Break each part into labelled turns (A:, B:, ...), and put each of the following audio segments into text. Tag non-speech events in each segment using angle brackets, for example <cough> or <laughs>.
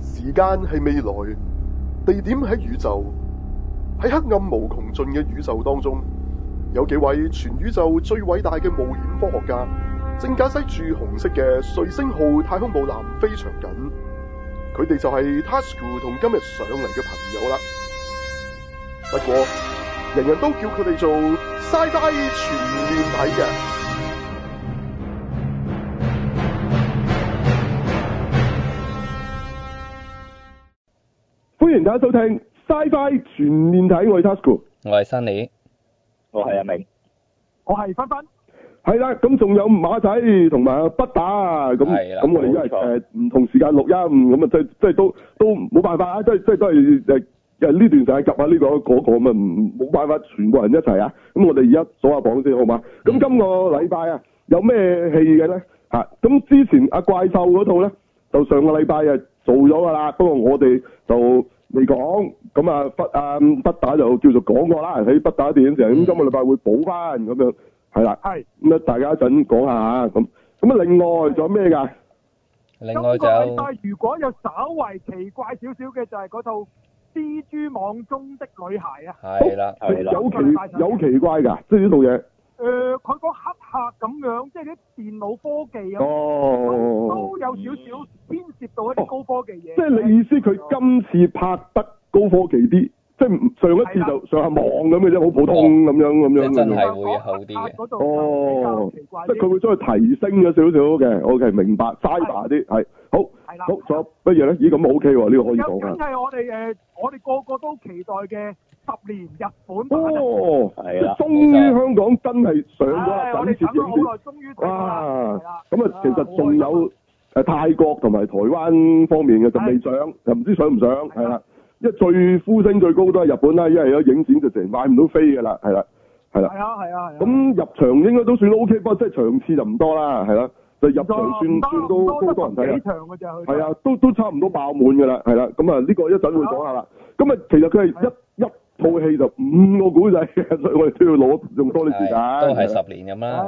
A: 時間係未來，地點喺宇宙，喺黑暗無窮盡嘅宇宙當中，有幾位全宇宙最偉大嘅冒險科學家，正駕駛住紅色嘅瑞星號太空母艦非常緊。佢哋就係 Tasuku 同今日上嚟嘅朋友啦。不過，人人都叫佢哋做 Sci-Fi 全面睇嘅。
B: 歡迎大家收聽《Sci-Fi 全面睇》，我係 Tasco。
C: 我係 Sunny，
D: 我哦係阿啊明，
E: 我係芬芬，
B: 係啦，咁仲有馬仔同埋阿北打啊咁，
C: 係啦
B: 咁我哋因為
D: 冇錯
B: 誒呃唔同時間錄音，咁啊即即係都都冇辦法啊，即係即係都係誒誒呢段時間夾下呢個嗰個咁啊，唔冇辦法全部人一齊啊，咁我哋而家數下榜先好嘛？咁
C: 嗯
B: 今個禮拜啊有咩戲嘅咧？嚇、咁之前阿怪獸嗰套咧，就上個禮拜啊做咗㗎啦，不過我哋就未講，咁啊不啊不打就叫做講過啦，喺不打電影城，咁今個禮拜會補翻咁樣，係啦。
E: 係
B: 咁啊，大家一陣講下咁。咁啊，另外仲有咩㗎？
C: 另
E: 今
C: 外
E: 個
C: 就
E: 禮拜如果有稍為奇怪少少嘅，就係嗰套《蜘蛛網中的女孩》啊。
C: 係啦，
D: 係啦，
B: 有奇有奇怪㗎，即係呢套嘢。
E: 誒、呃佢個黑客咁樣，即係啲電腦科技咁，
B: 哦，
E: 都有少少牽涉到一啲高科技嘢。
B: 即係你意思佢今次拍得高科技啲，即係唔上一次就上下網咁嘅啫，好普通咁樣咁樣
C: 即係真
B: 咁
C: 係
B: 樣。
C: 會好啲嘅
E: 嗰度
B: 哦
E: 就比較奇怪
B: 即係佢
E: 啲。
B: 會將佢提升咗少少嘅，OK，明白，cyber 啲係好。
E: 係啦
B: 好，仲有乜嘢咧？咦，咁 OK 喎，呢個可以
E: 有
B: 講
E: 梗
B: 下。
E: 係我哋誒、我哋個個都期待嘅十年日本版啊。
B: 哦，
D: 係啦
B: 終於香港真係上咗
E: 唉
B: 啦，
E: 我
B: 等
E: 哋
B: 接
E: 等咗
B: 影碟。
E: 好耐，終於睇到啦。
B: 哇
E: 係啦！
B: 咁啊，其實仲
E: 好開
B: 有
E: 心
B: 誒泰國同埋台灣方面嘅就未上，
E: 啊
B: 就唔知上唔上係啦。因為最呼聲最高都係日本啦，因為有影展就成買唔到飛㗎啦，係啦，係
E: 啊
B: 啦。
E: 係啊係啊係啊。
B: 咁入場應該都算 O K，不過即係場次就唔多啦，係啦，就入場算算都
E: 多
B: 都多人睇啦
E: 幾。場嘅咋佢？
B: 係啊，都都差唔多爆滿㗎啦，係啦，咁啊呢個一陣會講下啦。咁啊，其實佢係一一套戲就五個古仔嘅，所以我哋都要攞用多啲時間。
C: 係都係十年咁啦，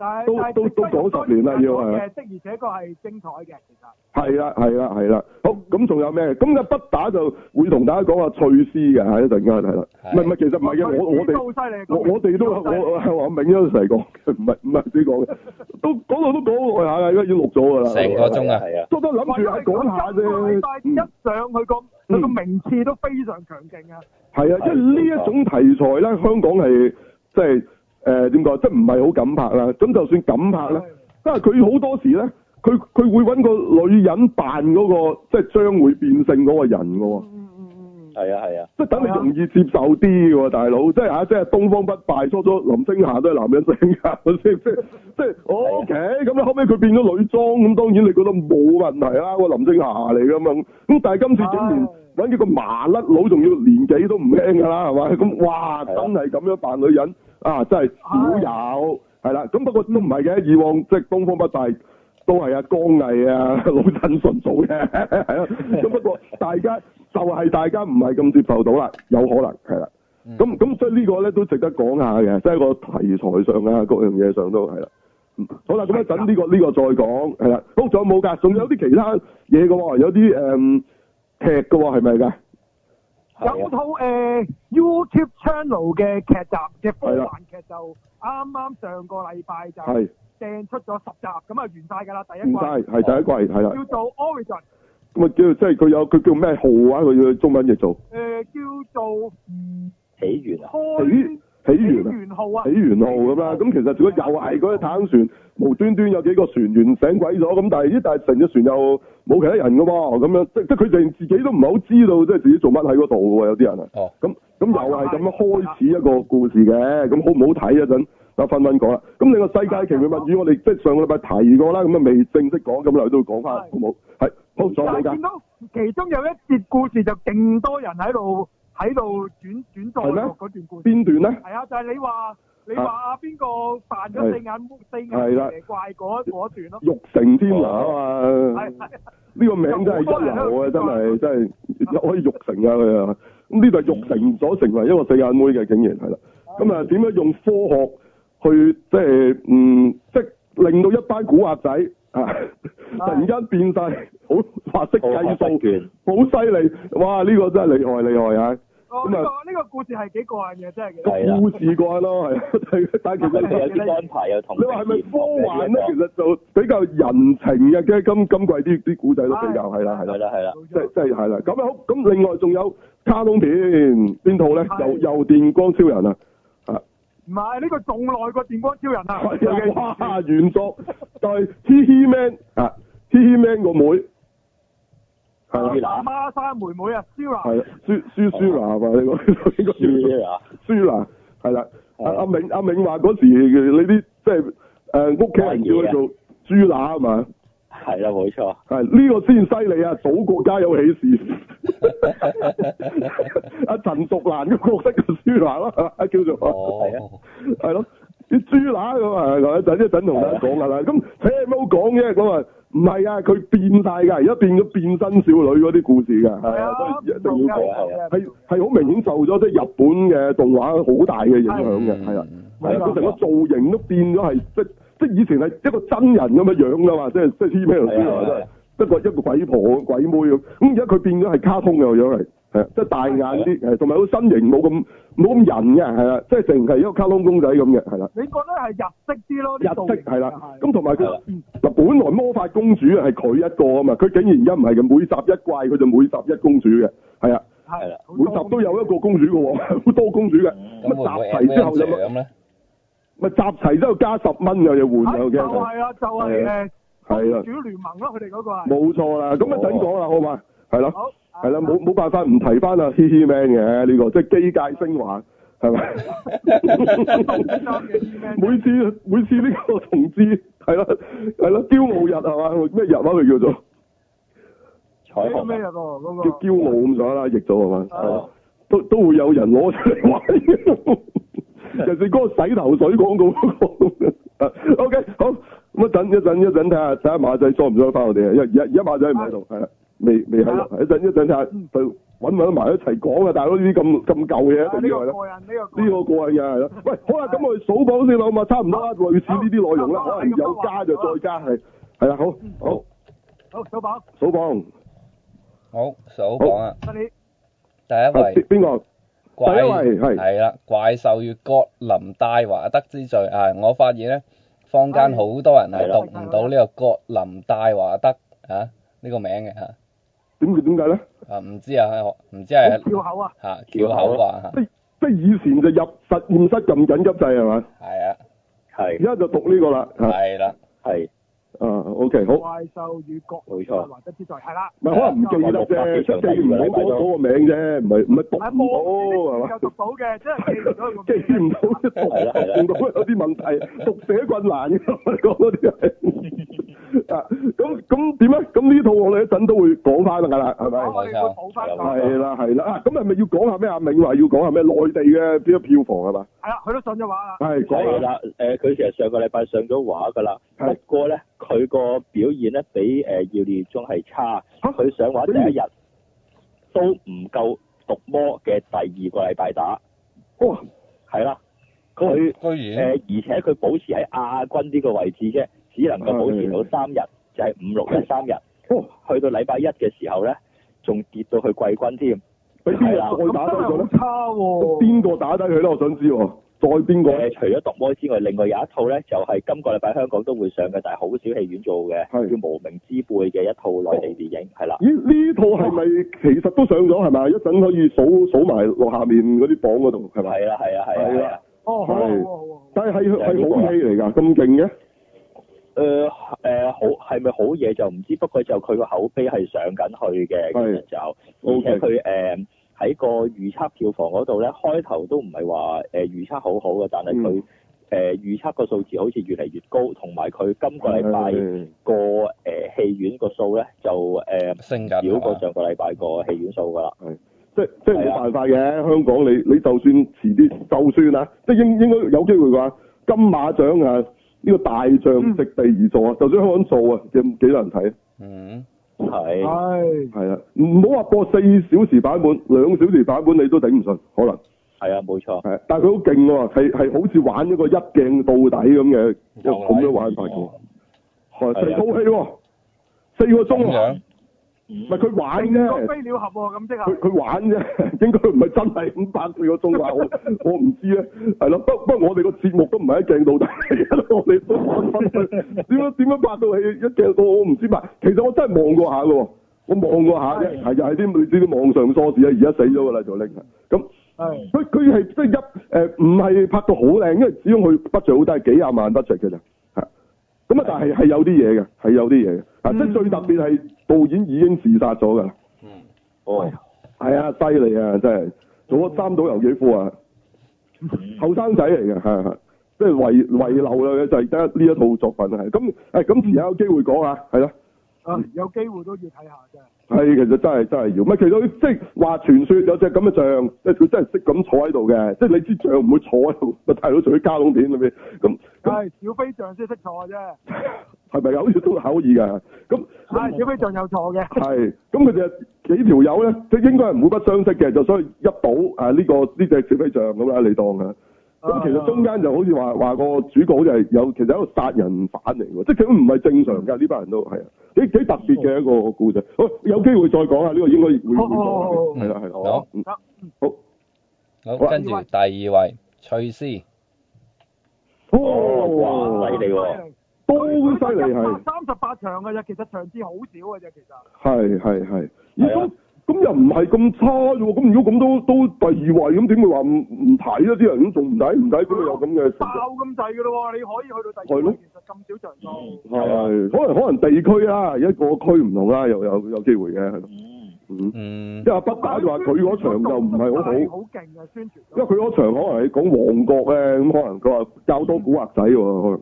E: 但係，
B: 都
E: 但係
B: 都都
E: 值得
B: 講
E: 咁多
B: 十年啦要係
E: 講
B: 咪
E: 嘅，的而且確係精彩嘅，其實。
B: 係啦，係啦，係啊啦。好，咁仲有咩？咁嘅不打就會同大家講下趣事嘅，係一陣間係啦。唔係
C: 係
B: 唔係，其實唔係嘅，我我哋
E: 都好犀利，
B: 我我哋都有我我我明咗嚟講，唔係唔係自己講嘅，都講到都講耐下啦，因為已經錄咗㗎啦。
C: 成個鐘啊
D: 係啊，
B: 都都諗住係講下啫。
E: 但一
B: 嗯
E: 上佢個佢個名次都非常強勁啊！
B: 係啊，因為呢一種題材咧，香港係即係誒點講，即係唔係好敢拍啦。咁就算敢拍咧，因為佢好多時咧，佢佢會揾個女人扮嗰、個，即係將會變性嗰個人㗎喎。
E: 嗯嗯嗯嗯，
D: 係啊，係啊，
B: 即係等你容易接受啲嘅喎，大佬，即係嚇，即係東方不敗，初初林青霞都係男人聲㗎，我先即係即係 O K，咁你後尾佢變咗女裝，咁當然你覺得冇問題啦，個林青霞嚟㗎嘛，咁但係今次竟然
E: 唉
B: 揾咗個麻甩佬，仲要年紀都唔輕㗎啦，係咪？咁哇，真
D: 係啊
B: 係咁樣扮女人啊，真係少有係啦，咁不過都唔係嘅，以往即係東方不敗。都係啊，江毅啊， <laughs> 老振順做嘅，係啊。咁不過大家就係、大家唔係咁接受到啦，有可能係啦。咁咁、所以呢個咧都值得講下嘅，即係個題材上啊，各樣嘢上都係啦。嗯好啦，咁一陣呢個呢、個再講係啦。好，仲有冇㗎？仲有啲其他嘢嘅喎，有啲誒、嗯劇嘅喎，係咪㗎？
D: 係
E: 有
D: 啊，
E: 套誒 YouTube channel 嘅劇集嘅科
B: 係啦啊
E: 幻劇就啱啱上個禮拜就
B: 係
E: 掟出咗十集，咁啊完晒㗎啦，第一
B: 唔
E: 季
B: 晒，係第一季係啦。
E: 叫做 Origin。
B: 咁啊叫即係佢有佢叫咩號啊？佢要中文譯做
E: 誒、叫做
D: 起源啊，
E: 開
B: 起源啊。
E: 源號啊
B: 起，源號咁啦，咁其實如果又係嗰只太空船無端端有幾個船員醒鬼咗，咁但係咦，但係成隻船又冇其他人嘅喎，咁樣即即佢哋自己都唔係好知道即係自己做乜喺嗰度喎，有啲人啊，
C: 哦，
B: 咁咁又係咁樣開始一個故事嘅，咁好唔好睇一陣？阿芬芬講啦，咁另外世界奇妙物語我哋即係上個禮拜提過啦，咁啊未正式講，咁嚟都講翻好冇？係好
E: 但
B: 仲有冇
E: 係
B: 㗎
E: 見？到其中有一節故事就勁多人喺度喺度轉轉載
B: 係咩
E: 喎嗰段故事。
B: 邊段咧？
E: 係啊，就係、你話你話啊邊個扮咗四眼四
B: 係啦
E: 眼蛇怪嗰嗰
B: <laughs>
E: 段咯。
B: 玉成天拿啊嘛
E: 係。 <laughs> 係
B: 呢個名真係一流啊！真係真係可以育成啊佢啊！咁呢度係育成咗成為一個四眼妹嘅，竟然係啦。咁啊，點樣用科學去即係嗯嗯，即係令到一班古惑仔啊，突然間變晒好哇識
D: 好
B: 計
D: 學
B: 數
D: 費，券，
B: 好犀利！哇，呢、個真係厲害厲害啊！
E: 哦，
B: 咁
E: 呢
B: 啊
E: 個呢個故事係幾過癮嘅，真係其實。
D: 係啦
B: 故事怪咯，係啊， <laughs> 但係
D: 咁
B: 其實
D: 佢有啲安排又同
B: 你話係咪科幻咧？其
D: 實
B: 實就比較人情嘅，跟今今季啲啲古仔都比較係啦係
D: 係
B: 啦，
D: 啦係啦，
B: 即係即係係啦。咁好，咁另外仲有卡通片邊套咧？
E: 係
B: 又又電光超人啊！ <laughs>
E: 唔係呢個仲耐過電光超人啊！
B: 係啊！哇，原作就係 T He Man 啊，T He Man 個妹
E: <laughs>
B: 係啦
D: 係啦
E: 孖生妹妹啊，Sira
B: 係啊，舒舒舒娜啊嘛呢個呢個叫
D: 書啊，
B: 舒娜係啦。啊
D: 係
B: 阿阿明阿明話嗰時你啲即係誒屋企人叫佢做朱娜啊嘛。
D: 係啦冇錯，
B: 係啊呢、個先犀利啊！祖國家有喜事，阿陳淑蘭個角色叫朱娜啦，啊叫做
C: 哦，
B: 係咯，啲豬乸咁啊，一陣一陣同大家講下啦。咁睇冇講啫，咁啊唔係啊，佢變晒㗎，而家變咗變身少女嗰啲故事㗎，係啊，所以一定要講。係係好明顯受咗即係日本嘅動畫好大嘅影響嘅，係啊，係啊，佢成個造型都變咗係即即以前係一個真人咁嘅樣㗎嘛，即係即係 T 咩同豬乸都啊係一個一個鬼婆鬼妹咁，咁而家佢變咗係卡通嘅個樣嚟。係啊，即係大眼啲，係同埋個身形冇咁冇咁人嘅，係啊，即係淨係一個卡通公仔咁嘅，係啦。
E: 你覺得係日式啲啊咯？
B: 日式係啦，咁同埋佢
D: 係啦
B: 嗱，本來魔法公主係佢一個啊嘛，佢竟然而家唔係嘅，每集一怪佢就每集一公主嘅，係啊，
D: 係啦
B: 每集都有一個公主嘅喎， <laughs> 好多公主嘅，啊
D: 嗯
C: 咁會唔會
B: 集齊之後
C: M
B: 就
C: M 獎咧？
B: 咪集齊之後加十蚊有嘢換啊
E: 就
B: 我驚，
E: 係啦，就係
B: 係啦
E: 誒，主聯盟咯，佢哋嗰個係。
B: 冇錯啦，咁一陣講啦，好嘛，係咯，
E: 好。
B: 係啦，冇冇辦法唔提翻啊，He He Man 嘅呢個，即係機界升華，係咪？每次每次呢個同志係啦係啦，驕傲日係嘛？咩日話佢叫做？
D: 彩
E: 叫
D: 虹
E: 咩
D: 啊
E: 啊？嗰個嗰
B: 叫
E: 個。
B: 驕傲咁上下啦，譯咗係嘛？係
D: 哦
B: 啊都都會有人攞出嚟玩嘅，
E: <laughs>
B: 尤其嗰個洗頭水廣告嗰個。 <laughs> 啊 OK，好咁啊一陣一陣一陣睇下睇下馬仔裝唔裝得翻我哋啊！因為而家而家馬仔唔喺
E: 啊
B: 度，係啦，未未喺度，一陣一陣睇下
E: 嗯
B: 佢揾唔揾埋一齊講啊！大佬呢啲咁咁舊嘢一
E: 呢
B: 定要係
E: 個
B: 啦。
E: 個人，啊呢個
B: 呢個過癮嘅係咯，喂，好啦，啊咁我哋數榜先啦，好嘛，差唔多啦，類似呢啲內容啦，
E: 啊好啊嗯
B: 可能有加就再加，係係啦，好好
E: 好，小寶，
B: 數榜，啊
C: 好，數榜啊，
E: 得你
C: 第一
B: 啊邊
C: 位
B: 邊個？
C: 怪
B: 第一位係
C: 係啦，怪獸與葛林戴華德之罪啊！我發現咧，坊間好多人係
D: 係啦
C: 讀唔到呢個葛林戴華德啊呢個名嘅嚇
B: 點解點解咧？
C: 啊唔知啊，唔知係
E: 跳口啊！
C: 嚇翹口話嚇
B: 即即係以前就入實驗室咁緊急掣係嘛？
C: 係啊
B: 而
D: 係
B: 家就讀呢個啦嚇。
C: 係啦，
D: 係
B: 啊，OK，好，
E: 怪獸與國
D: 冇錯
E: 華德之在係啦。
B: 咪可
D: 啊
B: 能唔記得啫，即係記唔到嗰嗰個名啫，唔係唔係讀
E: 係
B: 唔
E: 望
B: 到係
E: 就
B: 嘛？
E: 讀到嘅，真係記唔
B: <laughs>
E: 到個名
B: 記唔到讀讀
D: 係啦係啦
B: 唔到有啲問題，讀寫困難嘅， <laughs> 我哋講嗰啲係。啊，咁咁點咧？啊咁呢套我哋一陣都會講翻㗎啦，係咪？
E: 我哋會補翻
D: 冇錯
B: 係啦係啦，啊咁係咪要講下咩？阿銘話要講下咩？內地嘅啲票房係嘛？
E: 係啦，佢都信咗話啦。
B: 係
D: 係
B: 講下。
D: 啦，誒佢其實上個禮拜上咗畫㗎啦，
B: 係
D: 不過咧佢個表現咧比誒耀烈中係差，
B: 嚇
D: 佢上畫第一日都唔夠毒魔嘅第二個禮拜打，
B: 哇！
D: 係啦，佢
C: 居
D: 誒
C: 然
D: 呃而且佢保持喺亞軍呢個位置啫，只能夠保持到三日，就係五六日三日，
B: 哦，
D: 去到禮拜一嘅時候咧，仲跌到去季軍添，
B: 俾邊
D: 係啦
B: 個再打低
E: 真係
B: 佢咧
E: 好？差喎。
B: 邊個打低佢咧？我想知喎，再邊個
D: 誒
B: 咧？
D: 除咗毒魔之外，另外有一套咧就係今個禮拜香港都會上嘅，但係好少戲院做嘅，
B: 係
D: 叫《無名之輩》嘅一套內地電影，係啦，
B: 咦？呢套係咪其實都上咗係咪？一陣可以數數埋落下面嗰啲榜嗰度係咪？
D: 係啦，係啊，係啊，
B: 係
D: 係
B: 啦
D: 啊，
E: 哦，好啊好啊好啊好啊。
B: 但係係係
D: 就係呢個
B: 好
D: 啦
B: 戲嚟㗎，咁勁嘅。
D: 誒誒呃好係咪好嘢就唔知，不過就佢個口碑係上緊去嘅，其實就而
B: OK
D: 且佢誒喺個預測票房嗰度咧，開頭都唔係話誒預測好好嘅，但係
B: 嗯
D: 佢誒預測個數字好似越嚟越高，同埋佢今個禮拜
B: 係
D: 個誒戲院個數咧就誒
C: 升緊
D: 少
C: 係
D: 過
C: 嘛
D: 上個禮拜個戲院數㗎啦。
B: 即即係
D: 係
B: 冇
D: 啊
B: 辦法嘅，香港你你就算遲啲，就算啊，即係應應該有機會啩。金馬獎啊，呢個大象席地而坐啊，就算香港做啊，有幾多人睇啊？
C: 嗯
D: 係
E: 係。
B: 係啊，唔好話播四小時版本，兩小時版本你都頂唔順，可能。
D: 係啊，冇錯。
B: 係，但係佢好勁喎，係係好似玩一個一鏡到底咁嘅，一個咁樣玩法嘅喎，係
D: 哦係
B: 成
D: 啊
B: 套戲喎，四個鐘
C: 咁
B: 啊，
C: 樣
B: 唔係佢玩
E: 成個
B: 啫，
E: 飛鳥俠喎，咁即
B: 佢
E: 係
B: 佢玩啫， <laughs> 應該唔係真係咁拍四個鐘啊！我我唔知咧，係咯，不不過我哋個節目都唔係一鏡到底， <laughs> 我哋都分分點樣點樣拍到戲一鏡到我唔知拍，其實我真係望過下嘅喎，我望過下啫，係又係啲類似啲網上疏事啊，而家死咗㗎啦，就拎咁。
E: 係
B: 佢佢係即係一誒唔係拍到好靚，因為始終佢 budget 好低，幾廿萬 budget 嘅咋嚇。咁啊，但係係有啲嘢嘅，係有啲嘢嘅。啊，即係最特別係導演已經自殺咗㗎啦。
C: 嗯，
D: 哦，
B: 係啊，犀利啊，真係做咗三島由紀夫啊，後生仔嚟嘅，係係。即係遺遺留嘅就係得呢一套作品啊，係咁誒咁遲下有機會講下，係啦，
E: 啊，有機會都要睇下真係。
B: 係其實真係真係要，唔係其實佢即係話傳說有隻咁嘅象，即係佢真係識咁坐喺度嘅，即係你知象唔會坐喺度，咪大佬做啲卡通片裏邊咁咁
E: 係小飛象先識坐嘅啫，
B: 係咪㗎？好似都可以㗎。咁
E: 係小飛象有坐嘅，
B: 係咁，佢哋幾條友咧，即係應該係互不相識嘅，就所以一賭啊呢個呢隻小飛象咁啦，你當啊。咁其實中間就好似話話個主角好似係有其實係一個殺人犯嚟喎，即係佢唔係正常㗎，呢班人
D: 嗯
B: 都係啊，幾幾特別嘅一個故仔。好，有機會再講啊，呢個應該會會
E: 好
D: 哦
B: 講
E: 好好
B: 嘅，
C: 好
B: 係啦係
D: 好
B: 啦
C: 好，
B: 嗯
E: 得嗯
B: 好。
C: 好
B: 好啊
C: 跟住第二位，翠絲，
D: 哦，哇，犀利喎！
B: 都犀利啊係。
E: 三十八場嘅啫，其實場次好少嘅啫，其實。
B: 係係係，咦
D: 係
B: 咁
D: 啊
B: 咁又唔係咁差啫喎，咁如果咁都都第二位，咁點會話唔唔睇咧？啲人咁仲唔睇唔睇，咁有咁嘅
E: 爆咁滯嘅咯喎，你可以去到第
B: 係
E: 二
B: 咯
E: 位，其實咁少場數。
D: 啊
B: 係可能可能地區啦，一個區唔同啦，又有有機會嘅，係咯
D: 嗯，
B: 嗯，
C: 嗯
B: 即係阿北打就話佢嗰場就唔係好好，因
E: 好勁啊！宣傳
B: 為佢嗰場可能係講旺角咧，咁可能佢話較多古惑仔喎，可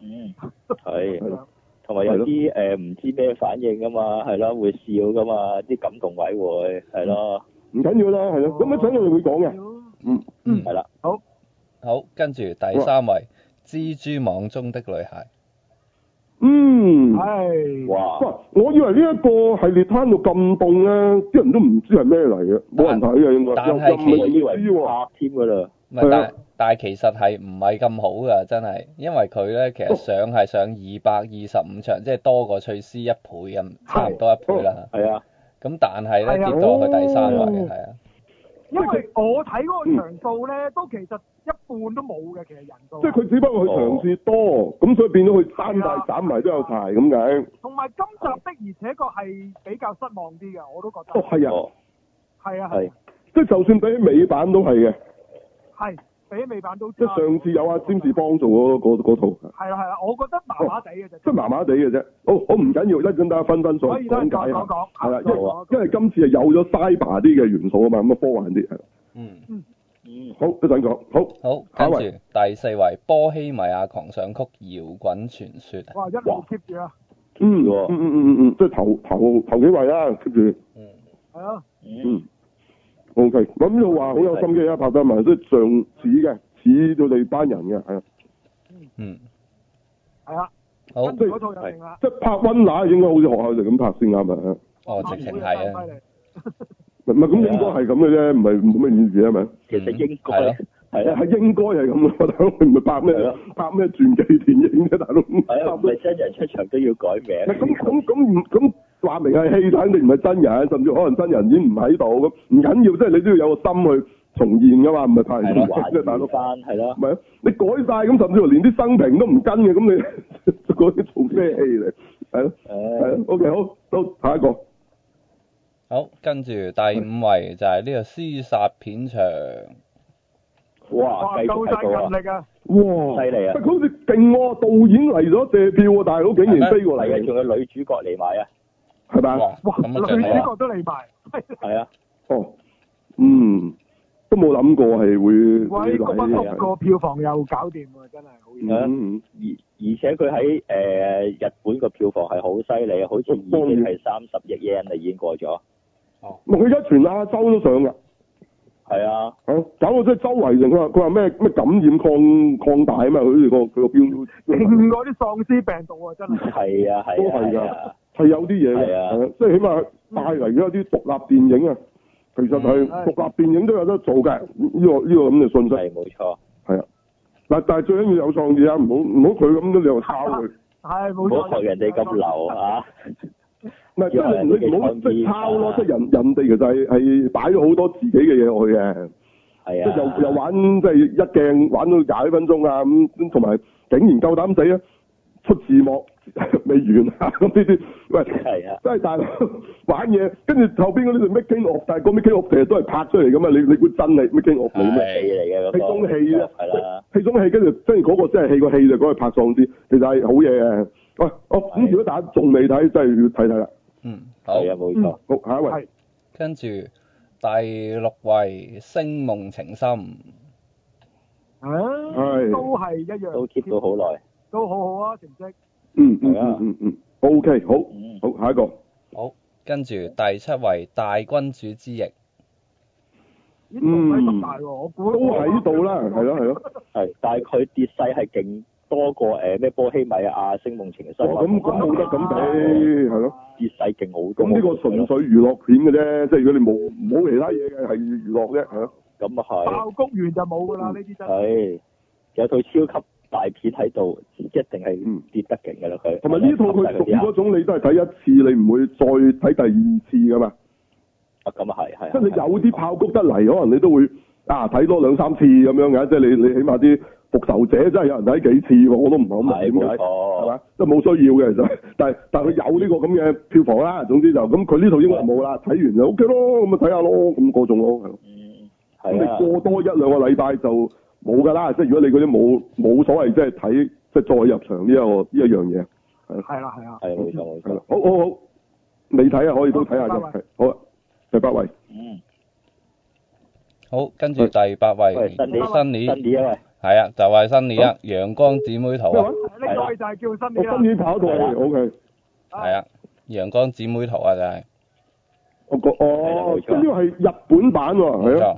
D: 嗯，係。
B: 係咯
D: 同埋有啲誒唔知咩反應噶嘛，係咯，會笑噶嘛，啲感動位會係咯，
B: 能唔緊要啦，係
E: 哦
B: 咯，咁一陣我哋會講嘅，嗯，
C: 嗯
D: 係啦，
C: 好，跟住第三位，蜘蛛網中的女孩，
B: 嗯。
E: 係
B: 喂
D: 哇，，
B: 我以為呢一個系列攤到咁凍咧，啲人都唔知係咩嚟嘅，冇人睇嘅應該，
C: 但
B: 又
C: 係
B: 又
C: 其
D: 我以
B: 唔係
D: 哦為
B: 知喎。
D: 拍添噶啦，
C: 唔係
B: 係啊
C: 但但係其實係唔係咁好㗎，真係，因為佢咧其實上係上二百二十五場，即係多過翠絲一倍咁，差唔多一倍啦。
D: 係啊，
C: 咁但係咧
E: 係啊
C: 跌咗去第三位，
B: 哦
C: 係啊，
E: 因為我睇嗰個場數咧，都其實一半都冇嘅，其實人數。
B: 即係佢只不過佢嘗試多，咁所以變咗佢單大斬埋都有柴咁解。
E: 同埋今集的而且確係比較失望啲嘅，我都覺
B: 哦，
E: 得。
B: 係啊，
D: 哦，
E: 係啊
D: 係
E: 係，
B: 即係就算比起美版都係嘅，
E: 係比美版都
B: 即係上次有阿詹士邦做嗰嗰嗰套，
E: 係啦係啦，我覺得麻麻地嘅啫。
B: 即係麻麻地嘅啫。好，好唔緊要，一陣大家分分再
E: 可以啦
B: 講解下
E: 講講。
B: 係啦，因為
E: 講講
B: 因為今次係有咗 cyber 啲嘅元素啊嘛，咁啊科幻啲。係
C: 嗯，
D: 嗯，
B: 好，一陣講。好，
C: 好，
B: 下一
C: 跟住
B: 位
C: 第四位，波希米亞狂想曲搖滾傳說啊，
E: 哇！一路 keep 住啊，
B: 嗯
D: 喎
B: 嗯嗯嗯嗯，即係頭頭頭幾位啦，跟住。
C: 嗯，
E: 係咯，
D: 嗯
B: 嗯，O K，咁就話好有心機啊，拍得埋，即係上似嘅，似到你班人嘅，係啊，
C: 嗯，
E: 係啦，
C: 好，
E: 跟住嗰套就勁啦。
B: 即係拍温拿應該好似學校就咁拍先啱啊，
C: 哦，直情係啊，
E: 啊。
B: 唔係咁應該係咁嘅啫，唔係冇咩意思係咪？
D: 其實應該
C: 係咯
D: 係啊，
B: 係應該係咁嘅，大佬佢唔係拍咩
D: 係啊
B: 拍咩傳記電影嘅，大佬
D: 係啊，唔係真人出場都要改
B: 唔係咁
D: 名，
B: 咁咁唔咁話明係戲肯定唔係真人，甚至可能真人已經唔喺度咁，唔緊要，即係你都要有個心去重現噶嘛，唔係拍
D: 係
B: 人
D: 咯，
B: 玩啫，大
D: 玩
B: 佬
D: 唔。翻係咯，
B: 唔係啊！你改晒咁，甚至乎連啲生平都唔跟嘅，咁你 <laughs> 嗰啲做咩戲嚟？係咯，係
D: 誒
B: 咯。OK，好，到下一個。
C: 好，跟住第五位就係呢個屍殺片場，
D: 哇，
E: 哇！
D: 繼
E: 夠
D: 續睇到啊
E: 晒，勁力啊！
B: 哇
D: 犀利啊
B: 喂佢好似勁喎，導演嚟咗借票喎，大佬竟
C: 係咩
B: 然飛過
D: 係啊，
B: 嚟，
D: 仲有女主角嚟埋啊，
B: 係咪啊？
C: 哇，
E: 哇！
C: 咁啊
E: 女
C: 真
E: 主
C: 係啊，
E: 角都嚟埋，係啦
D: 係啊，
B: 哦，嗯，都冇諗過係會
E: 喂，
B: 會
E: 嗰班
B: 嚟
E: 谷個票房又搞掂喎，真係好嘢。
D: 啊
B: 嗯，
D: 而而且佢喺誒日本個票房係好犀利，好似已經係三十億 yen 啦，已經過咗，
B: 唔係佢而家全亞洲都上㗎，
D: 係啊，
B: 係搞到即係周圍成佢話佢話咩咩感染擴擴大啊嘛，佢哋個佢個標
E: 勁過啲喪屍病毒喎，真係。
D: 係啊，
B: 都係
D: 係啊，係
B: 㗎
D: 啊。，
B: 係有啲嘢嘅，
D: 係啊
B: 係啊即係起碼帶嚟咗一啲獨立電影啊。其實係
E: 嗯
B: 獨立電影都有得做嘅，呢、個呢、個咁嘅信息
D: 係冇錯，
B: 係啊。嗱，但係最緊要有創意啊，唔好唔好佢咁樣你又抄佢，
E: 係冇
D: 唔
E: 錯。
B: <laughs>
D: 好學人哋咁流啊！
B: 唔係即係你唔好即係抄
D: 啊
B: 咯，即係人人哋其實係係擺咗好多自己嘅嘢落去嘅，即係
D: 係啊，
B: 又又玩即係一鏡玩到廿一分鐘啊咁，同埋竟然夠膽死啊！出字幕未完啊！咁呢啲喂，
D: 係啊，
B: 真係大佬 <laughs> 玩嘢，跟住後邊嗰啲就 making of，但係個 making of 其實都係拍出嚟噶嘛，你你估真係 making
D: 啊
B: of 嚟咩？
D: 戲嚟嘅嗰個
B: 戲中戲啦，
D: 係啦，
B: 戲中戲跟住跟住嗰個真係戲個戲就講係拍喪屍，其實係好嘢嘅。喂，哦，咁
D: 係
B: 如果大家仲未睇，真係要睇睇啦。
C: 嗯，好
D: 係，啊，冇錯，
B: <laughs> 好，下一位
E: 係
C: 跟住第六位《星夢情深》，
E: 啊
B: 係
E: 都係一樣，
D: 都 keep 到好耐。
E: 都好好啊成績。
B: 嗯嗯
D: 係啊
B: 嗯嗯嗯，OK，好
D: 嗯，
B: 好，下一個。
C: 好，跟住第七位《大君主之役》，
E: 呢啲鬼咁大喎，我估
B: 都喺度啦，係咯係咯，
D: 係，但係佢跌勢係勁多過誒咩波希米亞、星夢情深
B: 哇
D: 啊
B: 哦咁咁冇得咁比，係咯。
D: 跌勢勁好多。
B: 咁呢個純粹娛樂片嘅啫，即係如果你冇冇其他嘢嘅係娛樂啫，係咯。
D: 咁啊
E: 爆谷完就冇㗎啦，呢啲
D: 係
E: 真係。
D: 係有套超級大片喺度，一定
B: 嗯
D: 係跌得勁㗎啦佢。
B: 同埋呢套佢屬於
D: 啊
B: 嗰種你都係睇一次，你唔會再睇第二次噶嘛。
D: 咁啊係係。
B: 即係你
D: 係
B: 有啲爆谷得嚟，可能你都會啊睇多兩三次咁樣嘅，即係你你起碼啲復仇者真係有人睇幾次喎，我都唔係好
D: 係
B: 明點
D: 冇
B: 解。係
D: 錯，
B: 嘛？即係冇需要嘅，其實， <laughs> 但係但係佢有呢個咁嘅票房啦。總之就咁，佢呢套應該係冇啦。睇完就 O K 咯，咁咪睇下咯，咁嗰種咯，係咯。
D: 嗯，
B: 咁
D: 係啊，
B: 你過多一兩個禮拜就冇㗎啦。即係如果你嗰啲冇冇所謂，即係睇即係再入場呢、一個呢一樣嘢。
E: 係啦係啊啦。
D: 係啊冇錯冇
B: 係啦
D: 錯，，
B: 好好好，未睇啊，可以都睇下
E: 好第
B: 嘅。
E: 八位
B: 係好啊，第八位，
D: 嗯，
C: 好，跟住第八位
D: 喂，新年
C: 新
D: 新
C: 年，
D: 年啊
C: 係啊，就係新年啊，《陽光姊妹淘》
B: 咩
C: 啊
B: 話，？
E: 呢個就係叫新
B: 我
E: 年
B: 今
E: 啊
B: 年跑
E: 啦。
B: 到
D: 係啦
B: 係 O K。
C: 係啊，《陽光姊妹淘》啊，就係
B: 我覺哦，即係呢個係日本版喎，
C: 冇
B: 係啊，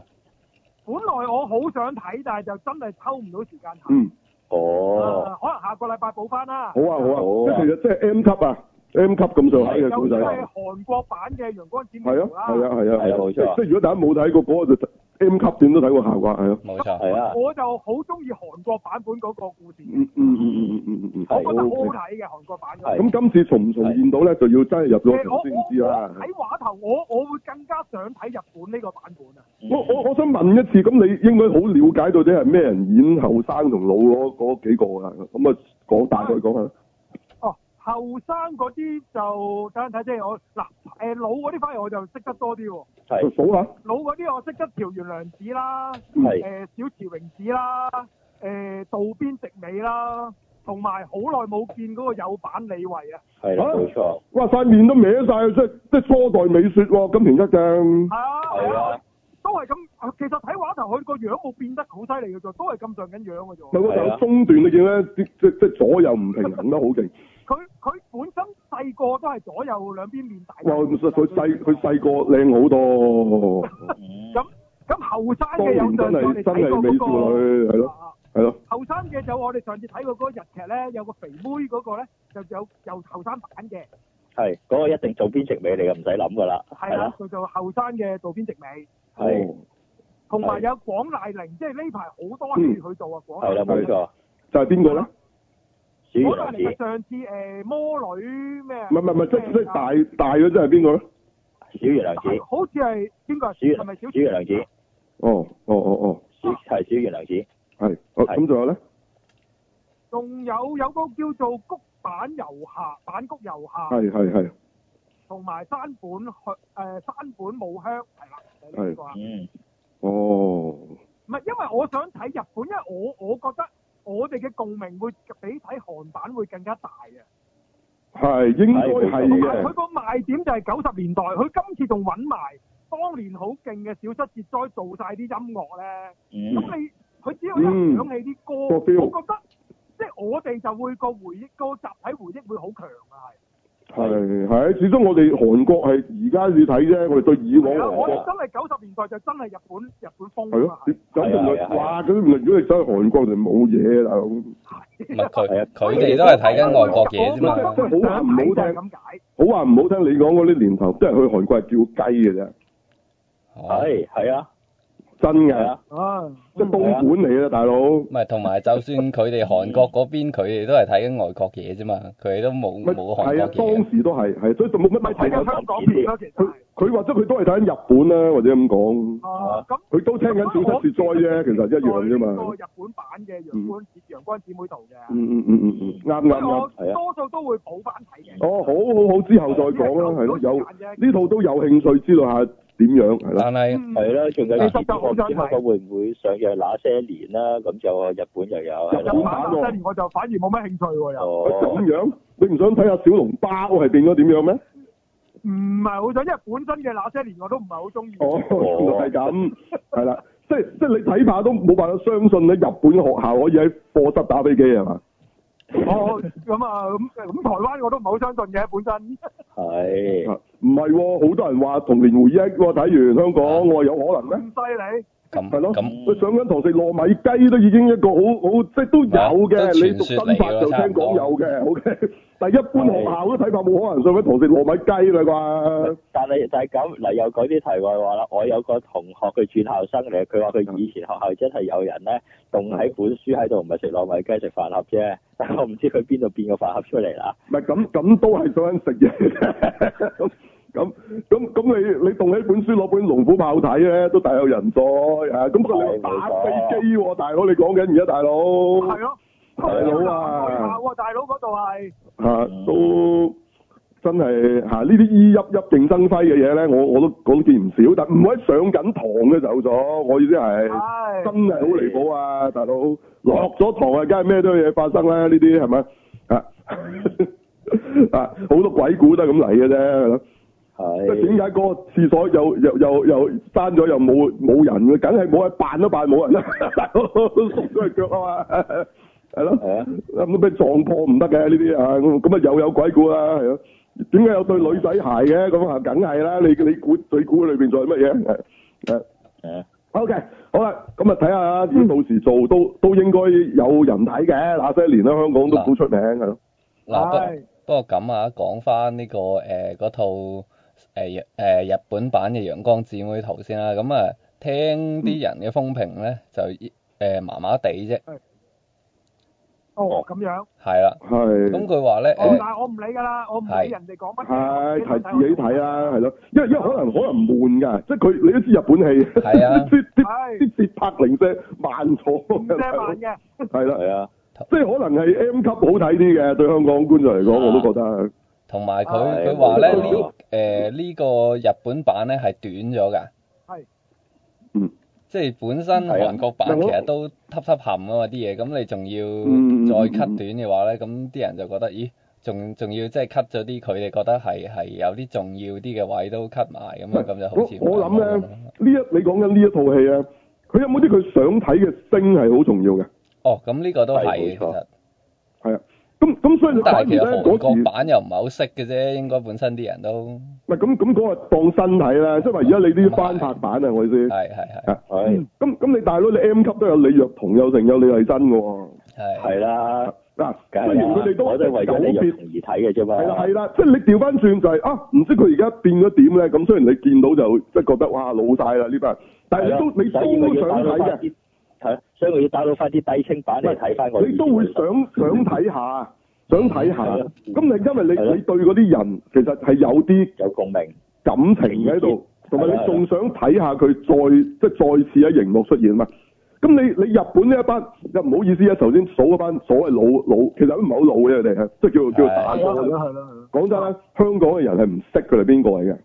C: 錯，
E: 本來我好想睇，但係就真係抽唔到時間睇。
B: 嗯，
D: 喂，哦，
E: 啊可能下個禮拜補翻啦。
B: 好啊好啊，
D: 好啊
B: 即係其實即係 M 級啊，M 級咁上下嘅
E: 有
B: 古
E: 即
B: 仔。
E: 係韓國版嘅《陽光閃
B: 係
E: 耀
B: 啊，》係
E: 啦。
B: 啊，係啊，
D: 係啊冇錯
B: 即係如果大家冇睇過嗰個就 M 級點都睇過下啩，係咯。
C: 冇錯，
D: 係啊，
E: 我就好中意韓國版本嗰個故事，
B: 嗯嗯嗯嗯嗯嗯嗯。
E: 我
D: 係
E: 覺得好好
B: OK
E: 睇嘅韓國版嘅。
D: 係
B: 咁今次重唔重現到咧，就要真係入咗
E: 誒我
B: 場先知啊啦
E: 我。睇畫頭，我我會更加想睇日本呢個版本啊！
D: 嗯
B: 我我我想問一次，咁你應該好了解到啲係咩人演後生同老嗰嗰幾個啊？咁啊，講大概講下。
E: 哦，後生嗰啲就等陣睇先，我嗱誒老嗰啲反而我就識得多啲喎，
D: 係
B: 數下。
E: 老嗰啲我識得條原良子啦，誒、
D: 係
E: 小池榮子啦，誒渡邊直美啦，同埋好耐冇見嗰個有版李慧啊，
D: 係啦，冇錯，
B: 哇！塊面都歪晒，即係即係初代美雪喎，金田一嘅。
E: 係啊
D: 係
E: 係啊
D: 啊，，
E: 都係咁。其實睇畫頭佢個樣冇變得好犀利嘅啫，都係咁上緊樣嘅啫
B: 咪。嗰
D: 係
B: 就
D: 啊
B: 中段你見咧，啲即即左右唔平衡得好勁。
E: 佢佢本身細個都係左右兩邊面大。
B: 哇！佢佢細佢細個靚好多。
D: 嗯
E: 咁咁後生
B: 當
E: 嘅啊有
B: 年真
E: 上
B: 係
E: 次
B: 真
E: 我哋睇
B: 係
E: 過
B: 美少
E: 嗰
B: 女，係
E: 個
B: 咯
E: 啊
B: 係咯，
E: 後生嘅就我哋上次睇過嗰個日劇咧，有個肥妹嗰個咧就有有後生版嘅，
D: 係嗰個一定做邊直尾嚟嘅，唔使諗㗎啦，
E: 係
D: 係
E: 啦
D: 啦，，
E: 佢就後生嘅渡邊直美，
B: 哦
D: 係
E: 同埋
D: 係
E: 有廣瀨鈴，即係呢排好多戲佢做啊，廣
D: 係
E: 瀨
D: 啦，冇
E: 鈴。
D: 錯，
B: 就係邊個咧？
D: 小魚男
E: 廣瀨鈴係
D: 子，
E: 上次誒魔女咩啊？
B: 唔係唔係唔係，即即係
E: 咩啊
B: 大大咗，即係邊個咧？
D: 小魚娘子，
E: 係好似係邊個啊？
D: 小魚
E: 係咪小
D: 小魚娘子，
B: 哦哦哦
D: 小係小魚娘子，
B: 哦，係好
D: 係
B: 咁仲有咧？
E: 仲有有個叫做谷板遊下、板谷遊下，
B: 係係係
E: 同埋山本去誒山本武香係啦，就係呢個啊。
D: 嗯，
B: 哦，
E: 唔係，因為我想睇日本，因為我我覺得我哋嘅共鳴會比睇韓版會更加大嘅。
B: 係應該係
E: 同埋佢
B: 嘅，
E: 個賣點就係九十年代，佢今次仲揾埋當年好勁嘅小室哲哉做晒啲音樂咧。
D: 嗯
E: 咁、你佢只要一響起啲歌，
B: 嗯個 feel
E: 我覺得即係我哋就會個回憶、個集體回憶會好強啊！
B: 係係，始終我哋韓國係而家先睇啫，我哋對以
E: 係
B: 往
E: 係啊，
B: 韓
E: 我
B: 國
E: 哋真係九十年代就真係日本日本
B: 係
E: 風
B: 咯
E: 啊，，
B: 你走唔
D: 係
B: 嚟
D: 啊係啊係啊
B: 哇！咁原來如果你走去韓國就冇嘢啦，
C: 唔
E: 係
C: 係佢
D: 係啊啊
C: 佢哋都係睇緊外國嘢啫
E: 我
C: 嘛，
E: 覺得想睇就係咁解。
B: 好話唔好聽，
C: Ờ.
B: 你講嗰啲年頭，即係去韓國係叫雞嘅啫。
C: 係嘛
D: 係係啊，
B: 真
D: 係
B: 嘅
D: 啊，，
E: 唉，
B: 即係東莞嚟嘅大佬，
C: 唔係，同埋就算佢哋韓國嗰邊，佢哋都係睇緊外國嘢啫嘛，佢哋都冇
B: 咪
C: 冇韓
B: 係啊
C: 國，嘢
B: 當時都係係，所以就冇乜
E: 咪
B: 乜
E: 睇
B: 睇
E: 緊
B: 啊。
E: 香港片咯，其實
B: 佢
E: 係
B: 佢或者佢都係睇緊日本啦，或者咁講，
E: 啊咁。
B: 佢都聽緊小失雪災啫，其實一樣啫
E: 個
B: 嘛。
E: 日本版嘅陽光姊陽光姊妹度嘅，
B: 嗯嗯嗯嗯嗯，啱啱啱。
E: 所以我多數都會補翻睇嘅。
B: 哦，好好好，之後再講啦，係咯，有呢套都有興趣知道下點樣，係啦。
C: 但係
E: 嗯
D: 係啦，仲有
E: 其
D: 呢
E: 實就
D: 啲我唔知香港會唔會上嘅那些年啦，咁就日本又有係
E: 日本
D: 啦。
E: 版嗰啲我就反而冇乜興趣喎，又
B: 喂
D: 哦
B: 咁，樣，你唔想睇下小籠包係變咗點樣咩？
E: 唔係好想，因為本身嘅那些年我都唔係好中意。
B: 哦，原來係咁，係啦，即係即係你睇怕都冇辦法相信咧，日本嘅學校可以喺課室打飛機係嘛？
E: 哦，咁啊，咁咁台灣我都唔係好相信嘅，本身。
D: 係
B: 啊唔係喎，好多人話童年回憶喎，睇完香港，我話有可能
E: 咁
B: 咩？
E: 犀利，
B: 係
C: 咁
B: 咯，
C: 咁
B: 佢上緊堂食糯米雞都已經一個好好，即係都有
C: 係啊
B: 嘅。
C: 都
B: 你讀
C: 傳
B: 新
C: 說嚟㗎
B: 法就聽
C: 差唔
B: 講
C: 多
B: 有嘅，OK。但 <laughs> 係一般學校都睇法冇可能上緊堂食糯米雞啦啩。
D: 呃但係但係咁嗱，又講啲題外話啦。我有個同學佢轉校生嚟，佢話佢以前學校真係有人咧，凍喺本書喺度，唔係食糯米雞食飯盒啫。 <laughs> 但我唔知佢邊度變個飯盒出嚟啦。
B: 唔係咁咁都係想食嘢， <laughs> 咁咁咁咁你你動起本書攞本龍虎豹睇咧，都大有人在啊！咁佢你話打飛機喎，大佬你講緊而家大佬
C: 啊
E: 係咯。大佬嗰度係，
B: 嚇啊都真係啊嚇呢啲依泣泣競爭輝嘅嘢咧，我我都講見唔少，但唔可以上緊堂嘅走咗，我意思係
E: 係
B: 真係好離譜啊，大佬落咗堂啊，梗係咩都有嘢發生啦，呢啲係咪啊？ <laughs> 啊！好多鬼故都係咁嚟嘅啫，係咯即係點
D: 係
B: 解嗰個廁所又又又又閂咗又冇冇人嘅？梗係冇人扮都扮冇人啦， <laughs> 大佬縮咗隻腳啊嘛，係
D: 係啊
B: 咯，咁俾撞破唔得嘅呢啲啊，咁咁啊又有鬼故啦，係咯。點解有對女仔鞋嘅？咁啊，梗係啦，你你估你估裏邊仲有乜嘢？係係
D: 誒
B: OK，好啦，咁啊睇下，如果到時做都都應該有人睇嘅，那些年啦，香港都好出名係咯。
C: 嗱
E: 係
C: 不不過咁啊，講翻呢個誒嗰套誒日誒日本版嘅《陽光姊妹淘》先啦，咁啊聽啲人嘅風評咧就誒麻麻地啫，
E: 哦咁樣。
C: 係啦，
B: 係。
C: 咁佢話咧呃
E: 我
C: 誒
E: 但係我唔理㗎啦，我唔理人哋講乜
B: 係
E: 嘢。
B: 睇自己睇啊啦，係咯，因為因為可能可能悶㗎，即係佢你都知日本戲，
C: 係啊
B: 啲啲
E: 係
B: 啲節拍零舍慢咗
E: 唔遮慢
B: 㗎，
E: 嘅，
B: 係啦，
D: 係啊，
B: 即係可能係 M 級好睇啲嘅，對香港觀眾嚟
C: 啊
B: 講，我都覺得係
C: 同埋佢
E: 係
C: 佢話咧
D: 冇
C: 呢誒呢個日本版咧係短咗㗎。
E: 係
B: 嗯
C: 即係本身
D: 係啊
C: 韓國版
B: 嗱
C: 其
B: 我
C: 實都揼揼冚啊嘛啲嘢，咁你仲
B: 嗯嗯
C: 要再
B: 嗯
C: cut 短嘅話咧，咁啲人就覺得，咦，仲仲要即係 cut 咗啲佢哋覺得係係有啲重要啲嘅位都 cut 埋咁啊樣，咁就好似
B: 我我
C: 唔啱
B: 諗
C: 咁
B: 咧
C: 啊樣
B: 呢一你講緊呢一套戲啊，佢有冇啲佢想睇嘅星係好重要嘅，
C: 哦，咁呢個都係
D: 係
C: 嘅
D: 冇
C: 其
D: 錯
C: 實，
B: 係啊，咁咁所以你
C: 咁但
B: 反而
C: 係其
B: 咧
C: 實韓
B: 嗰時
C: 國。版又唔係好識嘅啫，應該本身啲人都
B: 唔係咁咁嗰個當新睇啦，即係話而家你啲翻拍版啊，我意思。
C: 係係係
B: 啊
D: 係
B: 咁咁你大佬你 M 級都有李若彤有成有李麗珍嘅喎。
C: 係
D: 係啦，
B: 嗱，
D: 梗
B: 雖
D: 係
B: 然
D: 啦
B: 佢哋都
D: 我都係為咗你入
B: 別，
D: 同而睇嘅啫嘛。
B: 係啦係啦，即係你調翻轉就係、啊，唔知佢而家變咗點咧？咁雖然你見到就即係覺得哇老晒啦呢班人，但係你都你
D: 所以佢
B: 都
D: 要
B: 想
D: download
B: 睇
D: 返
B: 嘅，
D: 啲，係啊，所以我要 download 翻啲低清版嚟睇翻我。
B: 你都會想想睇下，想睇下。
D: 係啊
B: 咁你因為
D: 係
B: 你
D: 啊
B: 你對嗰啲人其實係有啲
D: 有共鳴，
B: 感情喺度，同埋
D: 係啊
B: 你仲想睇下佢再即係再次喺熒幕出現嘛？咁你你日本呢一班，又唔好意思啊，頭先數嗰班所謂老老，其實都唔係好老嘅，佢哋係即係叫叫
D: 啊
B: 打
E: 係咯
B: 過
E: 係
B: 嘅
E: 咯係咯，
B: 講真啦，香港嘅人係唔識佢哋邊個嚟嘅，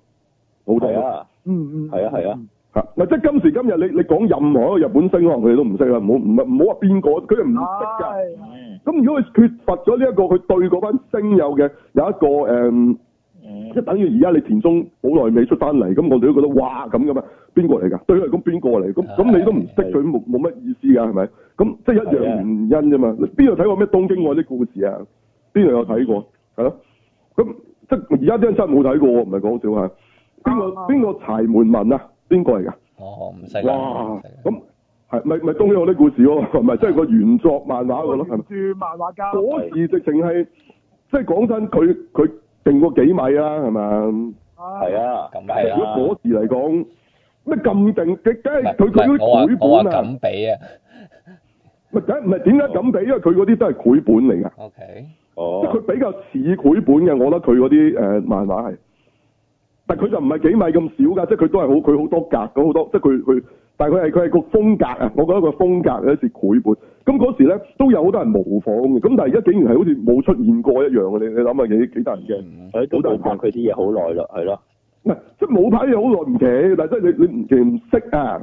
B: 好多
D: 係
B: 嚇
D: 啊，
E: 嗯嗯，
D: 係啊，係啊，
B: 嗱，即係今時今日你你講任何一個日本星，可能佢哋都唔識啦，唔好唔唔好話邊個，佢哋唔識㗎。
E: 係
D: 嗯
B: 咁如果佢缺乏咗呢一個佢對嗰班星有嘅有一個誒、嗯
D: 嗯
B: 即係等於而家你田中好耐未出翻嚟，咁我哋都覺得哇咁噶嘛，邊個嚟㗎？對佢嚟講邊個嚟？咁咁你都唔識佢，冇冇乜意思㗎係咪？咁即係一樣
D: 係啊
B: 原因啫嘛。你邊度睇過咩東京愛的故事啊？邊度有睇過？係咯。咁即係而家啲人真係冇睇過喎，唔係講笑嚇。啊邊個
E: 啱啱
B: 邊個柴門文啊？邊個嚟㗎？
C: 哦唔識啦，
B: 哇
C: 唔識啦！
B: 咁係咪咪東京愛的故事喎？唔係即係個原作漫畫
E: 哦
B: 個咯，係咪？
E: 住漫畫家，
B: 嗰時直情係，即係講真，佢佢定過幾米啦，係嘛？
D: 係
E: 係啊，
D: 啊，
C: 咁
D: 係
C: 係
B: 如
C: 啦
D: 啊，
B: 果嗰時嚟講，咩咁勁嘅？梗係
C: 唔係
B: 佢佢嗰
C: 唔係我話
B: 啲
C: 我
B: 繪
C: 話
B: 本啊，
C: 咁比啊
B: 咪梗唔係點解咁俾？因為佢嗰啲都係繪本嚟㗎，
C: ，OK，
D: 哦
B: 即係，佢比較似繪本嘅。我覺得佢嗰啲誒漫畫係，但佢就唔係幾米咁少㗎，即係佢都係好佢好多格咁好多，即係佢佢，但係佢係佢係個風格啊！我覺得個風格有啲似繪本。咁嗰時咧都有好多人模仿嘅，咁但係而家竟然係好似冇出現過一樣嘅，你你諗下幾幾得人驚？
C: 嗯
D: 佢都冇拍佢啲嘢好耐啦，係咯，
B: 唔係，即係冇睇嘢好耐唔奇，但係即係你你唔其唔識啊，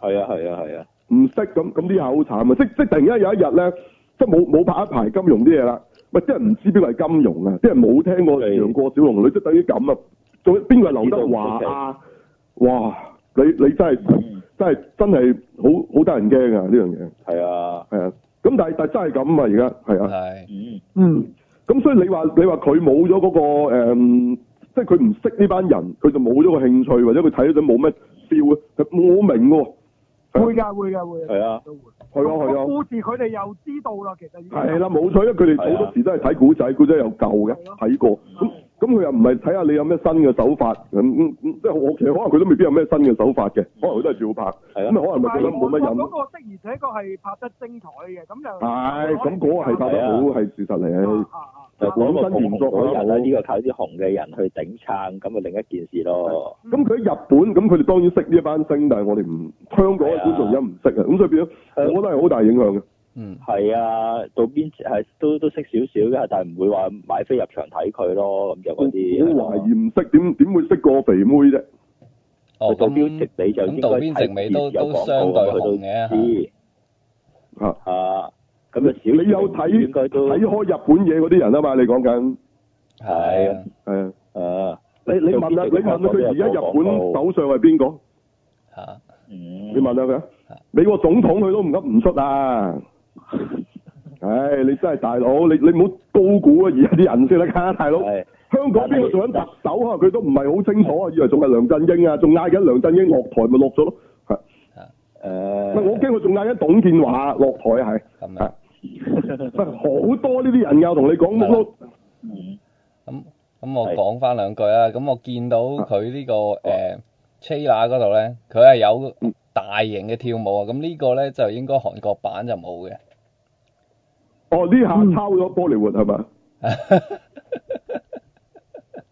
D: 係啊係啊係啊，
B: 唔識咁咁啲嘢好慘啊！即即係突然間有一日咧，即係冇冇拍一排金融啲嘢啦，咪啲人唔知邊個係金融啊，啲人冇聽過
D: 係
B: 楊過小龍女，即係等於咁啊！仲有邊個係劉德華啊？哇！你你真係真係真係好好得人驚啊！呢樣嘢
D: 係啊，
B: 係啊，咁但係但係真係咁啊！而家係啊。
C: 係
D: 嗯，
B: 嗯，咁所以你話你話佢冇咗嗰個誒、即係佢唔識呢班人，佢就冇咗個興趣，或者佢睇咗冇乜 feel 啊？我明喎，係啊
E: 會㗎會㗎會㗎，
D: 係啊
E: 都會。
B: 係啊
E: 個
B: 係啊，
E: 故事佢哋又知道啦，其實已經
B: 係啦，冇錯，因為佢哋好
D: 啊
B: 多時都係睇古仔，古仔又舊嘅
E: 係咯，
B: 睇過，咁咁佢又唔係睇下你有咩新嘅手法，咁咁咁即係我其實可能佢都未必有咩新嘅手法嘅，可能佢都係照拍，咁
D: 係啊
B: 啊可能咪
E: 但
B: 覺得
E: 係
B: 冇乜
E: 韓
B: 癮
E: 國
B: 咯。
E: 嗰個的而且確係拍得精彩嘅，咁就
B: 係，咁嗰個係拍得好係事實嚟，
E: 啊
D: 就嗰個
B: 本身原
D: 捧
B: 作
D: 紅嗰人啦，
B: 好
D: 呢個靠啲紅嘅人去頂撐，咁啊另一件事咯，
B: 咁佢喺日本，咁佢哋當然識呢一班星，但係我哋唔香港嘅觀眾而家唔識啊，咁所以變咗，我覺得係好大影響嘅。
C: 嗯
D: 係啊，到邊係都都識少少嘅，但係唔會話買飛入場睇佢咯，咁就
B: 我
D: 嗰啲係啊咯
B: 懷疑唔識點點會識個肥妹啫？
C: 哦
D: 到邊
C: 咁
D: 直你就應該
C: 咁道邊直尾都都相對紅嘅嚇，
D: 啊知
B: 嚇、
D: 啊，咁就少
B: 你有睇
D: 應該都
B: 睇開日本嘢嗰啲人啊嘛？你講緊
C: 係啊
B: 係啊？
D: 啊，
B: 你你問下，你問下佢而家日本首相係邊個？
C: 嚇
D: 嗯，
B: 你問下佢啊，美國總統佢都唔噏唔出啊！唉、你真係大佬，你你唔好高估啊！而家啲人先得㗎，大佬。
D: 係
B: 香港邊個做緊特首啊？佢都唔係好清楚啊，以為仲係梁振英啊，仲嗌緊梁振英落台咪落咗咯。係，唔係
D: 誒，
B: 我驚佢仲嗌緊董建華落台係，
C: 咁
B: 係
C: 樣
B: 唔係好多呢啲人㗎，我同你講
C: 係
B: 冇
D: 嗯
C: 咁咁我
D: 係
C: 講翻兩句啦，咁我見到
B: 啊
C: 佢呢個誒 Chila 嗰度咧，佢係
B: 嗯
C: 有大型嘅跳舞啊，咁呢個咧就應該韓國版就冇嘅，
B: 哦呢下抄咗 Bollywood 係咪？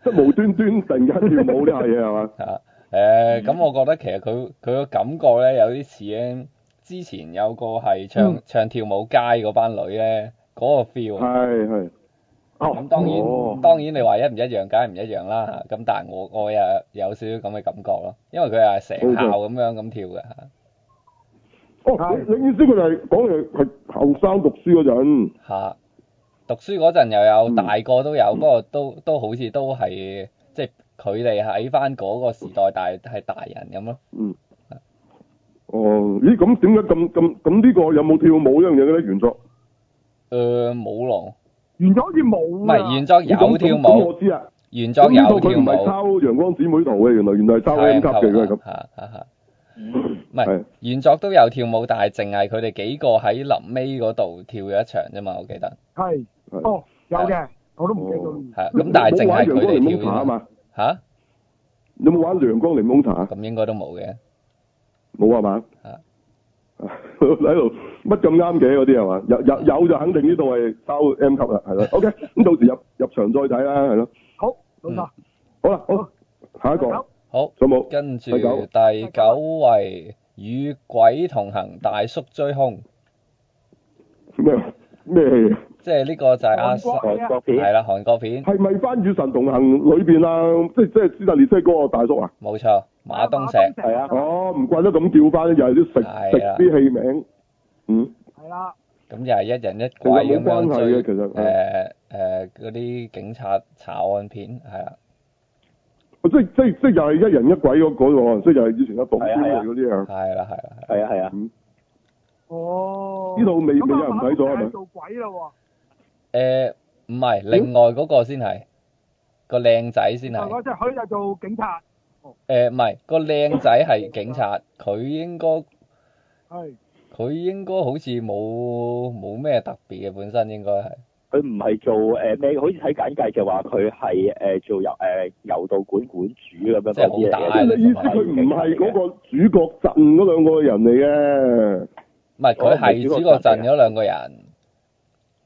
B: 即係無端端突然間跳舞呢下嘢係嘛？
C: 嚇
B: 嗯
C: 誒啊咁我覺得其實佢佢個感覺咧有啲似咧，之前有個係唱唱跳舞街嗰班女咧嗰個 feel 啊。
B: 係係。哦
C: 咁當然、
B: 哦
C: 當然你話一唔一樣，梗係唔一樣啦嚇。咁但係我我又有少少咁嘅感覺咯，因為佢係成校咁樣咁跳嘅啊嚇。
B: 哦，你你意思佢哋係講係係後生讀書嗰陣，
C: 嚇讀書嗰陣又有，
B: 嗯
C: 大個都有，不過都都好似都係即係佢哋喺翻嗰個時代，但係係大人咁咯。
B: 嗯。哦，咦咁點解咁咁咁呢個有冇跳舞呢樣嘢嘅咧？原作？
C: 誒冇咯，
E: 原咗好似冇
C: 唔
E: 唔
B: 嗯
C: 係原作有
B: 咁
C: 跳
B: 咁咁我
C: 舞，
B: 知啊。
C: 原
B: 咁
C: 作
B: 呢
C: 有
B: 度
C: 跳
B: 佢唔係
C: 舞，
B: 抄陽光姊妹圖嘅，原來原來係抄 M 級嘅，佢係咁。
C: 嚇嚇嚇。
D: 嗯
C: 唔係
B: 係
C: 原作都有跳舞，但係淨係佢哋幾個喺臨尾嗰度跳咗一場啫嘛，我記得
E: 係
B: 係
E: 哦有嘅，我都唔記得
B: 哦
E: 咗。
C: 係咁，但係淨係
B: 你
C: 佢
B: 冇玩陽光檸檬
C: 哋跳
B: 茶啊
C: 啫嘛
B: 嘛？
C: 嚇，
B: 你有冇玩陽光檸檬茶啊？
C: 咁應該都冇嘅，
B: 冇係嘛？
C: 嚇
B: <laughs> 喺度乜咁啱嘅嗰啲係嘛？有有有就肯定呢度係抄 M 級啦，係啦。OK，咁到時入入場再睇啦，係咯。
E: 好，老實，
B: 好啦，好，下一個
E: 好
C: 好，
B: 仲有冇？
C: 跟住
B: 第九
C: 第九位與鬼同行，大叔追兇，
B: 咩咩？
C: 即係呢個就係阿
E: 韓國
D: 韓國
C: 係
D: 片
C: 啦，韓國片
B: 係咪翻《與神同行》裏邊啊？即即係斯特列車嗰個大叔啊？
C: 冇錯，馬東石
D: 係啊
B: 哦，唔怪得咁叫翻，又係啲食食
C: 係啊
B: 啲戲名。嗯，
E: 係啦，
C: 咁又係一人一鬼咁
B: 其實冇關
C: 樣
B: 係
C: 追
B: 嘅其實
C: 誒誒嗰啲警察查案片係啦，
B: 即即即又係一人一鬼嗰嗰個，即又係以前一部
D: 係啊係啊
B: 嗰啲啊。
C: 係啦係啦，係啦
D: 係啊係啊，
E: 哦，
B: 呢度未
E: 咁
B: 未
E: 啊
B: 有人睇咗係
E: 馬東石
B: 咪
E: 係？做鬼啦喎，
C: 誒呃唔係另外嗰個先係個靚仔先係
E: 嗯
C: 呃
E: 嗱。嗰隻佢就做警察，
C: 誒唔係個靚仔係警察，佢應該
E: 係
C: 佢應該好似冇冇咩特別嘅本身應該係
D: 佢唔係做誒咩、好似睇簡介就話佢係誒做遊誒、柔道館館主咁樣
C: 即係
D: 嗰
C: 好
D: 啲嚟
C: 大
D: 嘅
B: 即係你意思佢唔係嗰個主角陣嗰兩個人嚟
C: 唔係佢係主角陣嗰兩個人，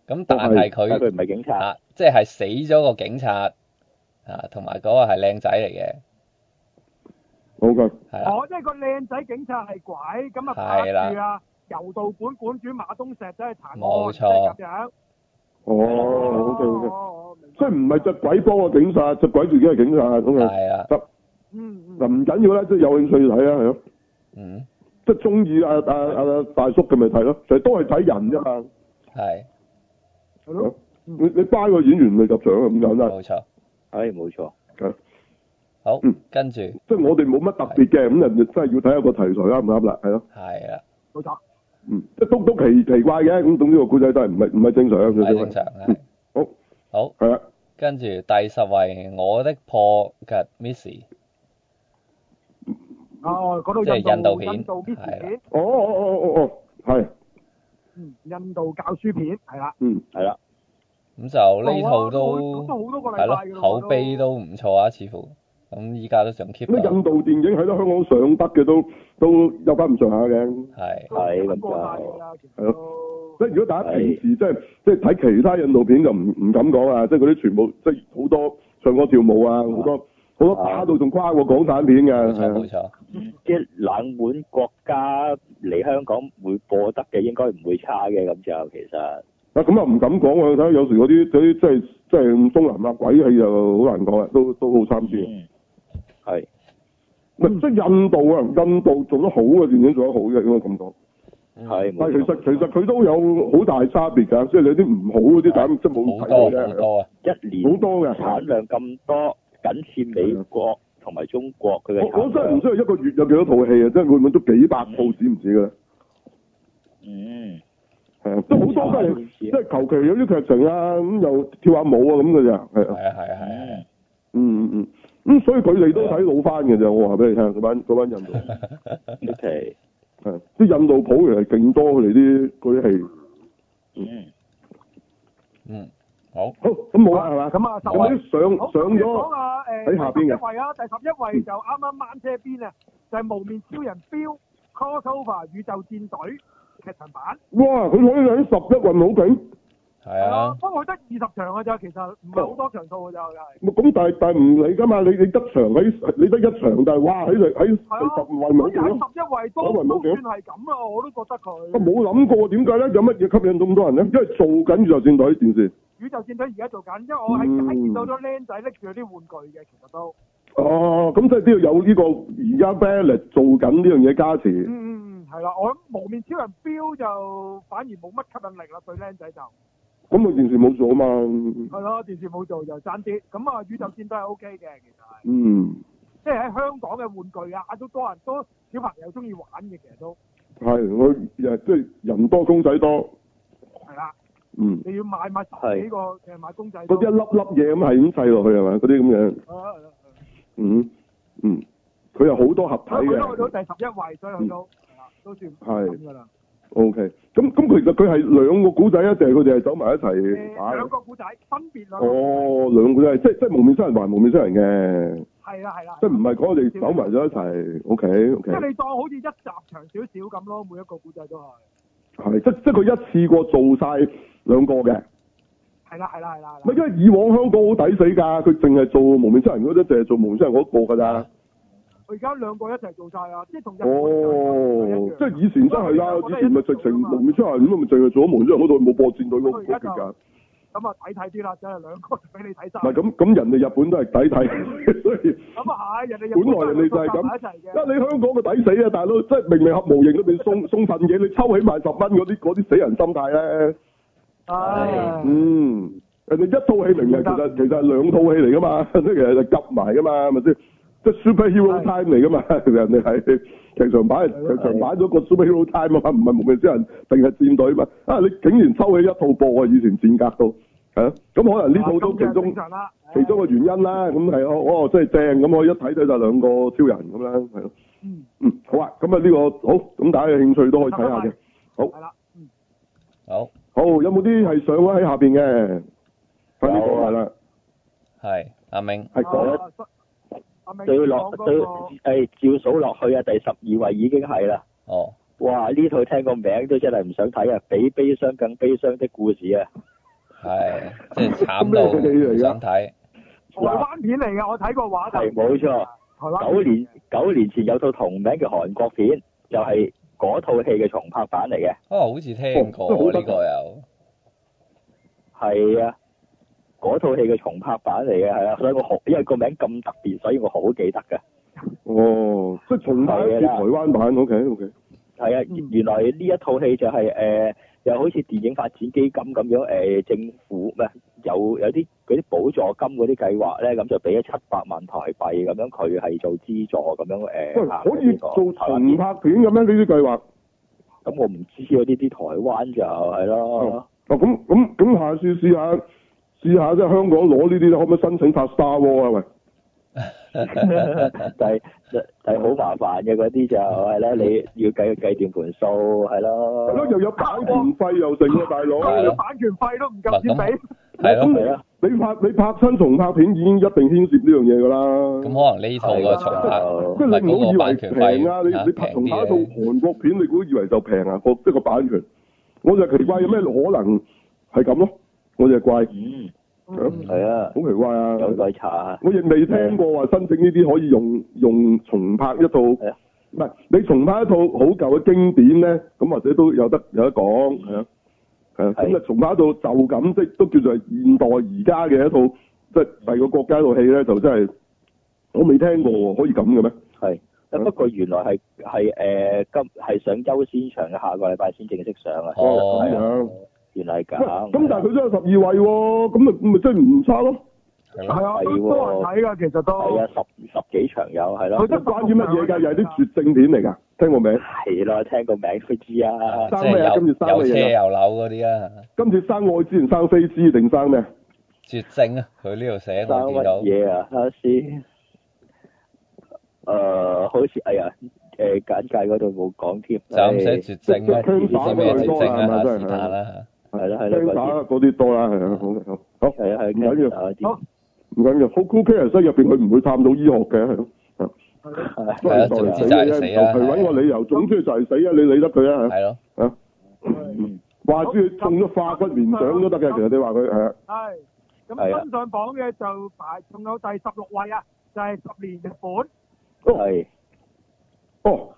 C: 咁但係
D: 但佢
C: 佢
D: 唔係警察，
C: 啊，即係死咗個警察啊，同埋嗰個係靚仔嚟嘅，
B: 嘅，好嘅。
C: 係啦，
E: 哦，即係個靚仔警察係鬼，咁啊
C: 係啦
E: 拍住啊柔道館館主馬東石走去查案，
C: 冇錯
E: 即係咁樣。
B: 哦，OK
E: 啊
B: OK，
E: 哦，明白
B: 即係唔係隻鬼幫個警察，隻鬼自己係警察咁嘅。
C: 係啊啦，
B: 得
E: 嗯
B: 嗱
E: 嗯，
B: 唔緊要啦，即係有興趣睇啊啦，係咯，
C: 嗯，
B: 即係中意阿阿阿大叔嘅咪睇咯，其實都係睇人啫嘛。
C: 係
E: 係咯，
B: 你你巴個演員咪入場啊，咁簡單。
C: 冇錯。
D: 係冇錯。
B: 係
C: 好
B: 嗯，
C: 跟住
B: 即係我哋冇乜特別嘅，咁人哋真係要睇下個題材啱唔啱啦，係咯，
C: 係啦，
E: 冇錯。
B: 嗯，即係都都奇奇怪嘅，咁總之個古仔都係唔係唔係正常嘅，
C: 係正常
B: 嗯
C: 係
B: 好
C: 好，
B: 係啊，
C: 跟住第十位我的破格 Miss 即
E: 哦，嗰度
C: 係印
E: 印
C: 度
E: 度
C: 片
E: 印度 miss
C: 係
E: 片，
B: 哦哦哦哦哦，係，
E: 嗯，印度教書片係啦。
B: 嗯，
D: 係啦，
C: 咁就呢套
E: 咁都
C: 都
E: 啊好多個禮
C: 係
E: 拜㗎
C: 咯，
E: 咯
C: 口碑都唔錯啊，似乎咁依家都仲 keep
B: 咩印
C: 到，
B: 度電影喺得香港上得嘅都都有翻唔上下嘅。
C: 係
E: 都咁過晒㗎啦，其實都
B: 即係如果大家平時即係即係睇其他印度片就唔唔敢講啊！即係嗰啲全部即係好多唱歌跳舞啊，好多好多打到仲誇過港產片
C: 冇
B: 嘅，
C: 錯冇
B: 係啊
C: 錯，
D: 即係冷門國家嚟香港會播得嘅，應該唔會差嘅咁就其實。
B: 啊咁又唔敢講喎，睇下有時嗰啲嗰啲即係即係東南亞鬼戲就好難講啊，都都好參差。
D: 嗯。係。
B: 唔係即係印度啊，印度做得好嘅電影做得好嘅，應該咁講。
D: 嗯係。
B: 但係其實
D: 冇錯
B: 其實佢都有好大差別㗎，即係有啲唔好嗰啲，但係即係冇
C: 嗯好
B: 睇過
C: 多好
B: 啫。
C: 多啊，
D: 一年
B: 好多嘅
D: 產量咁多，僅次美國同埋中國佢嘅
B: 我
D: 產量。
B: 我真係唔知道一個月有幾多套戲啊！即係會唔會都幾百套止唔止嘅咧？
D: 嗯，
B: 係啊，即係好多都係
D: 嗯
B: 即係求其有啲劇情啊，咁又跳下舞啊咁嘅咋，係啊，
C: 係啊係啊係啊，
B: 嗯嗯嗯，咁所以佢哋都睇老翻嘅咋，我話俾你
E: <laughs>
B: 聽，嗰班嗰班印度，
E: 嗯
C: 啊
D: O K，
B: 係啲印度普其實勁多佢哋啲嗰啲戲。
D: 嗯，
C: <laughs> 嗯，好，
B: 好，咁冇啦係嘛？
E: 咁啊，
B: 咁啲上
E: 好
B: 上
E: 講啊
B: 咗
E: 下誒
B: 喺下邊嘅
E: 第十一位啊，第十一位就啱啱掹車邊啊，就係無面超人 Bill crossover 宇宙戰隊劇場版。
B: 哇！佢可以喺十一運好勁，
C: 係啊，
E: 不過佢得二十場嘅咋，其實唔係好多場數嘅咋，係。
B: 咁但係但係唔理㗎嘛，你你得場喺你得一場，但係哇喺喺喺
E: 係啊，
B: 十運咪好
E: 所以
B: 勁咯
E: 喺。十一位
B: 嗰位
E: 都
B: 冇
E: 都
B: 幾
E: 算
B: 多
E: 係咁啊，我都覺得
B: 我
E: 佢
B: 冇諗過點解咧？有乜嘢吸引咁多人咧？因為做緊宇宙戰隊電視。
E: 宇宙戰隊而家做緊，因為我喺街見到咗僆仔拎住啲玩具嘅，其實都
B: 哦，咁即係都要有呢、個而家 b a l l e t 做緊呢樣嘢加
E: Ừ,
B: 持。
E: 嗯嗯係啦，我諗無面超人標就反而冇乜吸引力啦，對僆仔就
B: 咁佢電視冇做啊嘛。
E: 係咯，電視冇做就爭啲，咁啊宇宙戰隊係 O K 嘅，其實係
B: 嗯，
E: 即係喺香港嘅玩具啊，都多人都小朋友中意玩嘅，其實都
B: 係我誒即係人多公仔多。
E: 係啦，
B: 嗯，
E: 你要買買十幾個誒買公仔都
B: 嗰啲一粒粒嘢咁係咁砌落去係嘛？嗰啲咁樣。
E: 係啦係啦係啦
B: 嗯嗯，佢有好多合體
E: 所以啊佢都去
B: 嘅。嗯
E: 到第十一位，所以去到係啦，都算
B: 係
E: 咁噶啦。
B: O K，咁咁其實佢係兩個古仔啊，定係佢哋係走埋一齊
E: 誒
B: 打
E: 兩
B: 嘅？
E: 個古仔分別兩個，
B: 哦，兩個古仔，即即係蒙面超人還蒙面超人嘅。
E: 係啦係啦，
B: 即係唔係講我哋走埋咗一齊？OK
E: 即
B: OK，
E: 係你當好似一集長少少咁咯，每一個古仔都係。
B: 係即即係佢一次過做晒兩個嘅，
E: 係啦係啦係啦
B: 唔係
E: 係啦，
B: 因為以往香港好抵死㗎，佢淨係做無面超人嗰啲，淨係做無面超人嗰一個㗎咋。
E: 我而家兩個一齊做晒啊，即係同日本
B: 哦，即係以前真係啦，
E: 啊
B: 以前咪直情無
E: 冇
B: 面超人咁咪淨係做咗無面超人嗰度，冇播戰隊嗰
E: 佢
B: 嗰
E: 而家
B: 橛
E: 就
B: 㗎。
E: 咁啊睇睇啲啦，真係兩個俾你睇晒。
B: 唔係咁咁，人哋日本都係抵睇，所以
E: 咁啊係，人哋日
B: 本來人哋就係
E: 係一
B: 咁。
E: 齊
B: 因
E: 嘅，
B: 為你香港嘅抵死啊，大佬！即係明明合模型裏邊送送份嘢，你抽起賣十蚊嗰啲嗰啲死人心態咧。Ừ.
E: Ờ, 係
B: 嗯，人哋一套戲明嘅，其
E: 嗯
B: 實其實係兩套戲嚟噶嘛，即 <laughs> 係其實就夾埋噶嘛，係咪先？即係 superhero
E: 係
B: time 嚟噶嘛， <laughs> 其實人哋係劇場版，劇場版咗個 superhero time 啊嘛，唔係無名之人定係戰隊嘛？啊，你竟然抽起一套播啊！以前戰格套係啊，咁可能
E: ờ,
B: 呢套都其中
E: 正常嗯啦，
B: 其中嘅原因啦，咁係哦，哦，真係正，咁我一睇睇就兩個超人咁啦，係咯，
E: 嗯
B: 嗯，
E: Ờ,
B: 好啊，咁啊呢個好，咁大家有興趣都可以睇下嘅，
E: 係啦，嗯
C: 好，
B: 好，好，有冇啲係上咗喺下邊嘅？快啲講下啦，
C: 係阿明，
B: 係
E: 啊
B: 講
E: Ờ,
B: 啦，
D: 最落最诶，照數落去啊，第十二位已經係啦。
C: 哦，
D: 哇！呢套聽個名都真係唔想睇啊，比悲傷更悲傷的故事啊！
E: <laughs>
C: 係即係慘到唔想睇，
D: 係冇錯，九年九年前有套同名嘅韓國片，就係嗰套戲嘅重拍版嚟嘅。
C: 啊好似聽過喎呢個又，
D: 係啊，嗰套戲嘅重拍版嚟嘅，係啊，所以我好，因為個名咁特別，所以我好記得嘅。
B: 哦，即係重拍一次台灣版，OK，OK，
D: 係啊，
E: 嗯
D: 原來呢一套戲就係、呃又好似電影發展基金咁樣誒、呃政府唔係有有啲嗰啲補助金嗰啲計劃咧，咁就俾咗七百萬台幣咁樣，佢係做資助咁樣誒、
B: 喂，
D: 呃拍
B: 可
D: 呢
B: 以
D: 個
B: 做
D: 台灣
B: 重
D: 片
B: 拍片嘅咩？呢啲計劃？
D: 咁我唔知啊，呢啲台灣就係咯， <laughs>
B: 哦，咁咁咁，下次試下試下即係香港攞呢啲，可唔可以申請拍 Star War 啊？喂，
D: 但係但係好麻煩嘅嗰啲就係啦，你要計計掂盤數係
B: 係咯，
D: 咯，
B: 又有版權費又剩喎，大佬
C: 係。
E: 啊
C: 咯係
B: 咁
C: 咯，
D: 係啊
B: 你你拍你拍親重拍片已經一定牽涉呢樣嘢㗎啦。
C: 咁可能呢套個重
B: 即係
C: 拍，唔
B: 啊你唔好
C: 係嗰
B: 以
C: 個
B: 為
C: 版權
B: 平啊！你
C: 費啊
B: 你
C: 平
B: 拍同拍一套
C: 啲嘅，
B: 韓國片，你估以為就平啊？個即係個版權，我就奇怪有咩可能係咁咯？我就怪，好
D: 嗯
C: 嗯
D: 係啊，
B: 奇怪啊！
D: 有待查下，
B: 我亦未聽過話申請呢啲可以用用重拍一套，
D: 啊
B: 唔係你重拍一套好舊嘅經典咧，咁或者都有得有得講，係啊，係啊，
D: 係
B: 咁啊重拍一套就咁即係都叫做係現代而家嘅一套，即係第二個國家一套戲咧，就真係我未聽過喎，可以咁嘅咩？
D: 係。
B: 嗯
D: 咁不過原來係係誒今係上優先場嘅下個禮拜先正式上啊，
C: 哦
B: 咁
D: 係啊，
B: 樣。
D: 原來
B: 喂
D: 係咁。啊
B: 咁但係佢都有十二位喎，咁咪咪真係唔差咯。
C: 係咯，
D: 係啊，十十幾場有係咯，
E: 佢都
B: 關於乜嘢㗎？又係啲絕症片嚟㗎，聽過未？
D: 係咯，聽個名都知啊，
B: <laughs>
C: 即
B: 生咩啊
C: 係有
B: 今月生
C: 有
B: 咩
C: 車
B: 嘢
C: 有樓嗰啲啦，
B: 今次生愛之前生飛枝定生咩？
C: 絕症啊！佢呢度寫
D: 生
C: 我見到
D: 乜，嘢啊？睇下先。誒、好似哎呀，誒、簡介嗰度冇講添。
C: 就咁寫絕症咧，
B: 即係
C: 唔知咩絕症
B: 係咪
C: 啊？
B: 真係
C: 是但啦
D: 係啦係啦
B: 聽打啊嗰啲多啦，係啊，好好好，
D: 係啊係。
B: 唔緊要，
D: 要 <laughs>
E: 好
B: 唔緊要。好 cool care 室入邊佢唔會探到醫學嘅，係咯。不
C: 係
B: 過
C: 啊總之
B: 死
C: 就係
B: 嘅
C: 死
B: 啫，
C: 啦
B: 就係揾個理由，總之就係死啊！你理得佢
C: 嚇，
B: 啊？
C: 係咯，
B: 啊，話知佢中咗化骨綿掌都得嘅，其實你話佢係啊
D: 係
B: 哦，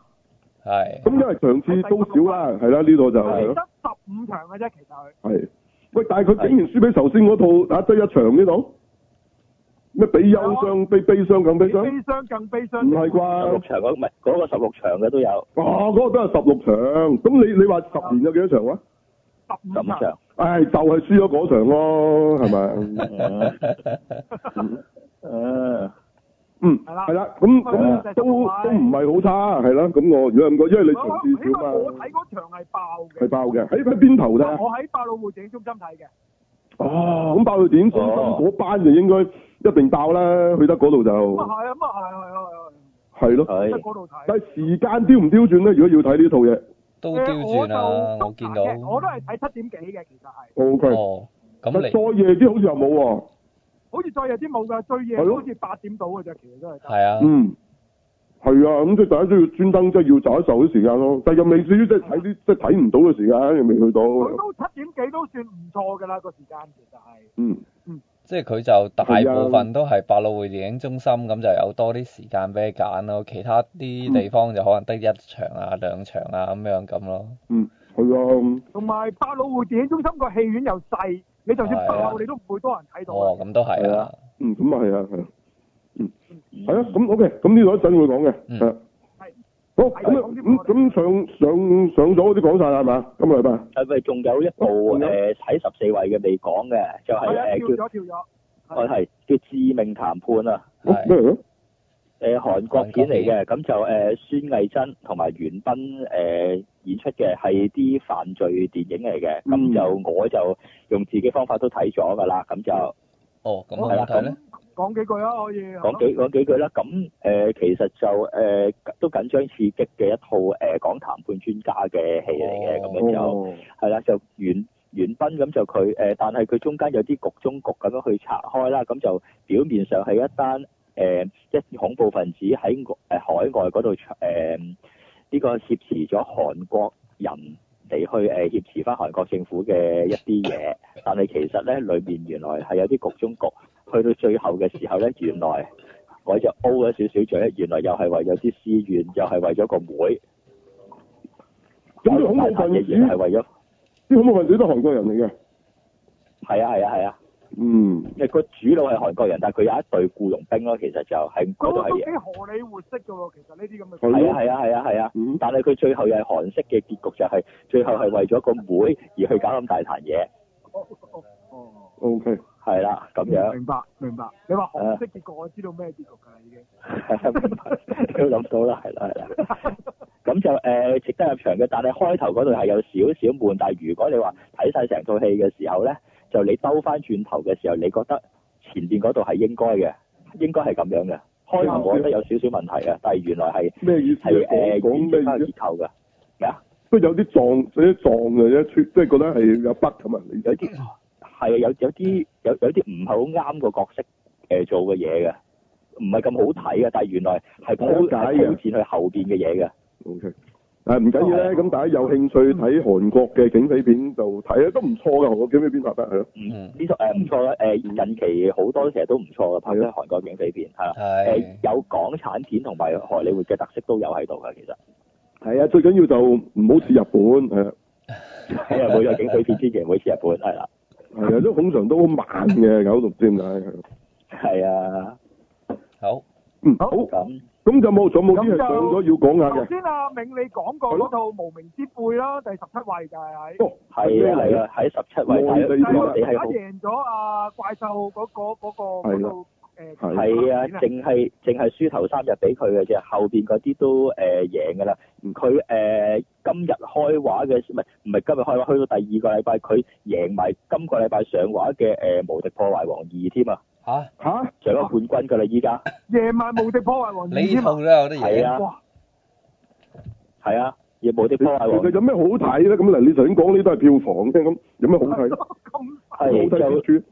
C: 係
B: 咁因為上次都少啦，係啦，呢度就係咯，係。喂，但係佢竟然輸俾頭先嗰套打啊得一場呢度，咩比憂傷悲悲傷更悲傷？唔係
D: 十六
B: 啩？
D: 場嗰唔係嗰個十六場嘅都有
B: 哇！嗰、個都係十六場，咁你你話十年有幾多場啊？
D: 十五場。
B: 唉、就係、輸咗嗰場咯，係咪？
D: 嗯嗯，
B: 嗯，
E: 係啦
B: 係啦，咁咁
E: 咁
B: 都都唔係好差，係啦。咁我如果咁講，因為你場次少嘛，係爆嘅。喺喺邊頭啫？哦，咁爆到點？中心
D: 哦
B: 嗰班就應該一定爆啦，去得嗰度就係咯。
D: 係
B: 但係時間刁唔刁轉咧？如果要睇呢套嘢
C: 都刁轉啊！我見到，
E: 我都係睇七點幾嘅，其實係，
B: ，O K。
C: 哦，咁
B: 但
C: 你
B: 再夜啲好似又冇喎。
E: 好似再有啲冇㗎，最夜
B: 係咯
E: 好似八點到嘅啫，其實都係。
C: 係啊，
B: 嗯，係啊，咁即係大家都要專登，即係要找一受啲時間咯。但又未至於即係睇啲，即係睇唔到嘅時間，又未去到。
E: 佢都七點幾都算唔錯㗎啦，個時間其實係。
B: 嗯，
C: 即係佢就大部分都係百老匯電影中心咁，就有多啲時間俾你揀咯。其他啲地方就可能得一場啊、兩場啊咁樣咁咯。
B: 嗯，係啊，
E: 同埋百老匯電影中心個戲院又細，你就算
C: 係啊
E: 爆你都唔會多人睇到
C: 哦，
E: 啊。
C: 咁都係啊，
B: 嗯，咁啊係啊，係啊，嗯，係啊，咁 OK，咁呢度一陣會講嘅，
C: 嗯
B: 係啊
E: 係。
B: 好，咁啊咁咁上上上咗嗰啲講晒啦，係嘛？今個禮拜
D: 係咪呃仲有一部
B: 仲有
D: 誒喺十四位嘅未講嘅，就
E: 係啊，
D: 係呃誒叫
E: 跳咗跳咗。
D: 我係叫致命談判啊！
B: 哦
C: 係
B: 咩嚟嘅？
D: 誒韓國片嚟嘅，咁就誒、呃孫藝珍同埋袁彬誒、演出嘅係啲犯罪電影嚟嘅，咁、
B: 嗯
D: 就我就用自己方法都睇咗㗎啦，咁就
C: 哦，咁
E: 好
C: 好
D: 係啦
C: 唔好睇咧？
E: 講幾句啊，可以。
D: 講幾講幾句啦。咁誒、其實就誒、都緊張刺呃激嘅一套誒、講談判專家嘅戲嚟嘅，咁樣就。
B: 哦，
D: 係啦，就原元彬咁就佢誒、呃但係佢中間有啲局中局咁樣去拆開啦，咁就表面上係一單誒、呃一恐怖分子喺誒、呃海外嗰度誒呢個挟持咗韓國人嚟去誒、呃、挟持翻韓國政府嘅一啲嘢，但係其實咧裏面原來係有啲局中局，去到最後嘅時候咧，原來我就 O 咗少少嘴，原來又係為咗啲私怨，又係為咗個妹，
B: 咁啲恐怖
D: 大
B: 分
D: 嘢嘢
B: 子，
D: 係為咗
B: 啲恐怖分子都係韓國人嚟嘅。
D: 係啊係啊係啊。
B: 嗯，
D: 誒個主腦係韓國人，但係佢有一隊僱傭兵咯，其實就喺嗰度
E: 都都幾
D: 係
E: 荷里活式嘅喎，其實呢哦啲咁
B: 係
E: 嘅。
D: 係啊係啊係啊係啊，
B: 嗯
D: 但係佢最後又係韓式嘅結局，就係、最後係為咗個妹而去搞咁大壇嘢，
E: 哦哦哦
B: ，O K，
D: 係啦咁樣， <laughs>
E: 明白明白。你話韓式結局，我知道咩結局㗎啦已經。
D: 都諗到啦，係啦係啦。咁就誒、呃值得入場嘅，但係開頭嗰度係有少少悶。但係如果你話睇晒成套戲嘅時候咧，就你兜翻轉頭嘅時候，你覺得前邊嗰度係應該嘅，應該係咁樣嘅。開頭我覺得有少少問題嘅，但係原來係
B: 咩意思啊？
D: 係誒
B: 講講咩
D: 原
B: 意
D: 結
B: 思？啊
D: 構嘅，咩啊？
B: 即係有啲撞，有啲撞嘅啫，即係覺得係有筆咁啊！你
D: 有啲係啊，有有啲有有啲唔係好啱個角色誒、呃做嘅嘢嘅，唔係咁好睇嘅，但係原來係鋪
B: 理解嘅
D: 係鋪墊去後邊嘅嘢嘅，
B: O K，誒啊唔緊要
D: 哦
B: 咧，咁大家有興趣睇韓國嘅警匪片就睇啊，都唔錯嘅韓國警匪片拍得係咯。啊
D: 嗯
C: 嗯
D: 呢套誒唔錯啦，誒、近期好多其實都唔錯嘅，拍咗韓國警匪片係啦，誒、
C: 係
D: 有港產片同埋荷里活嘅特色都有喺度嘅，其實
B: 係啊，最緊要就唔好似日本係啊，
D: 係啊，每個警匪片之前會似日本係啦， <laughs>
B: 係啊，都通常都好慢嘅，搞到唔知點解係啊。
D: 係啊，
C: 好
B: 嗯，好，
E: 好
B: 咁
D: 咁
B: 就冇，仲有冇啲係
E: 咁就
B: 上咗要講下
E: 頭
B: 嘅？
E: 先阿銘你講過嗰套《無名之輩》啦，第十七位就係喺。
B: 哦，
D: 係啊係
B: 嚟
D: 啊，喺十七位，
B: 內地
E: 就係
B: 片
E: 我
D: 我
E: 哋
D: 哋
E: 係
D: 係好。
E: 贏咗阿怪獸嗰個嗰個嗰套誒
B: 係啦
D: 係啊，淨係淨係輸頭三日俾佢嘅啫，後邊嗰啲都誒、呃、贏㗎啦。佢誒、呃今日開畫嘅，唔係唔係今日開畫，去到第二個禮拜佢贏埋今個禮拜上畫嘅誒、呃、無敵破壞王二添啊，
C: 吓
B: 嚇，
D: 上咗冠軍㗎啦依家，
E: 夜晚無敵破壞王二
C: 呢
E: 添
C: 套都有得
D: 係
C: 嘢，
D: 啊
E: 哇！
D: 係啊，而無敵
B: 其
D: 破壞王
B: 實有咩好睇咧？咁嗱，你頭先講呢都係票房啫，咁有咩好
D: <laughs>
E: <laughs>
B: 睇呢？
E: 咁
B: 好
D: 係
B: 睇
D: 就
B: 之處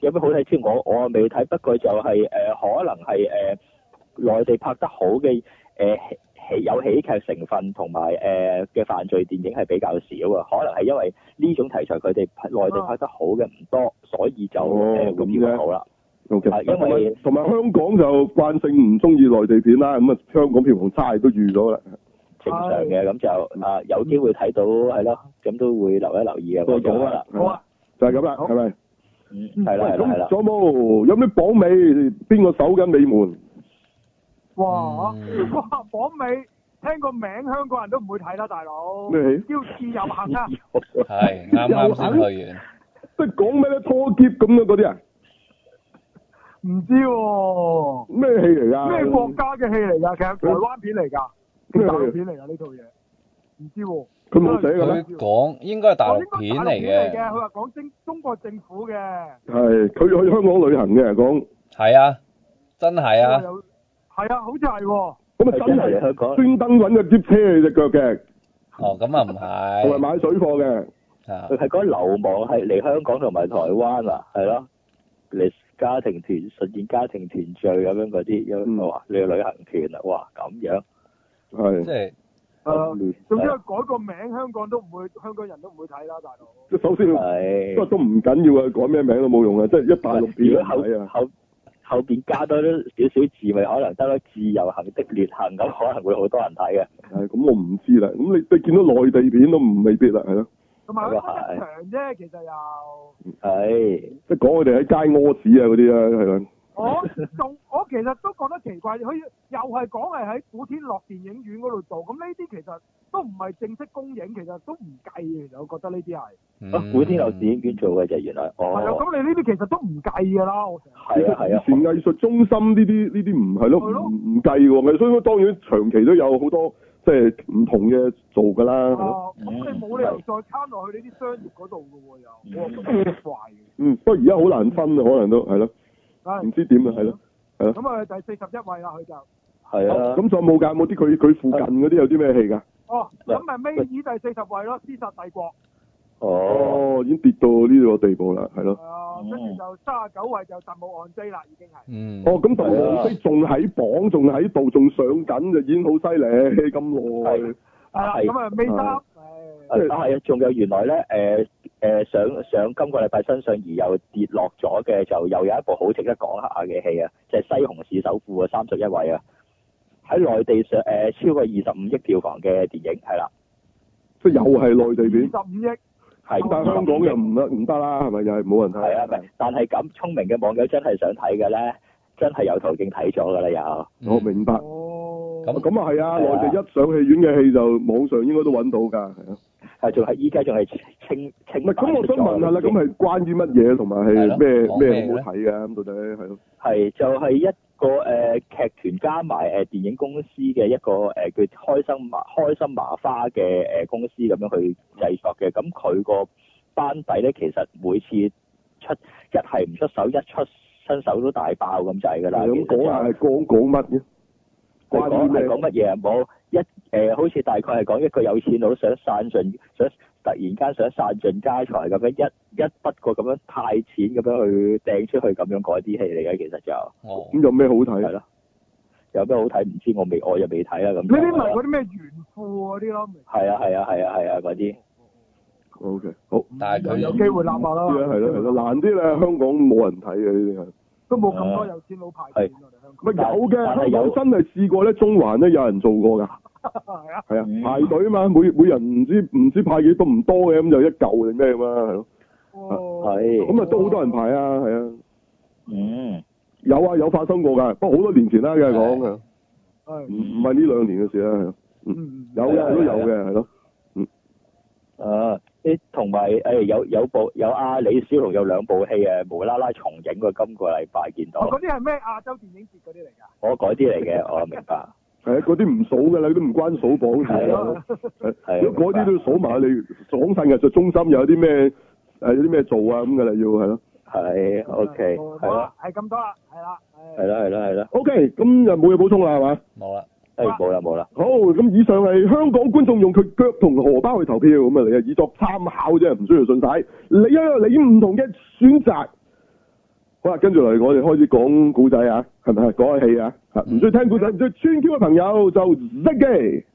D: 有咩好睇先？我我未睇，不過就係、呃可能係誒、呃、內地拍得好嘅誒、呃喜喜有喜劇成分同埋誒嘅犯罪電影係比較少啊。可能係因為呢種題材佢哋拍內地拍得好嘅唔多，所以就誒、
B: 哦
D: 呃、會
B: 咁
D: 票
B: 啫
D: 房好啦。
B: O K，
D: 係因為
B: 同埋香港就慣性唔中意內地片啦，咁啊香港票房差都預咗啦。
D: 正常嘅咁就啊，有機會睇到係咯，咁都會留一留意嘅。
B: 嗯過咗
D: 咗
B: 啦，
E: 好啊！
B: 就係咁啦，
E: 好
B: 係咪？
D: 嗯，係啦，係啦，係啦
B: 咁。仲有冇有咩榜尾？邊個守緊尾門？
E: 哇
C: 嗯
E: 哇！榜尾聽個名香港人都唔會睇啦，大佬。
B: 咩戲
E: 叫自由行啊！
C: 係啱啱先去完，
B: 即係講咩咧？拖劫咁樣嗰啲啊？
E: 唔知喎，
B: 咩戲嚟㗎？
E: 咩國家嘅戲嚟㗎？其實台灣片嚟㗎，
B: 咩嚟
E: 定大陸片嚟㗎呢套嘢？唔知喎。
B: 佢冇寫㗎咩
C: 佢？講應該係
E: Ờ,
C: 大陸片
E: 哦
C: 嚟
E: 應該係大陸片
C: 嘅，
E: 嚟佢話講政中國政府嘅。
B: 係佢去香港旅行嘅講，
C: 係啊，真係啊，
E: 有。係啊，好似係喎。
B: 咁
D: 佢
B: 啊
D: 真
B: 真
D: 係嚟
B: 係
D: 香港，
B: 專登揾個接車你只腳嘅，
C: 哦咁啊唔
B: 同埋
C: 係，
B: 買水貨嘅。
C: 啊
D: 佢係嗰流亡係嚟香港同埋台灣啊，係咯，嚟家庭團實現家庭團聚咁樣嗰啲，
B: 嗯
D: 因為哇，你去旅行團啊，哇咁樣，
C: 即
B: 係，
C: 係
E: 誒
B: 啊
D: 咁亂
E: 總之佢改個名，香港都唔會，香港人都唔會睇啦，大佬。
B: 即係首先
D: 係
B: 都都唔緊要啊，改咩名都冇用啊，即係一大陸
D: 如
B: 片
D: 果
B: 嚟睇
D: 後
B: 啊。
D: 後後邊加多少少字，咪可能得咯，自由行的 <laughs> 裂痕咁，可能會好多人睇嘅。
B: 係咁，我唔知啦。咁你你見到內地片都唔未必啦，係咯，
E: 同埋佢
D: 咁啊係
E: 得一場啫，其實又。
B: 嗯
D: 係
B: 即係講佢哋喺街屙屎啊嗰啲啊，係啦。
E: 我仲我其實都覺得奇怪，佢又係講係喺古天樂電影院嗰度做，咁呢啲其實都唔係正式公映，其實都唔計嘅。其實我覺得呢啲係，
D: 啊
C: 嗯，
D: 古天樂電影院做嘅就原來，
E: 係啊，
D: 哦，
E: 咁你呢啲其實都唔計㗎啦。我成日
D: 係啊係
B: 以前
D: 啊，
B: 藝術中心呢啲呢啲唔係咯，
E: 係咯
B: 唔唔計喎。藝術中心當然長期都有好多即係唔同嘅做㗎啦，係咯。
E: 啊，咁你冇理由再攤落去呢啲商業嗰度㗎喎，又我覺得奇怪嘅。
B: 嗯，不過而家好難分啊，可能都係咯，唔
E: 唉，
B: 知點啊，係咯。
E: 咁啊第四十一位啦，佢就。
D: 係啊，
B: 咁仲有冇㗎？有冇啲佢佢附近嗰啲有啲咩戲㗎？
E: 啊哦，咁咪尾爾第四十位咯，《屍殺帝國》。
D: 哦，
B: 哦，已經跌到呢個地步啦，係咯。
E: 係啊，跟住就三十九位就特務按 J 啦，已經係。
C: 嗯，
B: 哦，咁特朗飛仲喺榜，仲喺度，仲上緊，就啊已經好犀利，咁耐
D: 係。
E: 係啦，
D: 係
E: 咁啊尾
B: 啊
E: 三，
D: 啊係啊，仲有原呃來咧，誒、誒上上今個禮拜身上而又跌落咗嘅，就又有一部好值得講下嘅戲啊，就係、西紅柿首富》啊，三十一位啊，喺內地上誒、呃超過二十五億票房嘅電影係啦，
B: 即係又係內地片，
E: 二十五億，
D: 係
B: 但係香港又唔得唔得啦，係咪又係冇人
D: 係啊，
B: 睇？
D: 但係咁聰明嘅網友真係想睇嘅咧，真係有途徑睇咗㗎啦又。
C: ừ.
B: 我
C: 嗯
B: 明
D: 啊
B: 白。
E: 哦，
C: 咁
B: 咁啊係啊，
D: 係啊
B: 內地一上戲院嘅戲就網上應該都揾到㗎，係啊。
D: 係仲係依家仲係清清
B: 唔係咁，我想問下啦，咁啊係關於乜嘢同埋
C: 係
B: 係
C: 咯
B: 咩
C: 講咩
B: 咩
C: 咧
B: 好睇嘅？咁到底係咯？
D: 係就係、一個誒、呃、劇團加埋誒、呃、電影公司嘅一個誒、呃、叫開心麻開心麻花嘅誒、呃公司咁樣去製作嘅。咁佢個班底咧，其實每次出一係唔出手，一出新手都大爆咁滯㗎啦。
B: 係咁
D: 其實就
B: 講下係講講乜嘅？
D: 佢
B: 關
D: 講
B: 於咩
D: 係？講乜嘢啊？冇一誒、呃好似大概係講一個有錢佬想散盡，想突然間想散盡家財咁樣，一一筆過咁樣派錢咁樣去掟出去咁樣嗰啲戲嚟嘅，其實就
C: 哦，
B: 咁有咩好
D: 係
B: 睇？
D: 咯。有咩好睇唔知，我未我又未睇啦咁。
E: 呢啲咪嗰啲咩炫富嗰啲咯，咪
D: 係啊係啊係啊係啊嗰啲
B: O K，好。
C: 但係佢
E: 有機會立下啦，
B: 係咯係咯，難啲啦，香港冇人睇嘅呢啲係。
E: 都冇咁多有錢佬派錢我哋香
B: 咪
E: 港，
B: 有嘅，
D: 啊但
B: 香
D: 係有
B: 港真係試過咧，中環咧有人做過㗎，
E: <laughs> 係啊，
B: 係啊，
D: 嗯
B: 排隊啊嘛，每每人唔知唔知派幾多唔多嘅，咁就一嚿定咩咁啊，係咯，
E: 哦，
D: 係
B: 咁啊都好多人排啊，係啊，
D: 嗯
B: 有啊有發生過㗎，不過好多年前啦，梗係講
C: 係
B: 係唔
D: 嗯
E: 係，
B: 唔係呢兩年嘅事啦，係咯，
E: 嗯，
B: 有嘅都有嘅，係咯，
D: 啊啲同埋誒有有部有阿李小龍有兩部戲啊，無啦啦重影喎，今個禮拜見到
E: 哦嗰啲係咩亞洲電影節嗰啲嚟㗎？
D: 我嗰啲嚟嘅，我明白
B: 係啊，嗰啲唔數㗎啦，都唔關數榜事
D: 係
B: 啦
D: 啊，
E: <laughs>
B: 係
D: 係啊
B: 呃如果嗰啲都數埋你講晒藝術中心有啲咩誒有啲咩做啊咁㗎啦，要係咯。
D: 係 OK
E: 哦
D: 係
E: 好
D: 啦
E: 啦，。係咁多啦，係啦，係
D: 係啦係啦係啦，
B: O K，咁就冇嘢補充啦，係嘛？
C: 冇啦，
D: 誒冇啦冇啦，
B: 好，咁以上係香港觀眾用佢腳同荷包去投票，咁啊你啊以作參考啫，唔需要信晒。你啊你唔同嘅選擇。好啦，跟住嚟我哋開始講古仔啊，係咪啊？講下戲啊，嚇
D: 嗯
B: 唔中意聽古仔，唔中意穿 Q 嘅朋友就識機。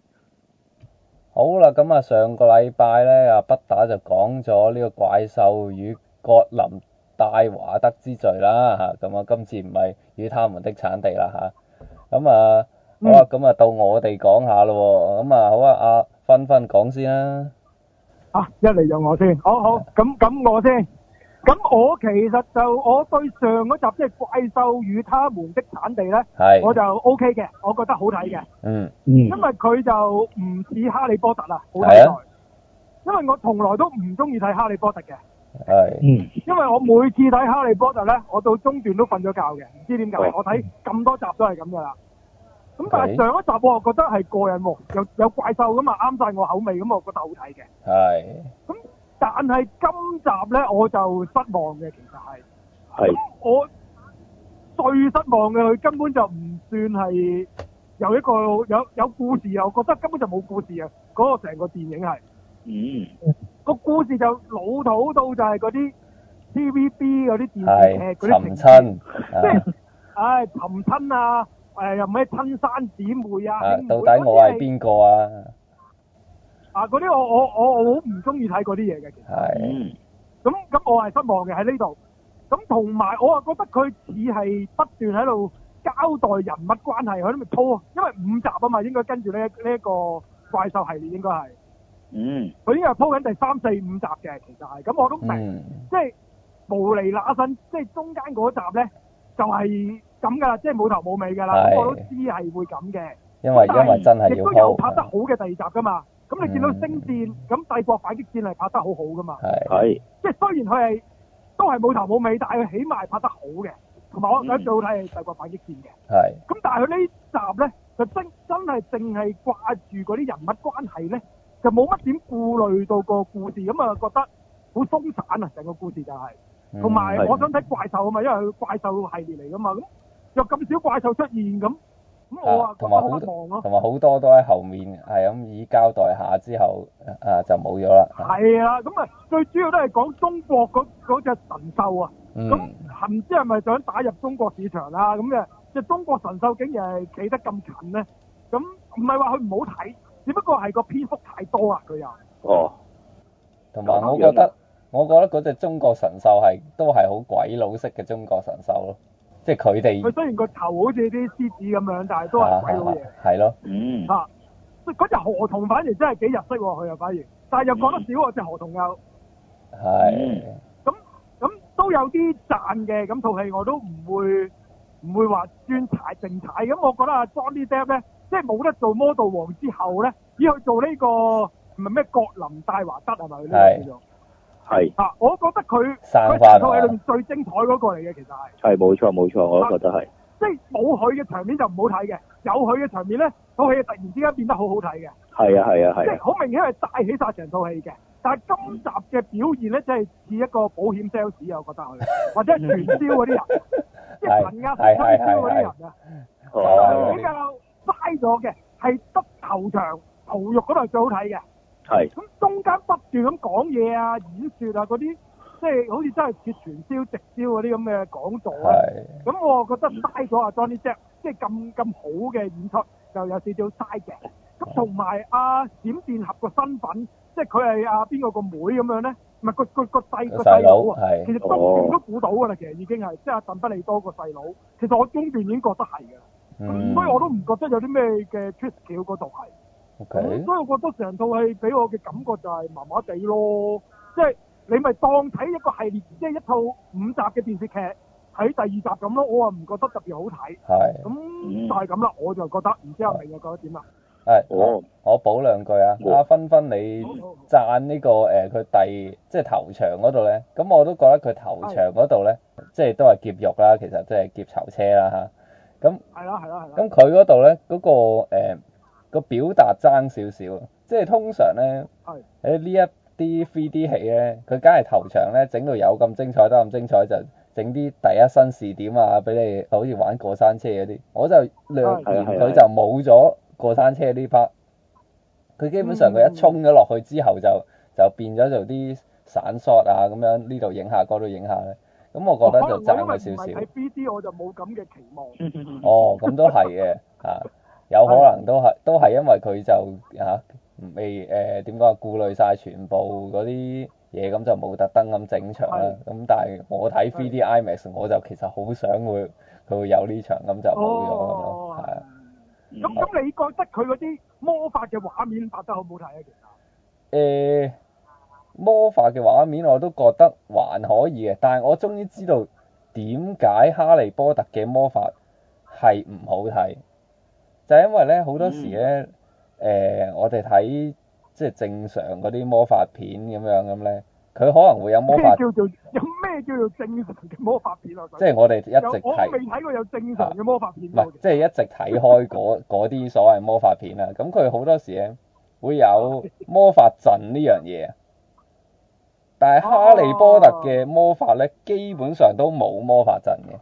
C: 好啦，咁啊上個禮拜咧，阿北打就講咗呢個怪獸與葛林戴華德之罪啦嚇，咁啊今次唔係與他們的產地啦嚇，咁啊好啊，咁啊到我哋講下咯喎，咁啊好啊，阿芬芬講先啦，
E: 啊，一嚟就我先，好好，咁咁我先，咁我其實就我對上嗰集即係《怪獸與他們的產地》咧，
C: 係，
E: 我就 O K 嘅，我覺得好睇嘅，
C: 嗯，
E: 因為佢就唔似哈利波特啦，好睇
C: 係
E: 在
C: 啊，
E: 因為我從來都唔中意睇哈利波特嘅，
C: 係，
E: 因為我每次睇哈利波特咧，我到中段都瞓咗覺嘅，唔知點解，
D: 哦
E: 我睇咁多集都係咁噶啦。咁但
C: OK
E: 係上一集我又覺得係過癮喎，有有怪獸咁啊，啱晒我口味，咁我覺得好睇嘅。
C: 係，
E: 但係今集咧我就失望嘅，其實係
D: 係
E: 我最失望嘅，佢根本就唔算係有一個有有故事啊！我覺得根本就冇故事啊！嗰、個成個電影係
D: 嗯
E: 個故事就老土到就係嗰啲 TVB 嗰啲電視
C: 係，
E: 劇嗰啲
C: 尋
E: 情節
C: 親，
E: 即
C: 啊
E: 係唉尋親啊！誒、又唔係親生姊妹啊，
C: 啊，
E: 兄妹
C: 到底我
E: 嗰啲
C: 係邊個啊？
E: 啊？嗰啲我我我我好唔中意睇嗰啲嘢嘅，其實。
C: 係，
D: 嗯
E: 咁咁我係失望嘅喺呢度。咁同埋我啊覺得佢似係不斷喺度交代人物關係，佢都咪拖，因為五集啊嘛，應該跟住呢一呢一個怪獸系列應該係，
D: 嗯
E: 佢應該係鋪緊第三四五集嘅，其實係。咁我都明，
C: 嗯，
E: 即係無厘那身，即係中間嗰集咧就係咁噶啦，即係冇頭冇尾噶啦。
C: 係
E: 咁我都知係會咁嘅。
C: 因為因為真係
E: 亦
C: 要啊
E: 都有拍得
C: 鋪嗯
E: 好，嘅第二集噶嘛。咁你見到星戰咁帝國反擊戰係拍得好好噶嘛？
C: 係。
D: 係
E: 即係雖然佢係都係冇頭冇尾，但係佢起碼係拍得好嘅，同埋我
C: 嗯
E: 想最好睇係《帝國反擊戰》嘅。
C: 係，
E: 咁但係佢呢集咧，就真真係淨係掛住嗰啲人物關係咧，就冇乜點顧慮到個故事，咁啊覺得好鬆散啊，成個故事就係、
C: 嗯
E: 同埋
D: 係
E: 我想睇怪獸啊嘛，因為佢怪獸系列嚟噶嘛，咁又咁少怪獸出現咁，咁咁我啊
C: 啊，
E: 覺
C: 同
E: 得
C: 埋
E: 好
C: 好
E: 失望咯。
C: 同埋好多都喺後面係咁以交代下之後，啊就冇咗啦。啊
E: 係啦，咁啊最主要都係講中國嗰嗰隻神獸啊，咁
C: 嗯，
E: 唔知係咪想打入中國市場啦？咁嘅即係中國神獸竟然係企得咁近咧，咁唔係話佢唔好睇，只不過係個篇幅太多啊，佢又。
D: 哦，
C: 同埋我覺得，我覺得嗰只中國神獸係都係好鬼佬式嘅中國神獸咯，即係佢
E: 佢
C: 哋
E: 雖然個頭好似啲獅子咁樣，但係都係鬼佬嘢。
C: 啊係咯，
D: 嗯，
E: 啊，嗰只河童反而真係幾入色喎，佢又反而，但係又講得少喎，只河童又
C: 係
E: 咁咁都有啲讚嘅，咁套戲我都唔會唔會話專踩淨踩，咁我覺得阿 Johnny Depp 咧，即係冇得做 model 王之後咧，以去做呢、個唔係咩國林戴華德啊係咪佢呢個叫做？
D: 係
E: 啊，我覺得佢
C: 生番
E: 佢成
C: 啊
E: 套戲裏面最精彩嗰個嚟嘅，其實係。
D: 係冇錯冇錯，我都覺得係。
E: 即係冇佢嘅場面就唔好睇嘅，有佢嘅場面咧，套戲突然之間變得好好睇嘅，
D: 係啊係啊
E: 即
D: 係
E: 係
D: 啊，
E: 好明顯係帶起晒成套戲嘅。但係今集嘅表現咧，真係似一個保險 sales 啊，我覺得
C: <laughs>
E: 佢，或者係傳銷嗰啲人，即係
C: 係
E: 陳亞
C: 係係
E: 同推銷嗰啲人啊，
D: 哦
C: 係
E: 比較嘥咗嘅，係得頭場逃獄嗰度係最好睇嘅。
D: 係
E: 咁中間不斷咁講嘢啊、演説啊嗰啲，即係好似真係似傳銷、直銷嗰啲咁嘅講座啊。
C: 係
E: 咁我覺得嘥咗阿啊 Johnny Depp，即係咁咁好嘅演出，就有少少嘥嘅。咁同埋阿閃電俠個身份，即係佢係阿邊個個妹咁樣咧，唔係個個個細個細佬啊。
C: 係
E: 其實中段都估到㗎啦，其實已經係即係阿鄧不利多個細佬。其實我中段已經覺得係㗎啦，
C: 嗯
E: 所以我都唔覺得有啲咩嘅 twist 橋嗰度係。
C: ，OK，
E: 咁所以我覺得成套戲俾我嘅感覺就係麻麻地咯，即係你咪當睇一個系列，即係一套五集嘅電視劇喺第二集咁咯，我啊唔覺得特別好睇，
C: 係嗯
E: 咁就係咁啦，我就覺得，唔知阿明又覺得點啊？
C: 係
D: 哦，
C: 我補兩句啊，
D: 好
C: 阿芬芬你
E: 好好好
C: 讚呢、個誒佢、第即係頭場嗰度咧，咁我都覺得佢頭場嗰度咧，即係都係劫獄啦，其實即係劫囚車啦嚇。咁
E: 係啦係啦係啦，
C: 咁佢嗰度咧嗰個誒、個表達爭少少啊，即係通常咧
E: 係
C: 喺呢一啲 3D 戲咧，佢梗係頭場咧整到有咁精彩得咁精彩，就整啲第一身視點啊，俾你好似玩過山車嗰啲，我就略
E: 係
C: 嫌
D: 係
C: 佢
D: 係
C: 就冇咗過山車呢 part。佢基本上佢一衝咗落去之後
E: 嗯
C: 就就變咗做啲散 shot 啊咁樣，呢度影下嗰度影下咧。咁我覺得就
E: 哦可
C: 爭
E: 能
C: 咗
E: 我因為唔
C: 少
E: 係
C: 少
E: 睇。BD 我就冇咁嘅期望，
C: 哦，咁都係 <laughs> 嘅嚇，有可能都係都係因為佢就嚇未誒點講啊，顧慮晒全部嗰啲嘢，咁就冇特登咁整場啦。咁但係我睇 3D IMAX，我就其實好想會佢會有呢場，咁就冇咗咯，
E: 哦
C: 係啊。，
E: 咁
D: 嗯
E: 咁你覺得佢嗰啲魔法嘅畫面拍得好唔好睇啊？其實？
C: 誒呃魔法嘅畫面我都覺得還可以嘅，但係我終於知道點解哈利波特嘅魔法係唔好睇，就係因為咧好多時咧誒、我哋睇即係正常嗰啲魔法片咁樣咁咧，佢可能會有魔
E: 咩
C: 法，
E: 叫做有咩叫做正常嘅魔法片啊？
C: 即係我哋一直
E: 有我
C: 睇啊
E: 未。睇過有正常嘅魔法片
C: 唔係，
E: 喎
C: 即係一直睇開
E: <laughs>
C: 嗰嗰啲所謂魔法片啦。咁佢好多時咧會
E: <laughs>
C: 有魔法陣呢樣嘢，但係
E: 哦
C: 哈利波特嘅魔法咧，基本上都冇魔法陣嘅。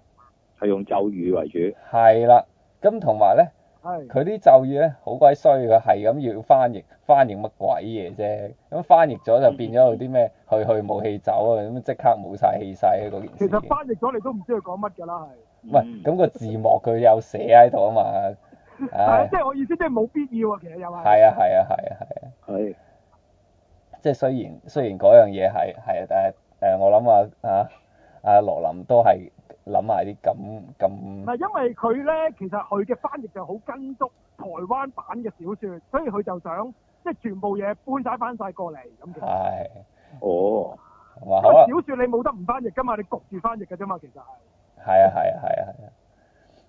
D: 係用咒語為主，
C: 係啦，咁同埋咧，
E: 係
C: 佢啲咒語咧好鬼衰，佢係咁要翻譯，翻譯乜鬼嘢啫？咁翻譯咗就變咗有啲
E: <laughs>
C: 咩去去冇氣走啊，咁即刻冇晒氣勢啊嗰件
E: 其
C: 事
E: 實
C: 情。
E: 翻嗯譯咗你都唔知佢講乜㗎啦，
C: 唔
D: 嗯
C: 係，咁個字幕佢有寫喺度啊嘛，
E: 係係 <laughs>
C: 唉
E: 即，係我意思，即係冇必要啊，其實又係
C: 係啊係啊係啊係啊。
D: 係
C: 即係雖然雖然嗰樣嘢係係誒誒，我諗啊啊啊羅琳都係諗埋啲咁
E: 唔
C: 咁
E: 係因為佢咧，其實佢嘅翻譯就好跟足台灣版嘅小説，所以佢就想即係全部嘢搬晒翻晒過嚟咁嘅。
C: 係
D: 哦，
C: 係嘛？
E: 因
C: 啊好
E: 為
C: 啊，
E: 小説你冇得唔翻譯㗎嘛，你焗住翻譯㗎啫嘛，其實係
C: 係啊係啊係啊係啊，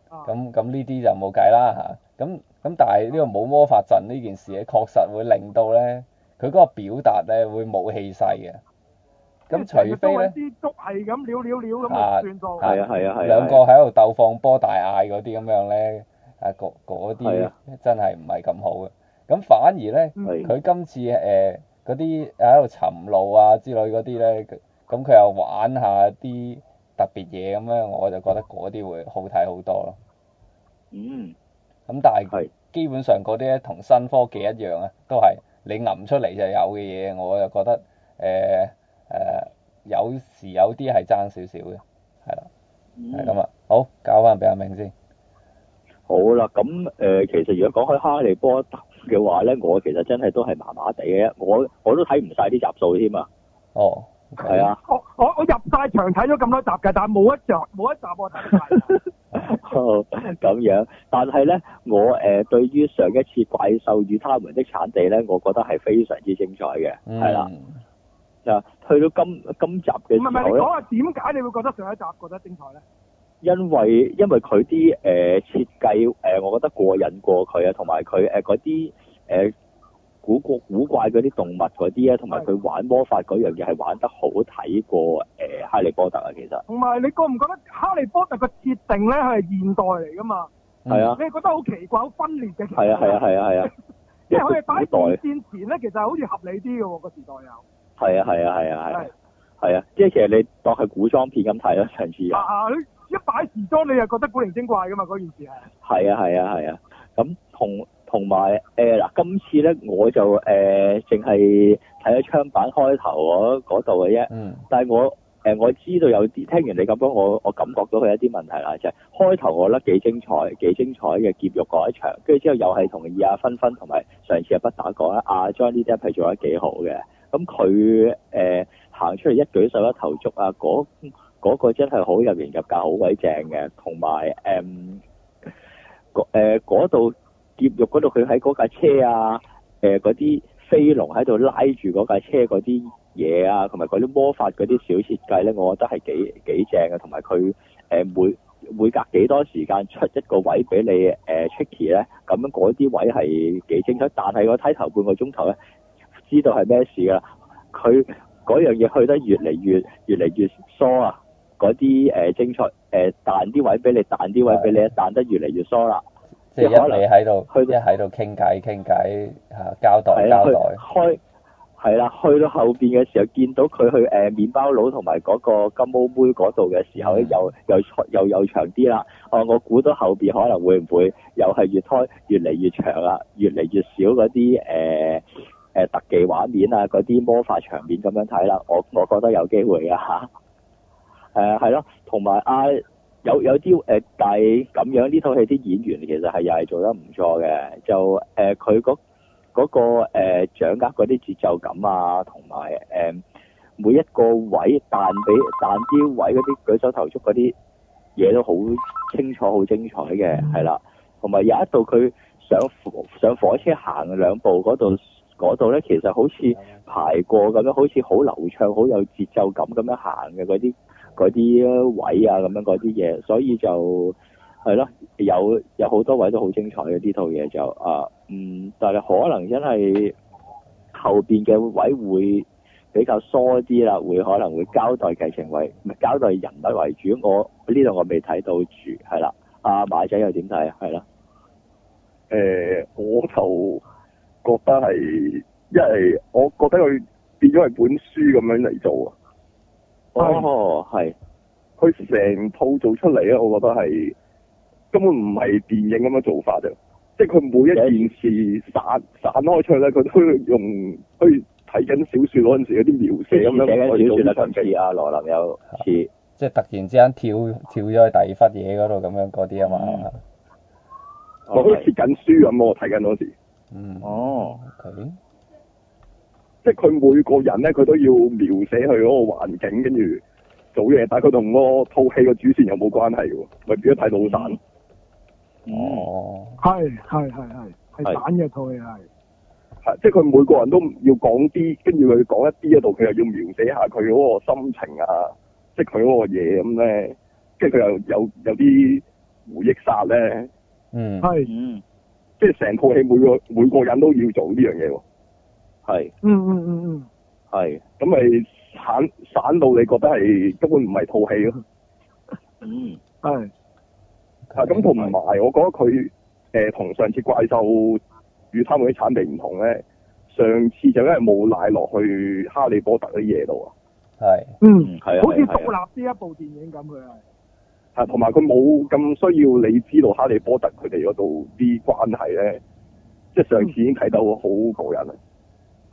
E: 啊。
C: 咁咁呢啲就冇計啦嚇。咁咁但係呢個冇魔法陣呢件事咧，確實會令到咧佢嗰個表達咧會冇氣勢嘅。咁
E: 即係
C: 除
E: 成日
C: 非
E: 都
C: 咧
E: 揾啲竹係咁撩撩撩咁
C: 啊
E: 就算數。
D: 係啊係啊係啊，
C: 兩個喺度鬥放波大嗌嗰啲咁樣咧，啊嗰嗰
D: 係
C: 啲
D: 啊
C: 真係唔係咁好嘅。咁反而咧。
E: 嗯
D: 係
C: 佢今次誒嗰啲喺度尋路啊之類嗰啲咧，佢咁佢又玩下啲特別嘢咁樣，我就覺得嗰啲會好睇好多咯。
D: 嗯
C: 咁但係
D: 係
C: 基本上嗰啲咧同新科技一樣啊，都係你揞出嚟就有嘅嘢，我就覺得誒誒、呃有時有啲係爭少少嘅，係啦，
D: 嗯
C: 係咁啊。好，交翻俾阿明先。
D: 好啦，咁誒、呃其實如果講開哈利波特嘅話咧，我其實真係都係麻麻地嘅，我我都睇唔晒啲集數添啊，
C: 哦，
D: 係，啊， <laughs>
E: 我我我入晒場睇咗咁多集嘅，但係冇一集冇一集我睇晒。
D: 咁樣。但係咧，我誒、呃、對於上一次怪獸與他們的產地咧，我覺得係非常之精彩嘅，係、
C: 嗯
D: 啦，，嗱，去到今今集嘅
E: 唔係唔係，
D: 時
E: 你
D: 候咧
E: 講，下點解你會覺得上一集覺得精彩咧？
D: 因為因為佢啲誒設計誒、呃我覺得過癮過佢啊，同埋佢誒嗰啲誒古古古怪嗰啲動物嗰啲啊，同埋佢玩魔法嗰樣嘢係玩得好睇過誒、呃哈利波特啊，其實
E: 同埋你覺唔覺得哈利波特個設定咧係現代嚟噶嘛？
C: 嗯
D: 係啊
E: 你係覺得好奇怪、好分裂嘅。
D: 係啊係啊係啊係啊，
E: 即係佢哋擺
D: 一個古代
E: 戰戰前咧，其實好似合理啲嘅喎個時代又。
D: 係啊係啊係啊係啊係啊，即係其實你當係古裝片咁睇啦，上次
E: 啊
D: 又。
E: 啊！你一擺時裝，你又覺得古靈精怪噶嘛？嗰件事係。
D: 係啊係啊係啊，咁同同埋誒嗱，今次咧我就誒淨係睇咗槍版開頭嗰嗰度嘅啫，
C: 嗯
D: 但係我誒、我知道有啲聽完你咁講，我我感覺到佢一啲問題啦，就係、開頭我覺得幾精彩幾精彩嘅劫獄嗰一場，跟住之後又係同二阿芬芬同埋上次嘅不打講啦，阿 Johnny Depp 係做得幾好嘅，咁佢誒行出嚟一舉手一投足啊，嗰、嗰個真係好入型入格，好鬼正嘅，同埋誒嗰誒呃嗰度劫獄嗰度，佢喺嗰架車啊，誒嗰啲飛龍喺度拉住嗰架車嗰啲嘢啊，同埋嗰啲魔法嗰啲小設計咧，我覺得係幾幾正嘅，同埋佢誒每每隔幾多時間出一個位俾你誒、呃 tricky 咧，咁樣嗰啲位係幾精彩，但係我睇頭半個鐘頭咧，知道係咩事㗎啦，佢嗰樣嘢去得越嚟越越嚟越疏啊，嗰啲誒精彩誒彈啲位俾你，彈啲位俾你，彈得越嚟越疏啦。
C: 即係一味喺度，
D: 去
C: 一喺度傾偈傾偈嚇，交代
D: 係啊，
C: 交
D: 去
C: 代，
D: 開係啦，去到後邊嘅時候，見到佢去誒、呃、麵包佬同埋嗰個金毛妹嗰度嘅時候咧
C: 嗯，
D: 又又長又又長啲啦。哦、我估到後邊可能會唔會又係越開越嚟越長啦，越嚟越少嗰啲誒誒特技畫面啊，嗰啲魔法場面咁樣睇啦。我我覺得有機會㗎嚇。誒係咯，同埋啊有有啲誒、呃但係咁樣呢套戲啲演員其實係又係做得唔錯嘅，就誒佢嗰嗰個誒、呃、掌握嗰啲節奏感啊，同埋誒每一個位彈俾彈啲位嗰啲舉手投足嗰啲嘢都好清楚、好精彩嘅，係啦。同埋有一度佢上火上火車行兩步嗰度嗰度咧，其實好似排過咁樣，好似好流暢、好有節奏感咁樣行嘅嗰啲嗰啲位啊，咁樣嗰啲嘢，所以就係咯，有有好多位都好精彩嘅呢套嘢就啊，嗯，但係可能真係後邊嘅位會比較疏啲啦，會可能會交代劇情為唔係交代人物為主，我呢度我未睇到住，係啦，阿、馬仔又點睇啊？係啦，
B: 誒、我就覺得係，因為我覺得佢變咗係本書咁樣嚟做啊。
D: 哦，係，
B: 佢成套做出嚟咧，我覺得係根本唔係電影咁樣做法啫。即係佢每一件事散散開出去咧，佢都用去睇緊小説嗰陣時嗰啲描
D: 即係
B: 寫
D: 寫
B: 咁樣
D: 緊小説
B: 去做
D: 啦，
B: 場
D: 今
B: 景
D: 次。阿羅琳有似。
C: 即係突然之間跳跳咗去第二忽嘢嗰度咁樣嗰啲啊嘛，
B: 我好似睇緊書咁，我睇緊嗰時，
C: 嗯
D: 哦，
C: ，OK，
B: 即係佢每個人咧，佢都要描寫佢嗰個環境，跟住做嘢，但係佢同個套戲個主線又冇關係喎，咪變咗睇到好散。嗯
C: 哦，
E: 係係係係係
D: 係
E: 散嘅套戲係。
B: 係即係佢每個人都要講啲，跟住佢講一啲嗰度，佢又要描寫下佢嗰個心情啊，即係佢嗰個嘢咁咧，跟住佢又有有啲回憶殺咧，
C: 嗯，
B: 啊
E: 係，
D: 嗯，
B: 即係成套戲每個每個人都要做呢樣嘢喎，
D: 係
E: 嗯嗯嗯嗯，
D: 係，
B: 咁咪散散到你覺得係根本唔係套戲咯。
D: 嗯
E: 係，
C: 嗯
B: 啊，咁同埋我覺得佢誒同上次怪獸與他們啲產地唔同咧，上次就因為冇奶落去哈利波特啲嘢度啊。
C: 係，
E: 嗯，
D: 嗯，係啊，
E: 好似
D: 係啊係啊
E: 獨立呢一部電影咁佢係。
B: 係啊同埋佢冇咁需要你知道哈利波特佢哋嗰度啲關係咧，即係上次已經睇到好過癮啦。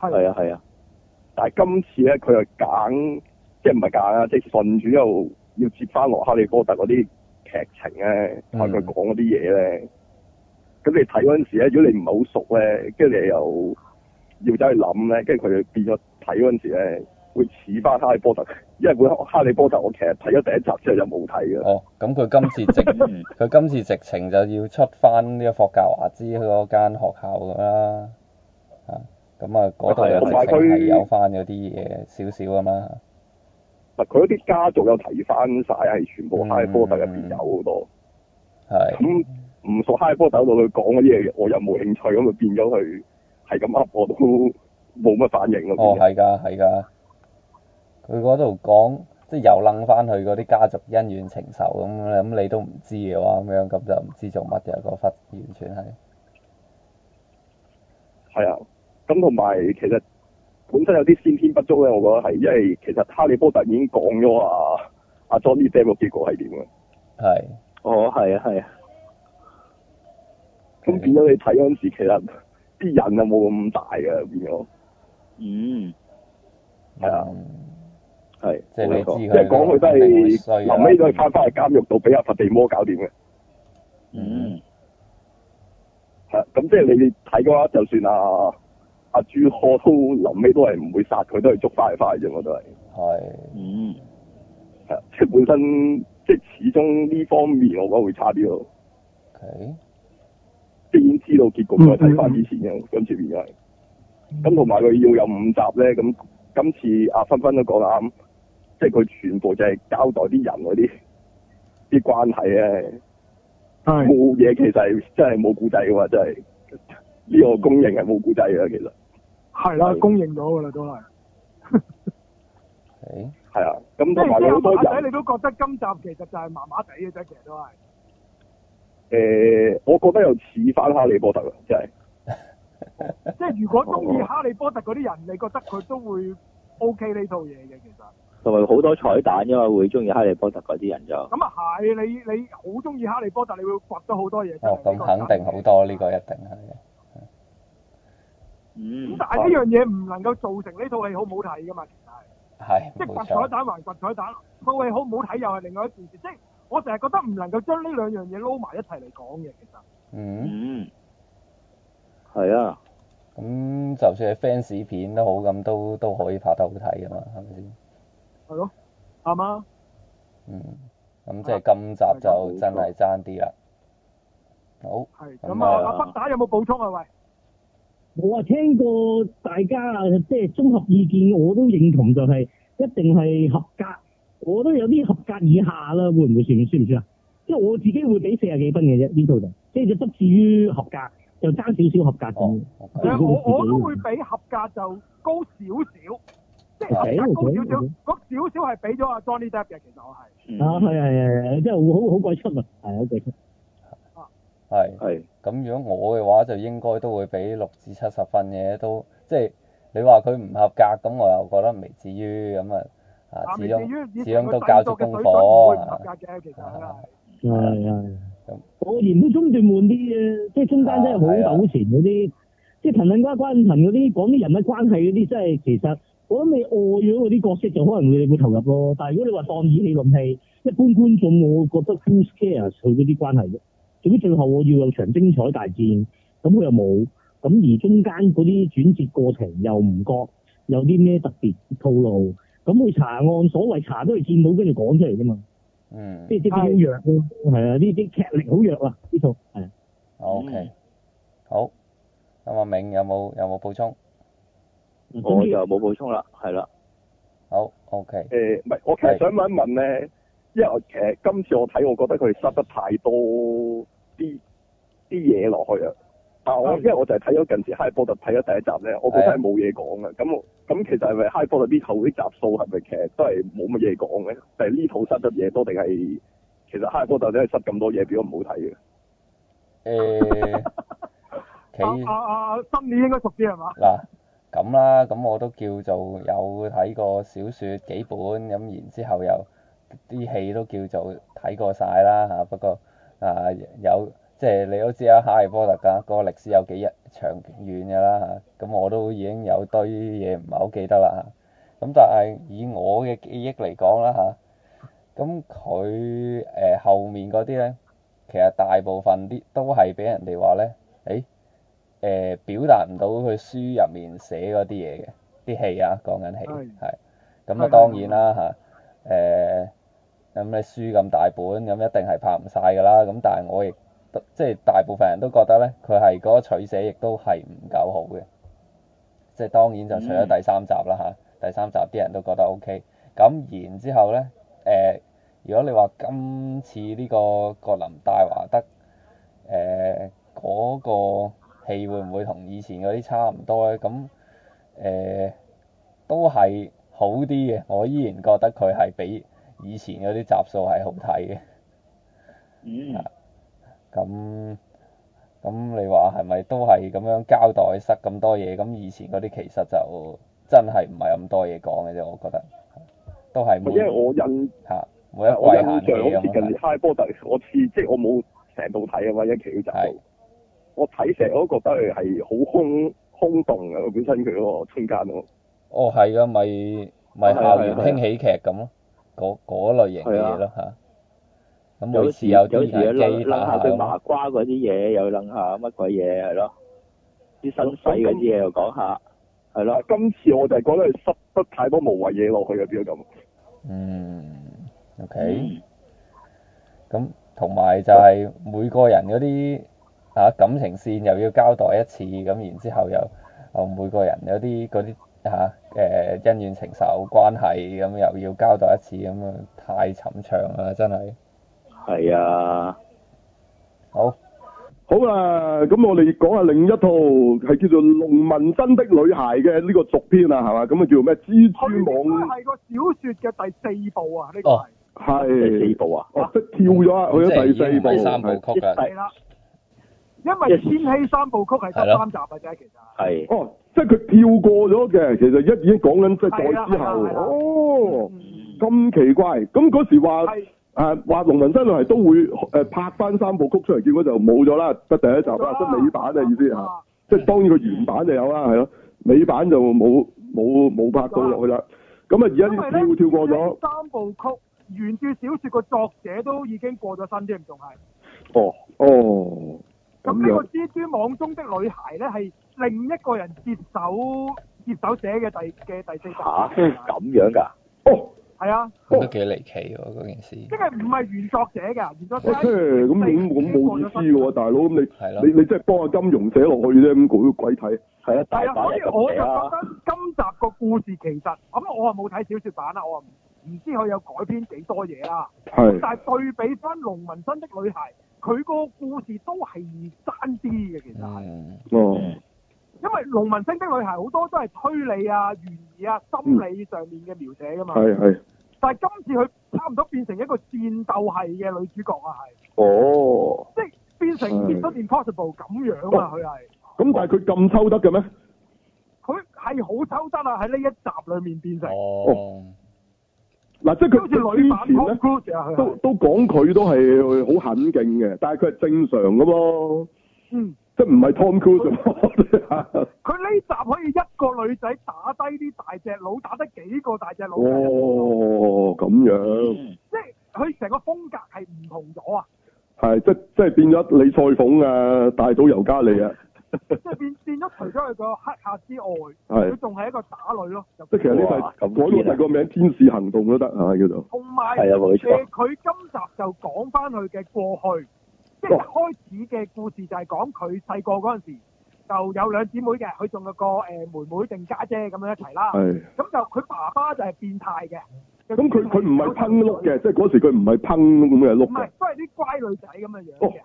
D: 係啊係啊，
B: 但係今次咧，佢係揀，即係唔係揀啊，即係順住又要接翻落哈利波特嗰啲劇情咧，
C: 嗯
B: 同埋佢講嗰啲嘢咧。咁你睇嗰陣時咧，如果你唔係好熟咧，跟住你又要走去諗咧，跟住佢變咗睇嗰陣時咧，會似翻哈利波特， <laughs> 因為本哈利波特我其實睇咗第一集之後就冇睇嘅。
C: 哦，咁佢今次
B: <laughs>
C: 直
B: 嗯
C: 佢今次直情就要出翻呢個霍格華茲嗰間學校㗎啦，啊，咁啊嗰度又
B: 同埋
C: 直情係
B: 佢
C: 有翻嗰啲嘢少少啊咁啦，
B: 嗱，佢嗰啲家族又睇翻晒，係全部哈利波特入邊
C: 嗯
B: 有好多。
C: 係，
B: 咁唔熟哈利波特嗰度佢講嗰啲嘢，我又冇興趣，咁就變咗佢係咁噏，我都冇乜反應咯。
C: 哦係㗎係㗎，佢嗰度講即係又楞翻佢嗰啲家族恩怨情仇咁咁你都唔知嘅話咁樣咁就唔知做乜嘅嗰忽完全係，
B: 係啊，咁同埋其實本身有啲先天不足咧，我覺得係，因為其實哈利波特已經講咗啊阿 Johnny Depp 個結果係點嘅，
C: 係，
D: 哦係啊係啊，
B: 咁變咗你睇嗰陣時，其實啲人啊冇咁大嘅變咗，
D: 嗯
B: 係啊
C: 嗯
D: 係，
C: 即係你啊
D: 冇錯
C: 知
B: 即
C: 佢
B: 係講佢都係臨尾都係翻返去監獄度俾阿佛地魔搞掂嘅。
D: 嗯
B: 係啊咁即係你睇嘅話，就算阿阿朱科都臨尾都係唔會殺佢，都係捉翻嚟翻嚟啫嘛，都係
C: 係。
D: 嗯
B: 係啊即係本身即係始終呢方面，我覺得會差啲咯。
C: OK，
B: 即係已經知道結局，再睇翻以前嘅跟住變咗係。
E: 嗯
B: 咁同埋佢要有五集咧，咁今次阿芬芬都講得啱，即係佢全部就係交代啲人嗰啲啲關係咧，
E: 係
B: 冇嘢其實係真係冇故仔嘅嘛，真係呢個公認係冇故仔嘅其實。
E: 係啦，公認咗㗎啦，都
C: 誒，
E: 係。
B: 係啊，咁
E: 即係
B: 同埋
E: 即係
B: 有好多
E: 馬仔，
B: 人
E: 你都覺得今集其實就係麻麻地嘅啫，其實都係。
B: 誒、我覺得又似翻哈利波特啊，真係
E: 即係如果中意哈利波特嗰啲人，你覺得佢都會 OK 呢套嘢嘅其實。
D: 同埋好多彩蛋因嘛，會中意哈利波特嗰啲人就
E: 咁啊係，你你好中意哈利波特，你會掘到好多嘢出嚟。
C: 哦，咁肯定好多呢個一定係。
D: 嗯
E: 咁但
C: 哦
E: 係呢樣嘢唔能夠造成呢套戲好唔好睇噶嘛，其實係。
C: 係
E: 即係
C: 冇
E: 掘彩
C: 錯，
E: <laughs> 蛋還掘彩蛋，套戲好唔好睇又係另外一件事。即係我成日覺得唔能夠將呢兩樣嘢撈埋一齊嚟講嘅，其實。
C: 嗯，
D: 嗯係啊，
C: 咁就算係 fans 片都好，咁都都可以拍得好睇噶嘛，係咪先？
E: 係咯，啱啊，
C: 嗯，咁即係今集就真係爭啲啦。好，
E: 係。
C: 咁
E: 咁
C: 啊
E: 啊，阿北打有冇補充啊？喂，
F: 我啊聽過大家啊，即係綜合意見，我都認同就係、一定係合格，我都有啲合格以下啦，會唔會算算唔算啊？即係我自己會俾四十幾分嘅啫，呢套就即係就不至於合格，就爭少少合格
C: 哦
F: 咁。，
C: 我
F: 嗯
E: 誒我我都會比合格就高少少，即係合格高少少，嗰少少係俾咗阿 Johnny Depp 嘅，其實我係。
D: 嗯
F: 啊，係係係係，即係好好好鬼出啊，係好鬼出。
C: 係。
D: 係
C: 咁如果我嘅話，就應該都會俾六至七十分嘅，都即係你話佢唔合格，咁我又覺得未至於咁啊。啊，
E: 啊，
C: 始
E: 未
C: 終
E: 至於以
C: 始
E: 前
C: 終
E: 個
C: 都交足
E: 製作嘅
C: 功
E: 水準唔
C: 課
E: 會唔合
C: 啊。
E: 格嘅，其實係。
F: 係係。我嫌都中段悶啲嘅，即係中間真係好糾纏嗰啲，即係騰騰瓜瓜騰嗰啲講啲人物關係嗰啲，真係其實我諗你愛咗嗰啲角色就可能會你會投入咯。但係如果你話當演戲論戲，一般觀眾我覺得 who cares 佢嗰啲關係啫。最屘最後我要有場精彩大戰，咁佢又冇，咁而中間嗰啲轉折過程又唔覺有啲咩特別套路，咁佢查案所謂查都係見到跟住講出嚟啫嘛。
C: 嗯
F: 即係啲好弱咯，係啊，呢啲劇力好弱啊，呢套係啊
C: ，OK，好。咁阿銘有冇有冇補充？
E: <laughs>
D: 我就冇補充啦，係啦，
C: 好，OK，
B: 誒，呃唔係我其實想問一問咧，因為我其實今次我睇，我覺得佢塞得太多啲啲嘢落去啊。但我
E: 係
B: 因為我就係睇咗近時《哈利波特》睇咗第一集咧，我覺得係啊冇嘢講嘅。咁我咁其實係咪《哈利波特》呢套啲集數係咪其實都係冇乜嘢講嘅？定係呢套塞得嘢多，定係其實《哈利波特》真係塞咁多嘢，變咗唔好睇嘅？
C: 誒，其
E: 阿阿阿阿新啊年應該熟啲係嘛？
C: 嗱咁啦，咁我都叫做有睇過小説幾本，咁然之後又啲戲都叫做睇睇過晒啦嚇，不過啊有即係你都知啦，哈利波特㗎個歷史有幾日長遠㗎啦嚇，咁我都已經有堆嘢唔係好記得啦嚇，咁但係以我嘅記憶嚟講啦嚇，咁佢誒後面嗰啲咧，其實大部分啲都係俾人哋話咧，誒、誒表達唔到佢書入面寫嗰啲嘢嘅，啲戲啊講緊戲
E: 係
C: 係。咁啊
E: 係
C: 當然啦嚇，誒咁你書咁大本，咁一定係拍唔晒㗎啦。咁但係我亦都即係大部分人都覺得咧，佢係嗰個取捨亦都係唔夠好嘅。即係當然就除咗第三集啦嚇，第三集啲人都覺得 O K。咁然之後咧，誒、如果你話今次呢個葛林戴華德誒嗰、個戲會唔會同以前嗰啲差唔多咧？咁誒、都係好啲嘅，我依然覺得佢係比以前嗰啲集數係好睇嘅。
D: 嗯，
C: 咁咁你話係咪都係咁樣交代塞咁多嘢？咁以前嗰啲其實就真係唔係咁多嘢講嘅啫，我覺得都係每
B: 因為我印
C: 嚇每一
B: 我印象
C: 季
B: 好
C: 限期
B: 似
C: 咁
B: 近
C: 樣
B: 年。哈利波特，我似即係我冇成套睇啊嘛，一期嗰集
C: 係
B: 都我睇成我都覺得佢係好空空洞嘅，本身佢嗰個中間啊喎。
C: 哦，係噶，咪咪
B: 係啊
C: 校
B: 係啊
C: 園
B: 啊
C: 輕喜劇咁咯，嗰嗰類型嘅嘢咯嚇。咁每
D: 有
C: 次
D: 時
C: 有
D: 有
C: 啲
D: 時佢
C: 人
D: 楞
C: 機
D: 楞
C: 打
D: 下
C: 下
D: 對
C: 咁啊
D: 麻瓜嗰啲嘢，又楞下乜鬼嘢係咯，啲身世嗰啲嘢又講下，係咯
B: 嗱，，今次我就係覺得佢塞得太多無謂嘢落去嘅，啊變咗咁。
C: 嗯，OK。咁同埋就係每個人嗰啲嚇感情線又要交代一次，咁然之後又又每個人有啲嗰啲嚇誒恩怨情仇關係咁又要交代一次，咁啊太沉長啦，真係。
D: 係啊，
C: 好，
B: 好啦，咁我哋講下另一套係叫做《農民真的女孩》嘅呢個續篇啊，係嘛？咁啊叫咩？蜘蛛網
E: 係個小説嘅第四部啊，呢個
C: 哦
E: 係
D: 第四
B: 係，
D: 部啊，
B: 哦，即係跳咗啊，去
C: 咁即係
B: 咗第四
C: 已經係
B: 部，
C: 第三部
B: 係
C: 曲㗎。
E: 係啦，因為千禧三部曲係
C: 係
E: 得
C: 咯
E: 三集嘅啫，其實。
D: 係
B: 哦，即係佢跳過咗嘅，其實一已經講緊即係
E: 係
B: 再
E: 啦
B: 之後
E: 係啦係，啦
B: 哦，
E: 嗯
B: 咁奇怪，咁嗰時話
E: 係
B: 誒話《農民真女孩》都會誒拍翻三部曲出嚟，結果就冇咗啦，得第一集啦，即係美版嘅意思嚇。
E: 啊
B: 即係當然個原版就有啦，係咯，美版就冇冇冇拍到落去啦。咁啊，而家
E: 因為
B: 啲跳跳過咗
E: 呢，三部曲原著小説個作者都已經過咗身添，仲係。
B: 哦哦，
E: 咁
B: 咁
E: 呢個
B: 樣
E: 蜘蛛網中的女孩咧，係另一個人接手接手寫嘅第嘅第四集。
D: 嚇咁樣㗎，
B: 哦
E: 係啊，
C: 咁都幾離奇喎嗰件事。
E: 即係唔係原作者嘅，原作者
B: ，OK，咁咁咁冇意思嘅喎，大佬咁
C: 係咯
B: 你你你真係幫阿金庸寫落去啫，咁鬼鬼睇。
D: 係啊，
E: 係
D: 大
E: 啊，
D: 把
E: 所以
D: 嘢
E: 我
D: 咁
E: 就
D: 寫啊
E: 覺，得今集個故事其實咁，我啊冇睇小説版啦，我啊唔唔知佢有改編幾多嘢啦。
B: 係
E: 但係對比翻《農民生的女孩》，佢個故事都係爭啲嘅，其實係，
C: 嗯，
B: 哦，
E: 因為《農民生的女孩》好多都係推理啊、懸疑啊、心理上面嘅描寫噶嘛。
B: 係係
E: 但係今次佢差唔多變成一個戰鬥系嘅女主角啊，係
D: 哦，
E: 即係變成
B: 係
E: Mission Impossible 咁樣
B: 哦
E: 啊，佢係
B: 咁但係佢咁抽得嘅咩？
E: 佢係好抽得啊！喺呢一集裡面變成，
C: 哦，
B: 嗱，即係
E: 好似
B: 佢
E: 女版
B: 之前
E: Tom
B: 咧
E: Cruise 啊，佢
B: 都
E: 係
B: 都講佢都係好狠勁嘅，但係佢係正常嘅喎，
E: 嗯，
B: 即係唔係 Tom Cruise <laughs> 喎
E: 佢呢集可以一個女仔打低啲大隻佬，打得幾個大隻佬嘅人，
B: 哦，咁樣。
D: 嗯
E: 即係佢成個風格係唔同
B: <laughs>
E: 咗啊！
B: 係即即係變咗李賽鳳啊，大島由加利啊，
E: 即係變變咗，除咗佢個黑客之外，佢
B: 係
E: 仲係一個打女咯。就
B: 即係其實呢
D: 哇
B: 個
D: 咁
B: 係改
D: 堅
B: 個
D: 啊
B: 第個名《天使行動》都得啊，叫做
E: 同埋
D: 係啊冇錯
E: 誒佢今集就講翻佢嘅過去，即
B: 哦
E: 係開始嘅故事就係講佢細個嗰陣時就有兩姊妹嘅，佢仲有個誒、呃妹妹定家姐咁樣一齊啦。
B: 係。
E: 咁就佢爸爸就係變態嘅。
B: 咁佢佢唔係烹碌嘅，即係嗰時佢唔係烹咁嘅碌
E: 唔係
B: 嘅。
E: 都係啲乖女仔咁嘅樣
B: 哦
E: 嘅。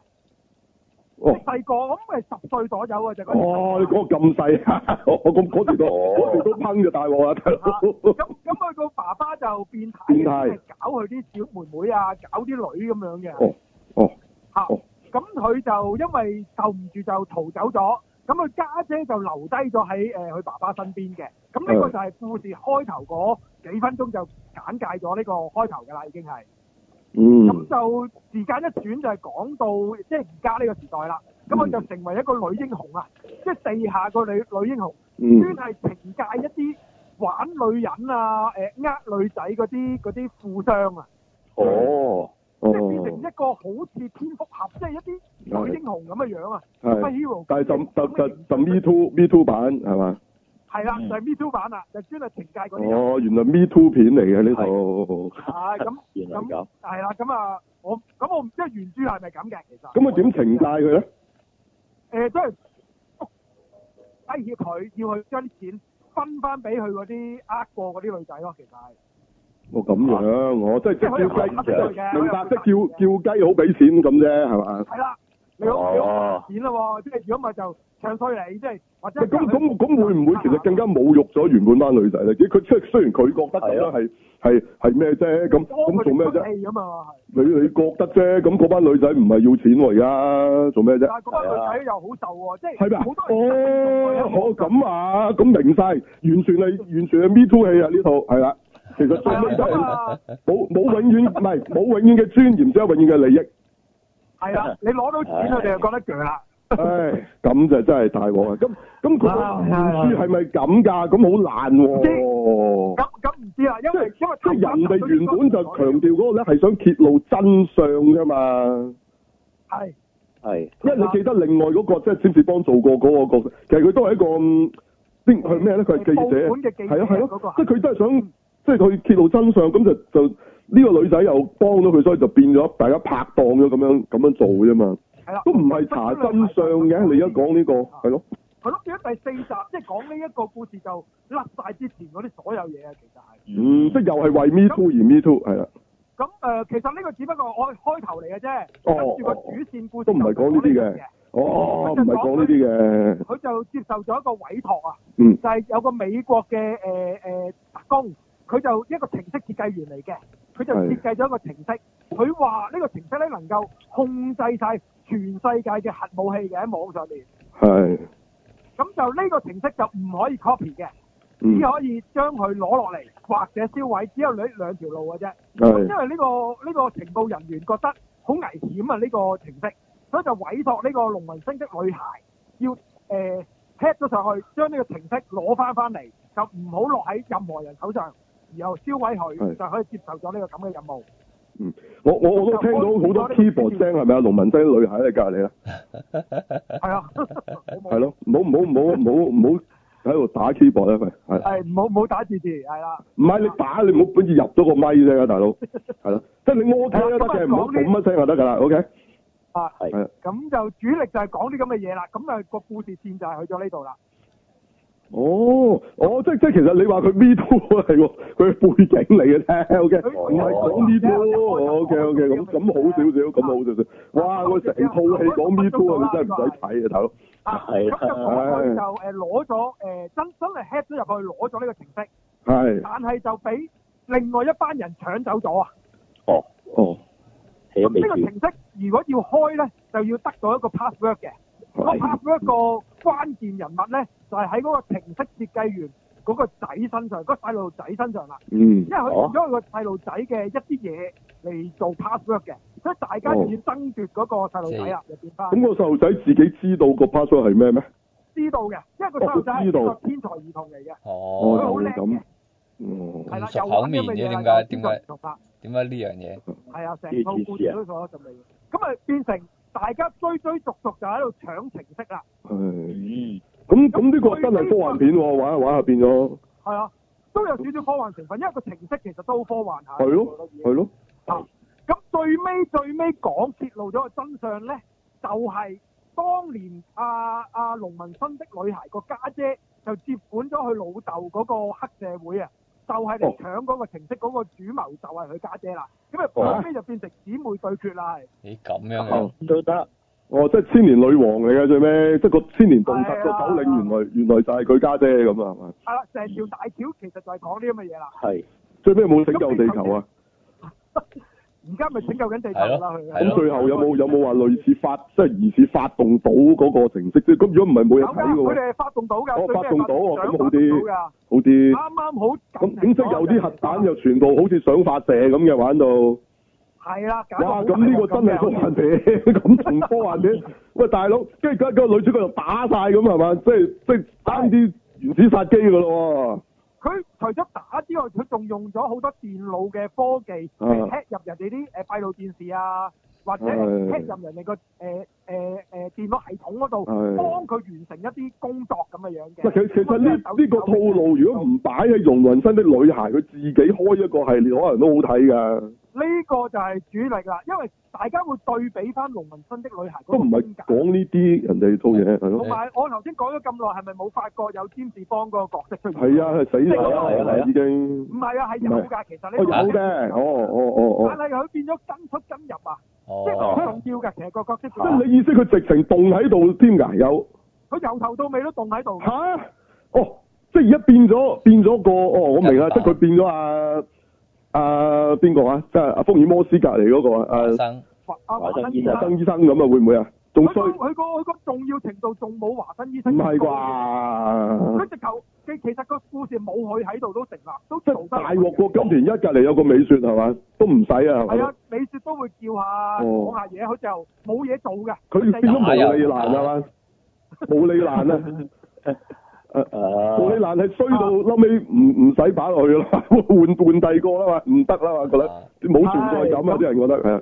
B: 哦
E: 細個咁咪十歲左右嘅就嗰
B: 哦，你講
E: 啲
B: 咁細，啊 <laughs> 我我咁嗰時都
D: 哦
B: 嗰時都烹就大鑊啦，大
E: 啊
B: 佬。
E: 咁咁佢個爸爸就變態，
B: 變態
E: 即係搞佢啲小妹妹啊，搞啲女咁樣嘅。
B: 哦哦
E: 嚇
B: 哦
E: 咁佢就因為受唔住就逃走咗，咁佢家姐就留低咗喺誒佢爸爸身邊嘅。咁呢個
B: 嗯
E: 就係故事開頭嗰幾分鐘就簡介咗呢個開頭㗎啦，已經係。
B: 嗯
E: 咁，就時間一轉就係講到即係而家呢個時代啦。咁佢
B: 嗯
E: 就成為一個女英雄啊，即係地下個女女英雄，專
B: 嗯，
E: 係懲戒一啲玩女人啊、誒呃女仔嗰啲嗰啲富商啊，
D: 哦，
E: 即係變成
B: 哦，
E: 一個好似蝙蝠俠，即係一啲女英雄咁嘅樣啊
B: 係，
E: ，hero。
B: 但係就就就就 Me Too Me Too 版係嘛？
E: 係啦，就係 Me Too 版啦，就專係懲戒嗰啲人。
B: 哦，原來 Me Too 片嚟嘅呢套，
E: 係咁
D: 原來
E: 咁
D: 咁，
E: 係啦，咁啊，我咁我唔知原著係咪咁嘅，其實。
B: 咁佢點懲戒佢咧？
E: 誒，即係威脅佢，要佢將啲錢分翻俾佢嗰啲呃過嗰啲女仔咯，其實係。
B: 哦，咁樣，我即係即係叫雞，
E: 即係佢又
B: 明白即係叫叫雞好俾錢咁啫，係嘛？
E: 係啦，你好，你好
D: 哦，
E: 錢啦喎，即係如果唔係就唱衰你，即係或者
B: 咁咁咁會唔會其實更加侮辱咗原本班女仔咧？佢佢即係雖然佢覺得咁樣係啊係係咩啫，咁咁做咩啫？
E: 咁嘛，
B: 你你覺得啫，咁嗰班女仔唔係要錢喎，而家做咩啫
E: 但？係嗰班女仔又好受喎，即係
B: 係咪啊
E: 好？多人
B: 哦，好咁啊，咁明晒，完全係完全係 Me Too 戲啊！呢套係啦，其實最尾都
E: 咁
B: 係
E: 啊，
B: 冇冇永遠唔係冇永遠嘅尊嚴，只有永遠嘅利益。
E: 係啦，你攞到錢佢哋就覺得鋸啦，
B: 唉，咁就真係大鑊啊！咁咁佢
E: 啊係啊
B: 書係咪咁㗎？咁好爛喎！
E: 咁咁唔知啦，因為因為
B: 即係人哋原本就強調嗰個咧係想揭露真相啫嘛，
E: 係
D: 係
E: 啊
B: 因為你記得另外嗰、個即係詹士邦做過嗰個角色，其實佢都係一個嗯邊佢係咩咧？佢係記
E: 報
B: 者
E: 館嘅記，者
B: 係啊係
E: 嗰嗯個
B: 啊，即係佢都係想即係佢揭露真相，咁就就呢、個女仔又幫到佢，所以就變咗大家拍檔咗咁樣咁樣做啫嘛，
E: 係啦，
B: 都唔係查真相嘅。你而家講呢個
E: 啊
B: 係咯，
E: 係咯，變咗第四集，即係講呢一個故事就甩晒之前嗰啲所有嘢啊，其實係。
B: 嗯，即係又係為 me too 而 me too 係啦，
E: 咁誒、呃其實呢個只不過我開頭嚟嘅啫，
B: 哦
E: 跟住個主線故事
B: 都唔係講呢啲嘅，哦，唔係講呢啲嘅，
E: 佢就接受咗一個委託啊，
B: 嗯
E: 就係、有個美國嘅誒誒特工，佢就一個程式設計員嚟嘅，佢就設計咗一個程式，佢話呢個程式咧能夠控制晒全世界嘅核武器嘅喺網上面，
B: 係，
E: 咁就呢個程式就唔可以 copy 嘅，
B: 嗯
E: 只，可以將佢攞落嚟或者銷毀，只有兩兩條路嘅啫。
B: 係
E: 因。為呢、個呢、個情報人員覺得好危險啊！呢、個程式，所以就委託呢個龍雲星的女孩要誒 hack 咗上去，將呢個程式攞翻翻嚟，就唔好落喺任何人手上，然後燒毀佢，
B: 係
E: 就可以接受咗呢個咁嘅任務。
B: 我我我都聽到好多 keyboard 聲係咪啊？龍文仔女喺你隔啊離啦， <laughs>
E: 係啊，冇
B: 係
E: 冇
B: 咯，唔好唔好唔好唔好唔好喺度打 keyboard 啦，咪係。
E: 係冇冇打字字係啦，
B: 唔係你打你唔好本意入咗個咪啫，大佬係咯，即係你 O K 啦得嘅，唔好冇乜聲就得㗎啦，O K
E: 啊
D: 係
B: 係
E: 咁就主力就係講啲咁嘅嘢啦。咁啊個故事線就係去咗呢度啦。
B: 哦，哦，即即係其實你話佢 me too 係喎，佢係背景嚟嘅啫，O K，唔係講 me too，O K O K，咁咁好少少，咁好少少，哇！我成套戲講 me too 啊，你真係唔使睇啊，大佬，
E: 啊，咁
D: 係
E: 就
D: 啦
E: 講佢就誒攞咗誒真真係 hack 咗入去攞咗呢個程式。
B: 係，
E: 但係就俾另外一班人搶走咗啊！
D: 哦，
B: 哦，
D: 起咗
E: 咁
D: 未
E: 呢個
D: 住，
E: 程式如果要開咧，就要得到一個 password 嘅。個
B: 係，
E: password 個關鍵人物咧，就係喺嗰個程式設計員嗰個仔身上，嗰、個細路仔身上啦。
B: 嗯
E: 因為，佢用咗佢個細路仔嘅一啲嘢嚟做 password 嘅，所以大家就要爭奪嗰個細路仔啊啦，就變翻
B: 咁個細路仔自己知道個 password 係咩咩？
E: 知道嘅，因為個細路仔係一個天才兒童嚟嘅，佢
B: 哦
C: 哦，
E: 好叻嘅，
B: 哦，
E: 係啦，
C: 熟
E: 又
C: 口
E: 玩
C: 面
E: 啲
C: 嘅
E: 乜嘢
C: 點
E: 啦，
C: 解
E: 又天才兒童啊啦。
C: 點解呢樣嘢？
E: 係啊，成套故事都所咁嚟嘅，咁啊變成大家追追逐逐就喺度搶程式啦，
B: 係。
D: 嗯，
B: 咁咁呢個真係科幻片喎，玩下玩下變咗，
E: 係啊，都有少少科幻成分，因為個程式其實都好科幻下。
B: 係咯係咯，
E: 咁最尾最尾講揭露咗個真相咧，就係、當年阿阿龍文新的女孩個家姐就接管咗佢老豆嗰個黑社會啊，就係
B: 哦
E: 嚟搶嗰個程式嗰個主謀就係佢家姐啦，咁啊最尾就變成姊妹對決啦，係
C: 咦咁樣啊嘅
B: 哦，
D: 都得，
B: 哦，即係千年女王嚟嘅最尾，即係個千年洞察
E: 係
B: 個
E: 啊
B: 首領，原來原來就係佢家姐咁啊，係嘛？
E: 係啦，成條大橋其實就係講呢咁嘅嘢啦。
D: 係，
B: 最尾有冇拯救地球啊？
E: 而家咪拯救緊地球啦，佢
C: 係
B: 咁
C: 咯
B: 最後有冇有冇話類似發即係疑似發動到嗰個程式啫？咁如果唔係冇
E: 有
B: 嘢
E: 㗎
B: 睇嘅
E: 佢
B: 喎，
E: 哋係發動到㗎，
B: 哦
E: 最尾係
B: 發動到哦
E: 發
B: 咁
E: 動
B: 好
E: 到
B: 啲
E: 㗎
B: 好啲。
E: 啱啱好
B: 咁咁即係有啲核彈
E: 又
B: 又全部好似想發射咁嘅玩到，
E: 係啦，搞到
B: 哇！
E: 好
B: 咁呢個真係科幻片， <laughs> 咁同科幻片，喂大佬，跟住嗰個女主角就打晒咁係嘛？即係即係爭啲原子殺機噶咯
E: 佢除咗打之外，佢仲用咗好多電腦嘅科技
B: 啊
E: 嚟 hack 入人哋啲誒閉路電視啊，或者
B: 係
E: hack 入人哋個誒誒誒電腦系統嗰度，
B: 係
E: 幫佢完成一啲工作咁嘅樣
B: 喎。喂，
E: 嘅。
B: 其其實呢
E: 咁啊
B: 呢個套路，如果唔擺喺《容雲身的女孩》，佢自己開一個系列，可能都好睇㗎。
E: 呢個就係主力啦，因為大家會對比翻《龍紋身的女孩》
B: 都唔
E: 嗰個
B: 係
E: 風格。
B: 講呢啲人哋套嘢，係啊
E: 同
B: 咯。
E: 埋我頭先講咗咁耐，係咪冇發覺有詹士邦嗰個角色出現？
B: 係啊，係死晒啦，
D: 係啊係啊
B: 已經。
E: 唔係啊，係有㗎，其實呢
B: 哦，有
E: 個
B: 嘅，哦哦哦
E: 但
B: 哦。
E: 係佢變咗跟出跟入啊，即係
C: 哦
E: 好，重要㗎。其實個角色
B: 即係你意思佢直情凍喺度添㗎？有。
E: 佢由頭到尾都凍喺度㗎。
B: 吓？哦，即係而家變咗變咗個哦，我明啦，
C: 人
B: 即
C: 版
B: 係佢變咗啊啊邊個啊？即係阿福爾摩斯隔離嗰個
C: 華
B: 啊，
C: 生
E: 華阿華生醫
B: 啊
E: 生，
B: 華生醫生咁啊，會唔會啊？仲
E: 佢個
B: 衰唔
E: 佢個佢個重要程度仲冇華生醫生。
B: 係
E: 佢
B: 啩？
E: 直頭佢其實個故事冇佢喺度都成立，都
B: 即
E: 做
B: 係
E: 得
B: 大鑊過金田一隔離有個美雪係嘛？都唔使啊，係
E: 係
B: 嘛
E: 啊？，美雪都會叫下
B: 哦
E: 講下嘢，佢就冇嘢做嘅。
B: 佢變咗
C: 打
B: 無
C: 又
B: 理
C: 唔
B: 蘭係嘛？無理蘭啊！無理
D: 啊，
B: 蘭係衰到後尾唔唔使擺落去啦， <laughs> 換換第二個啦嘛，唔得啦嘛，覺得
C: 啊
B: 冇存在感啊！啲人覺得係啊。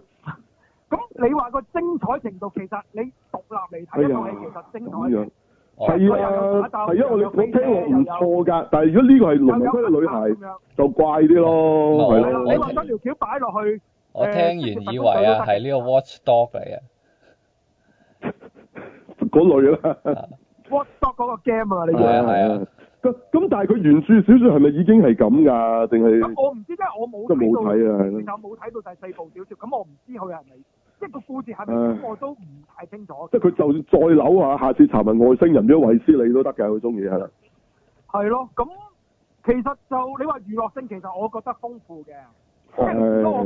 E: 咁你話個精彩程度，其實你獨立嚟
B: 哎
E: 睇一
B: 呀
E: 套戲，其實精彩
B: 咁樣
E: 嘅。
C: 哦
B: 係
E: 佢又有
B: 啊，係啊，
E: 打鬥
B: 我哋
E: 又有
B: 我
E: 飛車
B: 聽落唔錯㗎，但係如果呢個係《龍門區嘅女孩
E: 又有》咁樣，
B: 就怪啲咯，係
E: 係啦，
B: 咯，
E: 你話將條橋擺落去，
C: 我聽完以為啊係呢個 Watch Dog 嚟嘅，
B: 嗰類啦，
C: 啊
E: WhatsApp 嗰個 game 啊，你
C: 係啊
E: 話。
C: 係啊。
B: 咁咁，但係佢原著小説係咪已經係咁㗎？定係
E: 咁我唔知，因為我冇
B: 都冇
E: 睇到。
B: 睇啊？係
E: 其
B: 咯，
E: 實我冇睇到第四部小説，咁我唔知佢係咪，即係個故事係咪咁，我都唔太清楚。
B: 即係佢就算再扭下，下次查問外星人變咗衛斯理都得㗎，佢中意係啦。
E: 係咯，咁其實就你話娛樂性，其實我覺得豐富嘅，即
B: 係
E: 係嗰個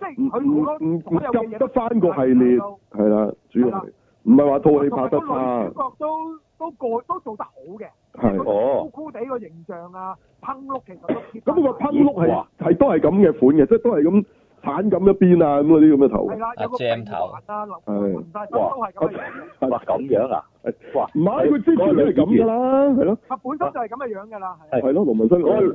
E: 即係
B: 唔
E: 佢好
B: 唔
E: 多
B: 唔
E: 所有嘅
B: 唔
E: 嘢
B: 急
E: 都
B: 得翻個系列係啦，主要係唔係話套戲
E: 同
B: 拍
E: 埋
B: 得
E: 個女
B: 差
E: 主角都都過都做得好嘅，
B: 係。
E: 酷
D: 哦，
E: 酷地個形象啊，烹碌其實都
B: 咁佢
E: 貼得
B: 個
E: 埋
B: 噴碌係
D: 哇
B: 係都係咁嘅款嘅，即係都係咁鏟咁一邊啊咁嗰啲咁嘅頭。
E: 係啦，有個
C: 阿 Jam 頭
E: 鼻環啊，流
B: 係
E: 雲曬身
D: 哇
E: 都係咁嘅樣，
D: 哇咁樣啊，哇，
B: 唔係佢之前都係咁㗎啦，係咯
E: 佢啊本身就係咁嘅樣㗎啦，係啊
D: 係
B: 係咯，哦羅文生
D: 嗰
B: 講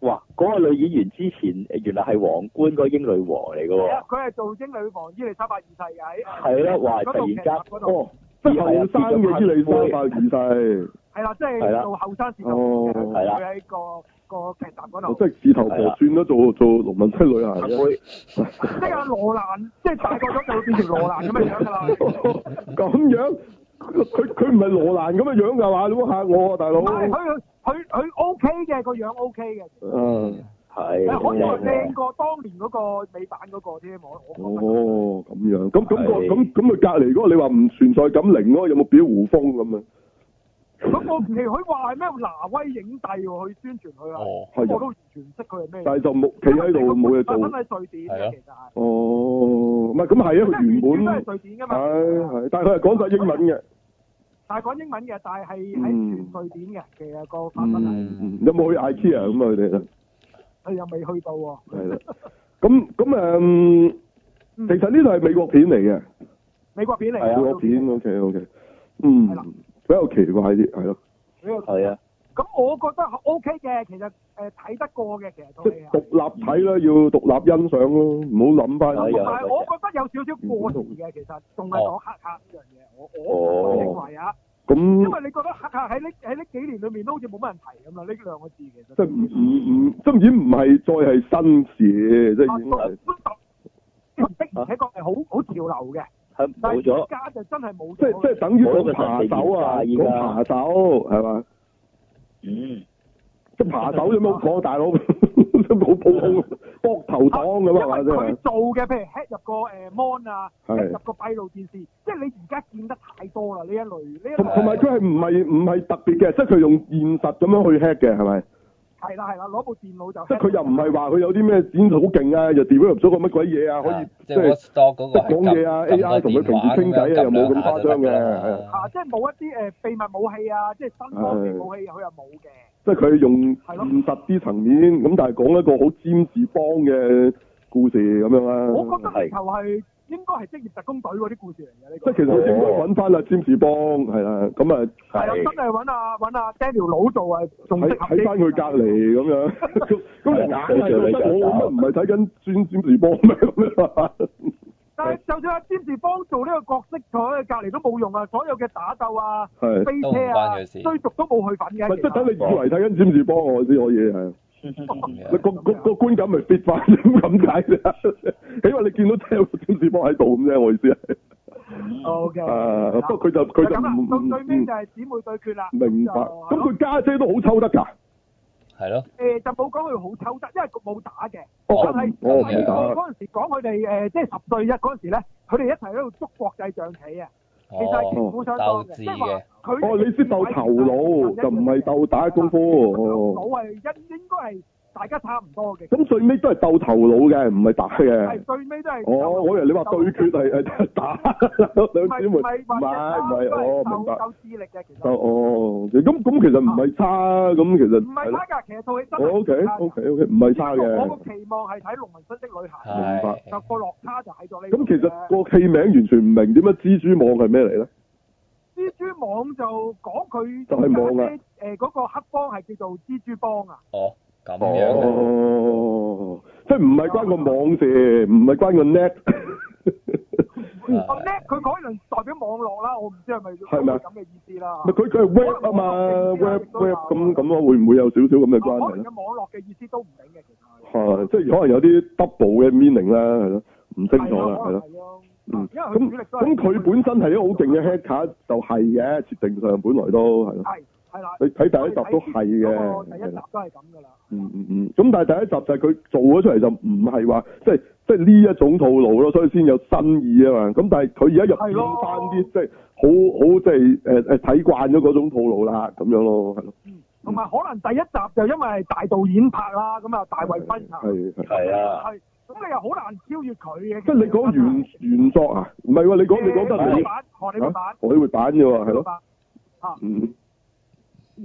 D: 個哇，嗰、個女演員之前原來係皇冠嗰個英女王嚟嘅
E: 係
D: 喎
E: 啊，，佢係做英女王伊麗莎白二世嘅喺
D: 係啦，哇！
E: 嗰
D: 突
E: 套劇
D: 然間，
E: 集嗰度。
B: 哦，即係後生嘅伊麗莎白二世，
E: 係啦，即
D: 係
E: 係
D: 啦
E: 做後生時代
B: 哦
E: 佢喺
B: 我哦真
E: 個個劇集嗰度，
B: 係啊自頭婆轉咗做做龍文生女孩
D: 阿
B: 啊！ <laughs>
D: 妹
E: 即係阿羅蘭，即係大個咗就會變成羅蘭咁嘅樣
D: <laughs>
E: 㗎啦。
B: 咁樣佢佢唔係羅蘭咁嘅樣㗎嘛？你冇嚇我啊，大佬
E: 唔！係佢佢佢 OK 嘅個樣 OK 嘅，
B: 啊，
D: 係
E: 可以
D: 靚
E: 話
D: 啊
E: 靚
D: 嘅，
E: 過當年嗰個美版嗰個添，我我覺得。
B: 哦，咁樣，咁咁個
D: 係
B: 咁咁佢隔離嗰個你話唔存在感零嗰個有冇表胡風咁啊？
E: 咁我唔係佢話係咩挪威影帝喎，去宣傳佢啊，
C: 哦
E: 咁我都完全唔識佢係咩
B: 但。係就冇企喺度冇嘢
E: 因為佢
B: 做
E: 本。身喺瑞典嘅，其實係。
B: 哦，唔係咁係啊，佢原
E: 因為
B: 本
E: 都係瑞典㗎嘛。
B: 係係，但係佢係講晒英文嘅。
E: 但係講英文嘅，但係係喺全瑞典嘅，其實個發生係
B: 嗯，有冇去 IKEA 咁啊？佢哋
E: 佢又未去到喎。
B: 係啦。咁咁誒，嗯
E: 嗯
B: 其實呢度係美國片嚟嘅，
E: 美國片嚟
D: 係
E: 嘅。
D: 啊
B: 美國片 OK OK，嗯
E: 係啦，
B: 比較奇怪啲係咯，
E: 呢個
D: 係啊，
E: 咁我覺得 O K 嘅，其實誒睇得過嘅，其實套
B: 即
E: 戲
B: 係
E: 啊。
B: 獨立睇啦，要獨立欣賞咯，唔好諗翻。
D: 係
E: 同
D: 啊
E: 埋我覺得有少少過時嘅，其實仲係講黑客呢樣嘢，我我我認為啊，因
B: 咁
E: 為你覺得黑客喺呢喺呢幾年裏面都好似冇乜人提咁啦，呢兩個字其實
B: 即係唔唔唔，即係已經唔係再係新事，即係已
E: 啊
B: 經係
E: 的而且確係好好潮流嘅，
D: 係
E: 但
D: 冇
E: 係而
D: 咗
E: 家就真係冇
B: 即係即
E: 咗。
B: 係等於講扒手啊，講
D: 冇個
B: 扒
D: 實
B: 手係嘛？
D: 嗯。
B: 即係扒手有咩好講？大佬 <laughs> 都冇普通膊頭黨
E: 因
B: 咁啊係
E: 為
B: 嘛？即係
E: 佢。做嘅，譬如 hack 入個誒 mon 啊，hack 入個閉路電視，即係你而家見得太多啦呢一類呢一
B: 同同
E: 類
B: 埋佢係唔係唔係特別嘅，即係佢用現實咁樣去 hack 嘅，係咪？
E: 係啦係啦，攞部電腦就
B: 即係佢又唔係話佢有啲咩剪好勁啊，又 develop 咗個乜鬼嘢啊，可以
C: 啊即
B: 即
C: 係
B: 係
C: Watch Dog 嗰個係
B: 即係講嘢啊
C: 撳撳個
B: AI 同佢平時傾偈啊
C: 電話咁樣
B: 又冇咁
C: 撳兩下
B: 誇張嘅
C: 就得㗎啦
B: 係啊
E: 啊，即係冇一啲誒秘密武器啊，即係新科技武器佢又冇嘅，
B: 即係佢用
E: 係咯
B: 現實啲層面咁，但係講一個好占士邦嘅故事咁樣啊啦。
E: 我覺得直頭係應該係職業特工隊嗰啲故事嚟嘅呢
B: 即
E: 個。
B: 係其實佢應該揾翻阿詹士邦係啦，咁啊
E: 係啊，真係揾阿揾阿 Daniel 佬做啊，仲
B: 喺
E: 適合啲
B: 喺翻佢隔離咁樣，咁咁你硬係覺得我乜唔係睇緊專詹士邦咩咁樣？啊
E: 但係就算阿詹士邦做呢個角色，佢喺隔離都冇用啊！所有嘅打鬥啊、
B: 係，
E: 飛
C: 都唔
E: 車啊
C: 關佢、事
E: 追逐都冇去份嘅。
B: 咪即係等你 <laughs>
E: 其實
B: 以為睇緊詹士邦我先可以係。
C: 嘅
B: 你個個個觀感咪 fit 翻 <laughs> 咁解啫，起碼你見到真係有個詹士邦喺度咁啫，我意思係。
E: O K。
B: 啊，不過佢就佢
E: 就
B: 就
E: 哦咁啦
B: 唔
E: 到最尾
B: 唔
E: 就係姊妹對決啦。
B: 明白。咁佢家姐都好抽得㗎。
C: 係咯，哦
E: 誒就冇講佢好抽得，因為冇打嘅。
B: 哦
E: 但係
B: 哦
E: 但係
B: 冇打
E: 我嗰陣時講佢哋誒，即係十歲一嗰陣時咧，佢哋一齊喺度捉國際象棋啊，其實係旗鼓相當
C: 鬥
E: 嘅，
C: 智
E: 即
C: 嘅
E: 係話佢哋
B: 哦，你先鬥頭腦，就唔係鬥打功夫。哦，
E: 腦係應應該係大家差唔多嘅，
B: 咁最尾都係鬥頭腦嘅，唔係打嘅
E: 係。最尾都係鬥
B: 哦，我以為你話對決係係打兩
E: <laughs> 唔係
B: 姊妹，唔
E: 唔係
B: 係
E: 話
B: 唔係，
E: 鬥
B: 哦明白。
E: 鬥智力嘅其
B: 哦
E: 實
B: 哦，咁咁其實唔係差，咁其實
E: 唔係差㗎，其實套戲真係
B: O K
E: 差㗎
B: O K O K，唔係差嘅
E: 我。個期望係睇《農民新的女孩》，
C: 係
E: 就個落差就喺咗呢度
B: 咁其實
E: 啫
B: 個戲名完全唔明點解蜘蛛網係咩嚟咧？
E: 蜘蛛網就講佢
B: 就係網啊
E: 誒嗰個黑幫係叫做蜘蛛幫啊，
C: 哦咁樣啊嘅，
B: 哦，即係唔係關個網事，唔係關個 net，
E: 啊
C: 嗯
E: 咁咧佢嗰樣代表網絡啦，我唔知係咪
B: 係咪啊
E: 咁嘅意思啦。
B: 咪佢佢係 web 啊嘛，web web 咁咁咯，會唔會有少少咁嘅關
E: 可
B: 係
E: 能
B: 咧
E: 哦嘅？網絡嘅意思都唔明嘅，其實
B: 係，即係可能有啲 double 嘅 meaning 啦，係咯，唔清楚啦，係咯
E: 係咯，。可能
B: 嗯，
E: 係咯因為佢主
B: 咁
E: 力都係
B: 咁佢本身係一個好勁嘅 head 卡，就係嘅設定上，本來都係咯。
E: 係係啦，
B: 你睇第一集都係
E: 嗰個
B: 嘅，
E: 第一
B: 係
E: 集
B: 啦。
E: 都係咁噶啦。
B: 嗯嗯嗯，咁但係第一集就係佢做咗出嚟就唔係話即係即係呢一種套路咯，所以先有新意啊嘛。咁但係佢而家又
E: 係
B: 變
E: 咯
B: 翻啲即係好好即係誒誒睇慣咗嗰種套路啦，咁樣咯，係咯。
E: 同埋可能第一集就因為係大導演拍啦，咁啊大衛芬啊，
B: 係嗯係。
D: 係啊，
E: 係咁你又好難超越佢嘅。
B: 即係你講原原作啊？唔係喎，你講你講得
E: 荷里
B: 你哦
E: 版，荷里活版。
B: 荷里活版嘅喎，係咯。
E: 咯。
B: 嗯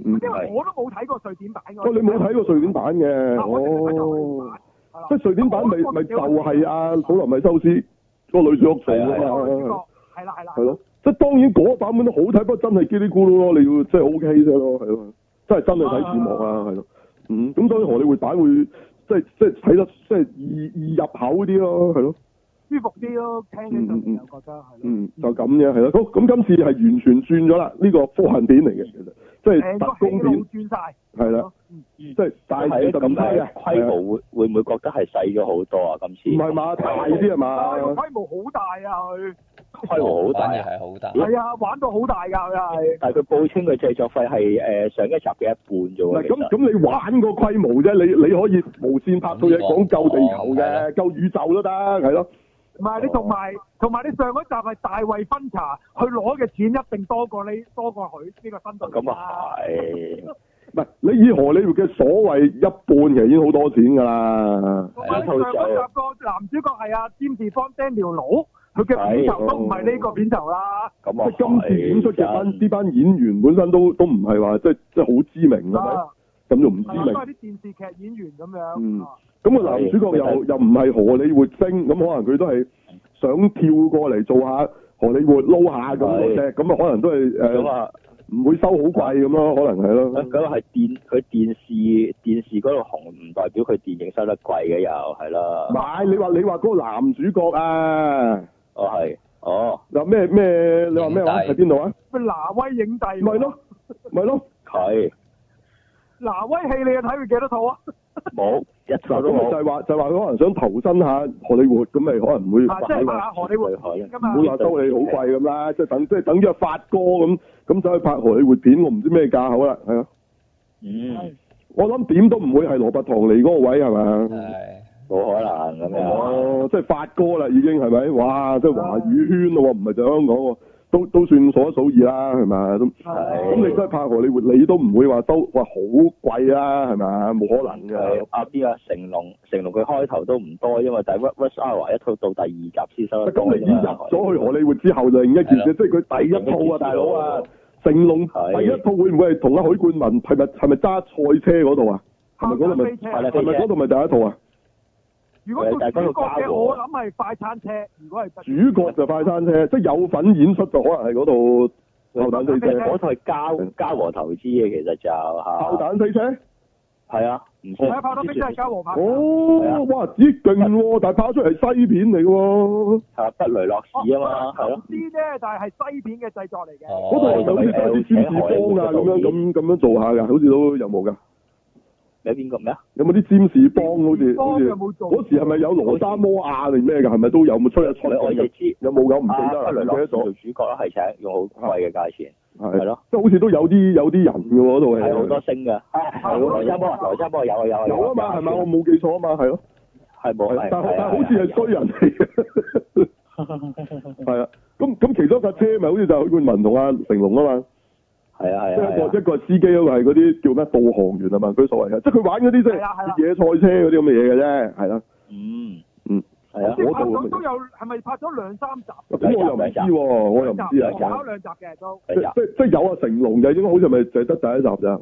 B: 嗯。
E: 因為我都冇睇過瑞典版
B: 哦，你啊冇睇過瑞典版嘅，哦，即係瑞典版咪咪就係阿普羅米修斯個女主角做
D: 係啊
B: 㗎嘛。
E: 係啦係啦，
B: 嗯係咯，即係當然嗰個版本都好睇，不過真係叽里咕嚕咯，你要即係 O K 啫咯，係咯，真係真係睇字幕啊，係咯，嗯，咁所以荷里活版會即係即係睇得即係易易入口啲咯，係咯，
E: 舒服啲咯，聽起上嚟又覺得係咯。
B: 嗯，就咁嘅，係咯，好，咁今次係完全轉咗啦，呢個科幻片嚟嘅，其實即係嗯
E: 成個
B: 特
E: 戲
B: 工片，
E: 路轉晒，
B: 係啦，即係大
D: 係
B: 隻就唔
D: 咁
B: 差
D: 但
B: 嘅，
D: 係規
B: 係啊
D: 模會會唔會覺得係細咗好多啊？今次
B: 唔係嘛，大啲係啊嘛
E: 但，係哎個規模好大啊！佢
D: 規模好大
C: 反而
D: 啊，
C: 係好大，
E: 係啊，玩到好大㗎，佢係
D: 但係佢報稱佢製作費係呃誒上一集嘅一半啫
B: 嗱
D: 喎。
B: 咁咁你玩個規模啫，你你可以無線拍套嘢講救地球嘅，救宇宙都得，係咯。
E: 唔
B: 哦
E: 係你同埋同埋你上嗰集係大衛分查，佢攞嘅錢一定多過你多過佢呢個新隊。
D: 咁啊係，
B: 唔係，你以荷里活嘅所謂一半，其實已經好多錢㗎啦。
E: 同埋你上
B: 啊
E: 嗰集個男主角係阿詹士邦 Daniel 佬，佢嘅片酬都唔係呢個片酬啦。
D: 咁
B: 即
D: 啊
B: 係今次演出嘅班
D: 真
B: 呢班演員本身都都唔係話即係即係好知名係咪？
E: 啊，
B: 咁就唔知
E: 都
B: 名。
E: 係啲電視劇演員咁樣。
B: 嗯
E: 啊
B: 咁個男主角又
D: 係
B: 又唔係荷里活星，咁可能佢都係想跳過嚟做下荷里活撈下咁嗰隻，咁啊可能都係
D: 咁
B: 誒
D: 啊。
B: 唔會收好貴咁咯，可能係咯
D: 咁。啊咁係電佢電視電視嗰度紅，唔代表佢電影收得貴嘅又係
B: 唔
D: 啦。
B: 係你話你話嗰個男主角啊，
D: 哦係，哦
B: 嗱咩咩你話咩話
C: 影帝
B: 喺邊度啊？
E: 咪挪威影帝喎
B: 咪咯，咪咯。
D: 佢
E: 挪威戲你又睇佢幾多套啊？
D: 冇一
B: 嗱，
D: 套
B: 咁啊咪就係
D: 都冇。
B: 話就係話佢可能想投身下荷里活，咁咪可能唔會
E: 啊即係拍下荷里活片㗎嘛
B: 唔會話收你好貴咁啦，即係等即係等於阿發哥咁咁走去拍荷里活片，我唔知咩價口啦，係啊，
D: 嗯，
B: 我諗點都唔會係羅拔唐尼嗰個位係咪？啊
C: 係
D: 冇可能咁樣。
B: 哦，即係發哥啦已經係咪？哇！即係華語圈咯喎，唔係就香港喎，都都算數一數二啦，係咪？啊咁咁你
E: 啊
B: 真係拍荷里活，你都唔會話收話好貴啦，係咪？冇可能
D: 係
B: 㗎。
D: 啊！邊啊？成龍，成龍佢開頭都唔多，因為但係 Rush Rush Hour 一套到第二集先收得多
B: 咁你已經入咗去荷
D: 去
B: 里活之後就另一件
C: 係
B: 事，啊即係佢第一套啊，大佬啊，成龍
D: 係
B: 第一套會唔會係同阿許冠文係咪係咪揸賽車嗰度啊？係咪嗰度咪
E: 咪
D: 係啦
B: 係咪嗰度咪第一套啊？
E: 如果做主角嘅，我諗係快餐車。如果係
B: 主角就快餐車，即係有份演出就可能係嗰度炮彈飛車。
E: 係
D: 嗰台交交和投資嘅其實就
B: 嗯炮
D: 嚇，
B: 彈飛車？
D: 係啊，唔
E: 係啊，
D: 算
E: 拍拖逼真係交和拍。
D: 係啊
B: 哦，哇！咦，勁喎，但係啊拍出嚟西片嚟嘅喎。
D: 係啊，不雷落
E: 哦
D: 市啊嘛，係咯
E: 咁，啲啫，但係係西片嘅製作嚟嘅。
B: 嗰度係
C: 哦，
B: 咪好似拍啲詹士邦啊咁樣咁咁樣做下㗎？好似都有冇㗎？
D: 你邊個咩啊？
B: 有冇啲占士邦好似
E: 幫
B: 好似
E: 有？冇做？
B: 嗰時係咪有羅莎摩亞啊定咩㗎？係咪都有冇吹一吹
D: 我我
B: 咁
D: 哋
B: 嘅？
D: 知
B: 有冇㗎？唔記得
D: 啊，
B: 啦，
D: 不
B: 唔
D: 雷
B: 記
D: 落
B: 得
D: 市做
B: 咗。啊
D: 主角啦，係請用好貴嘅價錢，係
B: 係
D: 咯，
B: 即係好似都有啲有啲人嘅喎，嗰度
D: 係好
B: 係
D: 多星㗎，係羅生波，羅生波有啊有啊
B: 有啊嘛，係咪？我冇記錯啊嘛，係咯。
D: 係冇啊
B: 係
D: 係，
B: 但係但係好似係衰人嚟嘅。係啊，咁咁其中一架車咪好似就係許冠文同阿成龍啊嘛，
D: 係啊
B: 即
D: 係
B: 係
D: 啊
B: 一個一個係司機，一個係嗰啲叫咩導航員啊嘛，佢所謂嘅，即係佢玩嗰啲即係
E: 係啦係啦
B: 越野賽車嗰啲咁嘅嘢嘅啫，係啦。
D: 嗯
B: 嗯，
D: 係啊
E: 即，係拍
B: 嗰度咁
E: 咗
B: 嘅
E: 都有，係咪拍咗兩三集？
B: 咁我又唔知喎，我又唔知啊
E: 兩集，。搞兩集嘅都。
B: 即
D: 係啊，
B: 即即有阿成龍就應該好似咪就係得第一集咋，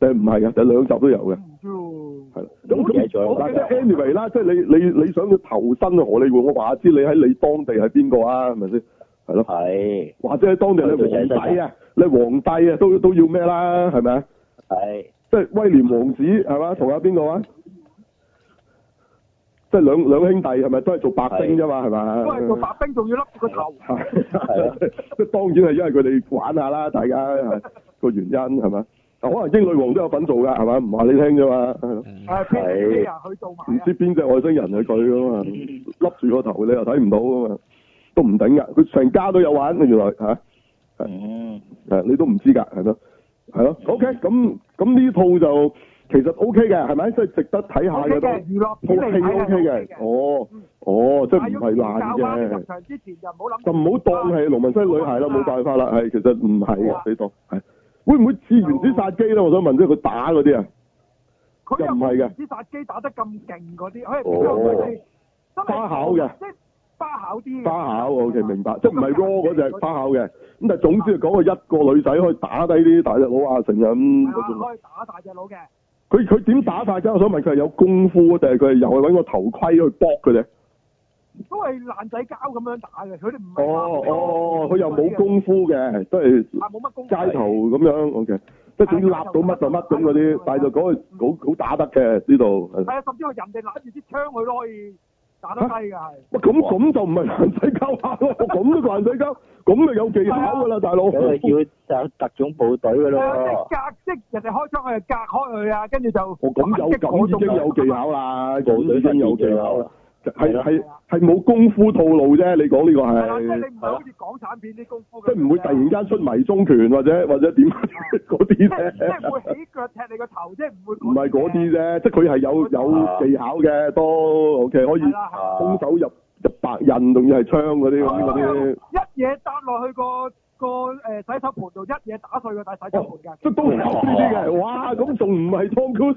B: 定係唔係嘅？第兩集都有嘅。
E: 唔
B: 係啦，咁
D: 冇嘢
E: 啊
D: 做
B: 咁，但係
D: 冇嘢
B: anyway 啦，即係你你你想去投身去荷里活，我話知你喺你當地係邊個啊？係咪先？係咯，
D: 係
B: 或者喺當地你係皇帝啊，你係皇帝啊，都都要咩啦？係咪啊？
D: 係
B: 即係威廉王子係嘛？同阿邊個啊？即係兩兩兄弟係咪都係做白兵啫嘛？係
E: 知
B: 嘛？
E: 喎，都係做白冰，仲要笠個頭。
B: <laughs> 係啊，即係當然係因為佢哋玩下啦，大家係個原因係嘛？可能英女王都有份做㗎係嘛？唔話你聽啫嘛，係咯
C: 嗯
E: 係 p e t 去做
B: 唔
E: 埋啊。
B: 知邊隻外星人係佢㗎嘛，笠住個頭你又睇唔到㗎嘛，都唔頂㗎。佢成家都有玩原來嚇，
D: 嗯
B: 誒你都唔知㗎係咯，係咯。OK，咁咁呢套就其實 OK 嘅係咪？即係值得睇下
E: O
B: 嘅
E: K
B: 都。
E: 嘅娛樂
B: 套
E: 片嚟
B: 戲
E: 睇係
B: OK 嘅
E: OK，嘅。
B: 哦哦，即
E: 但
B: 係唔係爛
E: 要教返入
B: 嘅。
E: 場之前就唔好諗。
B: 就唔好當係農民西女孩啦，冇辦法啦，係其實唔係嘅，你當係會唔會似原子殺機咧？我想問，即係佢打嗰啲啊，
E: 佢又
B: 又唔係嘅
E: 唔知殺機打得咁勁嗰啲，佢係
D: 哦
E: 真係
B: 花巧嘅
E: 即係花巧啲嘅。啊
B: 花巧，OK 明白，即係唔係 raw 嗰只花巧嘅。咁但係總之就講佢一個女仔可以打低啲大隻佬啊，成日咁嗰
E: 係
B: 種。
E: 啊可以打大隻佬嘅，
B: 佢佢點打法啫？我想問佢係有功夫定係佢係又係揾個頭盔去搏佢哋？
E: 都係爛仔膠咁樣打嘅，佢哋唔係
B: 哦哦，佢又冇，功夫嘅，都係
E: 啊冇乜功夫
B: 街頭咁樣，OK。即係總之立到乜就乜咁嗰啲，但係就講佢好好打得嘅呢度。係
E: 係啊，甚至係人哋揦住支槍佢都可以打得低㗎，係。
B: 喂，咁咁就唔係爛仔交 <laughs> 下咯，咁都叫爛仔交，咁就有技巧 <laughs> 噶啦，大佬。
D: 咁
B: 我
D: 佢要就特種部隊㗎
E: 係
D: 咯
E: 啊，即係隔即人哋開槍，佢就隔開佢啊，跟住就
B: 咁有咁已經有技巧啦，咁已經有技巧啦，係係係冇功夫套路啫。你講呢個
E: 係啦，即係
B: 係，
E: 你唔係好似港產片啲功夫
B: 即
E: 咁樣啫，
B: 係唔會突然間出迷蹤拳或者或者點 <laughs> 嗰啲
E: 即係即係會
B: 啫，
E: 起腳踢你個頭，即係唔會
B: 唔係嗰啲啫，即係佢係有有技巧嘅，都 OK 可以
E: 係啦，係啦
D: 啊
B: 空手入入白印，仲要係槍嗰啲咁嗰啲。
E: 一嘢搭落去個個誒洗手盆度，一嘢打碎個大洗手盆㗎。
B: 即係都有呢啲嘅，哇！咁仲唔係 Tom Cruise？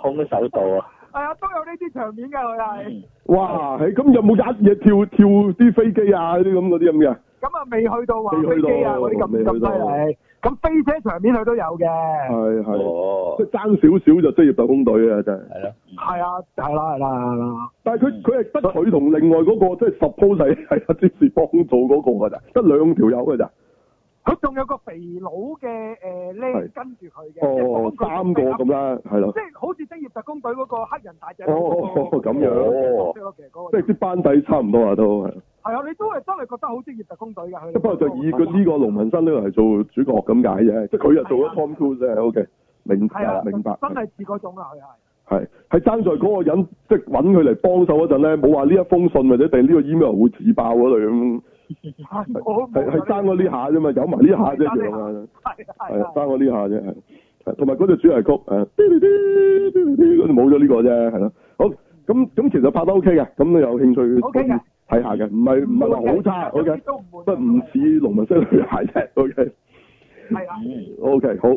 D: 空手道啊，
E: 係啊，都有呢啲場面嘅佢係，
B: 哇！係咁有冇一嘢跳跳啲飛機啊？嗰啲咁嗰啲咁嘅，
E: 咁啊未去到話
B: 未
E: 飛
B: 去到
E: 機啊嗰啲
B: 未
E: 咁
B: 去到
E: 咁犀利，咁飛車場面佢都有嘅，
B: 係係，
D: 哦
B: 即係爭少少就職業特工隊啊！真係，
C: 係咯，
E: 係啊，係啦，係啦，係啦，
B: 但係佢佢係得佢同另外嗰、個即係 suppose 係係阿詹士邦做嗰個㗎咋，得兩條友㗎咋，
E: 佢仲有個肥佬嘅誒僆
B: 係
E: 跟住佢嘅，
B: 哦，
E: 即係幫
B: 三
E: 佢
B: 個咁啦，係咯
E: 即，係好似職業特工隊嗰個黑人大隻
B: 哦
E: 佬
B: 哦
E: 嗰個，
B: 咁樣，
D: 哦
E: 即係咯其實
B: 即
E: 嗰個
B: 係啲班底差唔多啊都係，
E: 係啊，你都係真係覺得好職業特工隊嘅佢哋。
B: 不過就以佢呢個農民生呢個嚟做主角咁解啫，即係佢又做咗 Tom Cruise 啫，OK，明白
E: 係啊，
B: 明白。
E: 真係似嗰種啊，佢係。
B: 係係爭在嗰個人，即係揾佢嚟幫手嗰陣咧，冇話呢一封信或者定呢個 email 會自爆嗰類咁，
E: 係我
B: 係係爭過呢下啫嘛，有埋呢下啫，
E: 爭呢
B: 其實
E: 下係
B: 係啊
E: 係
B: 爭過呢下啫，係係同埋嗰隻主題曲誒，滴滴滴滴滴滴嗰度冇咗呢個啫，係咯，好咁咁其實拍得 OK 嘅，咁你有興趣
E: OK 嘅
B: 睇下嘅，唔係唔係話好差
E: 一
B: ，OK，
E: 啲都唔悶
B: 不過唔似農民星女孩啫，OK。
E: 係啊，
B: O、k 好，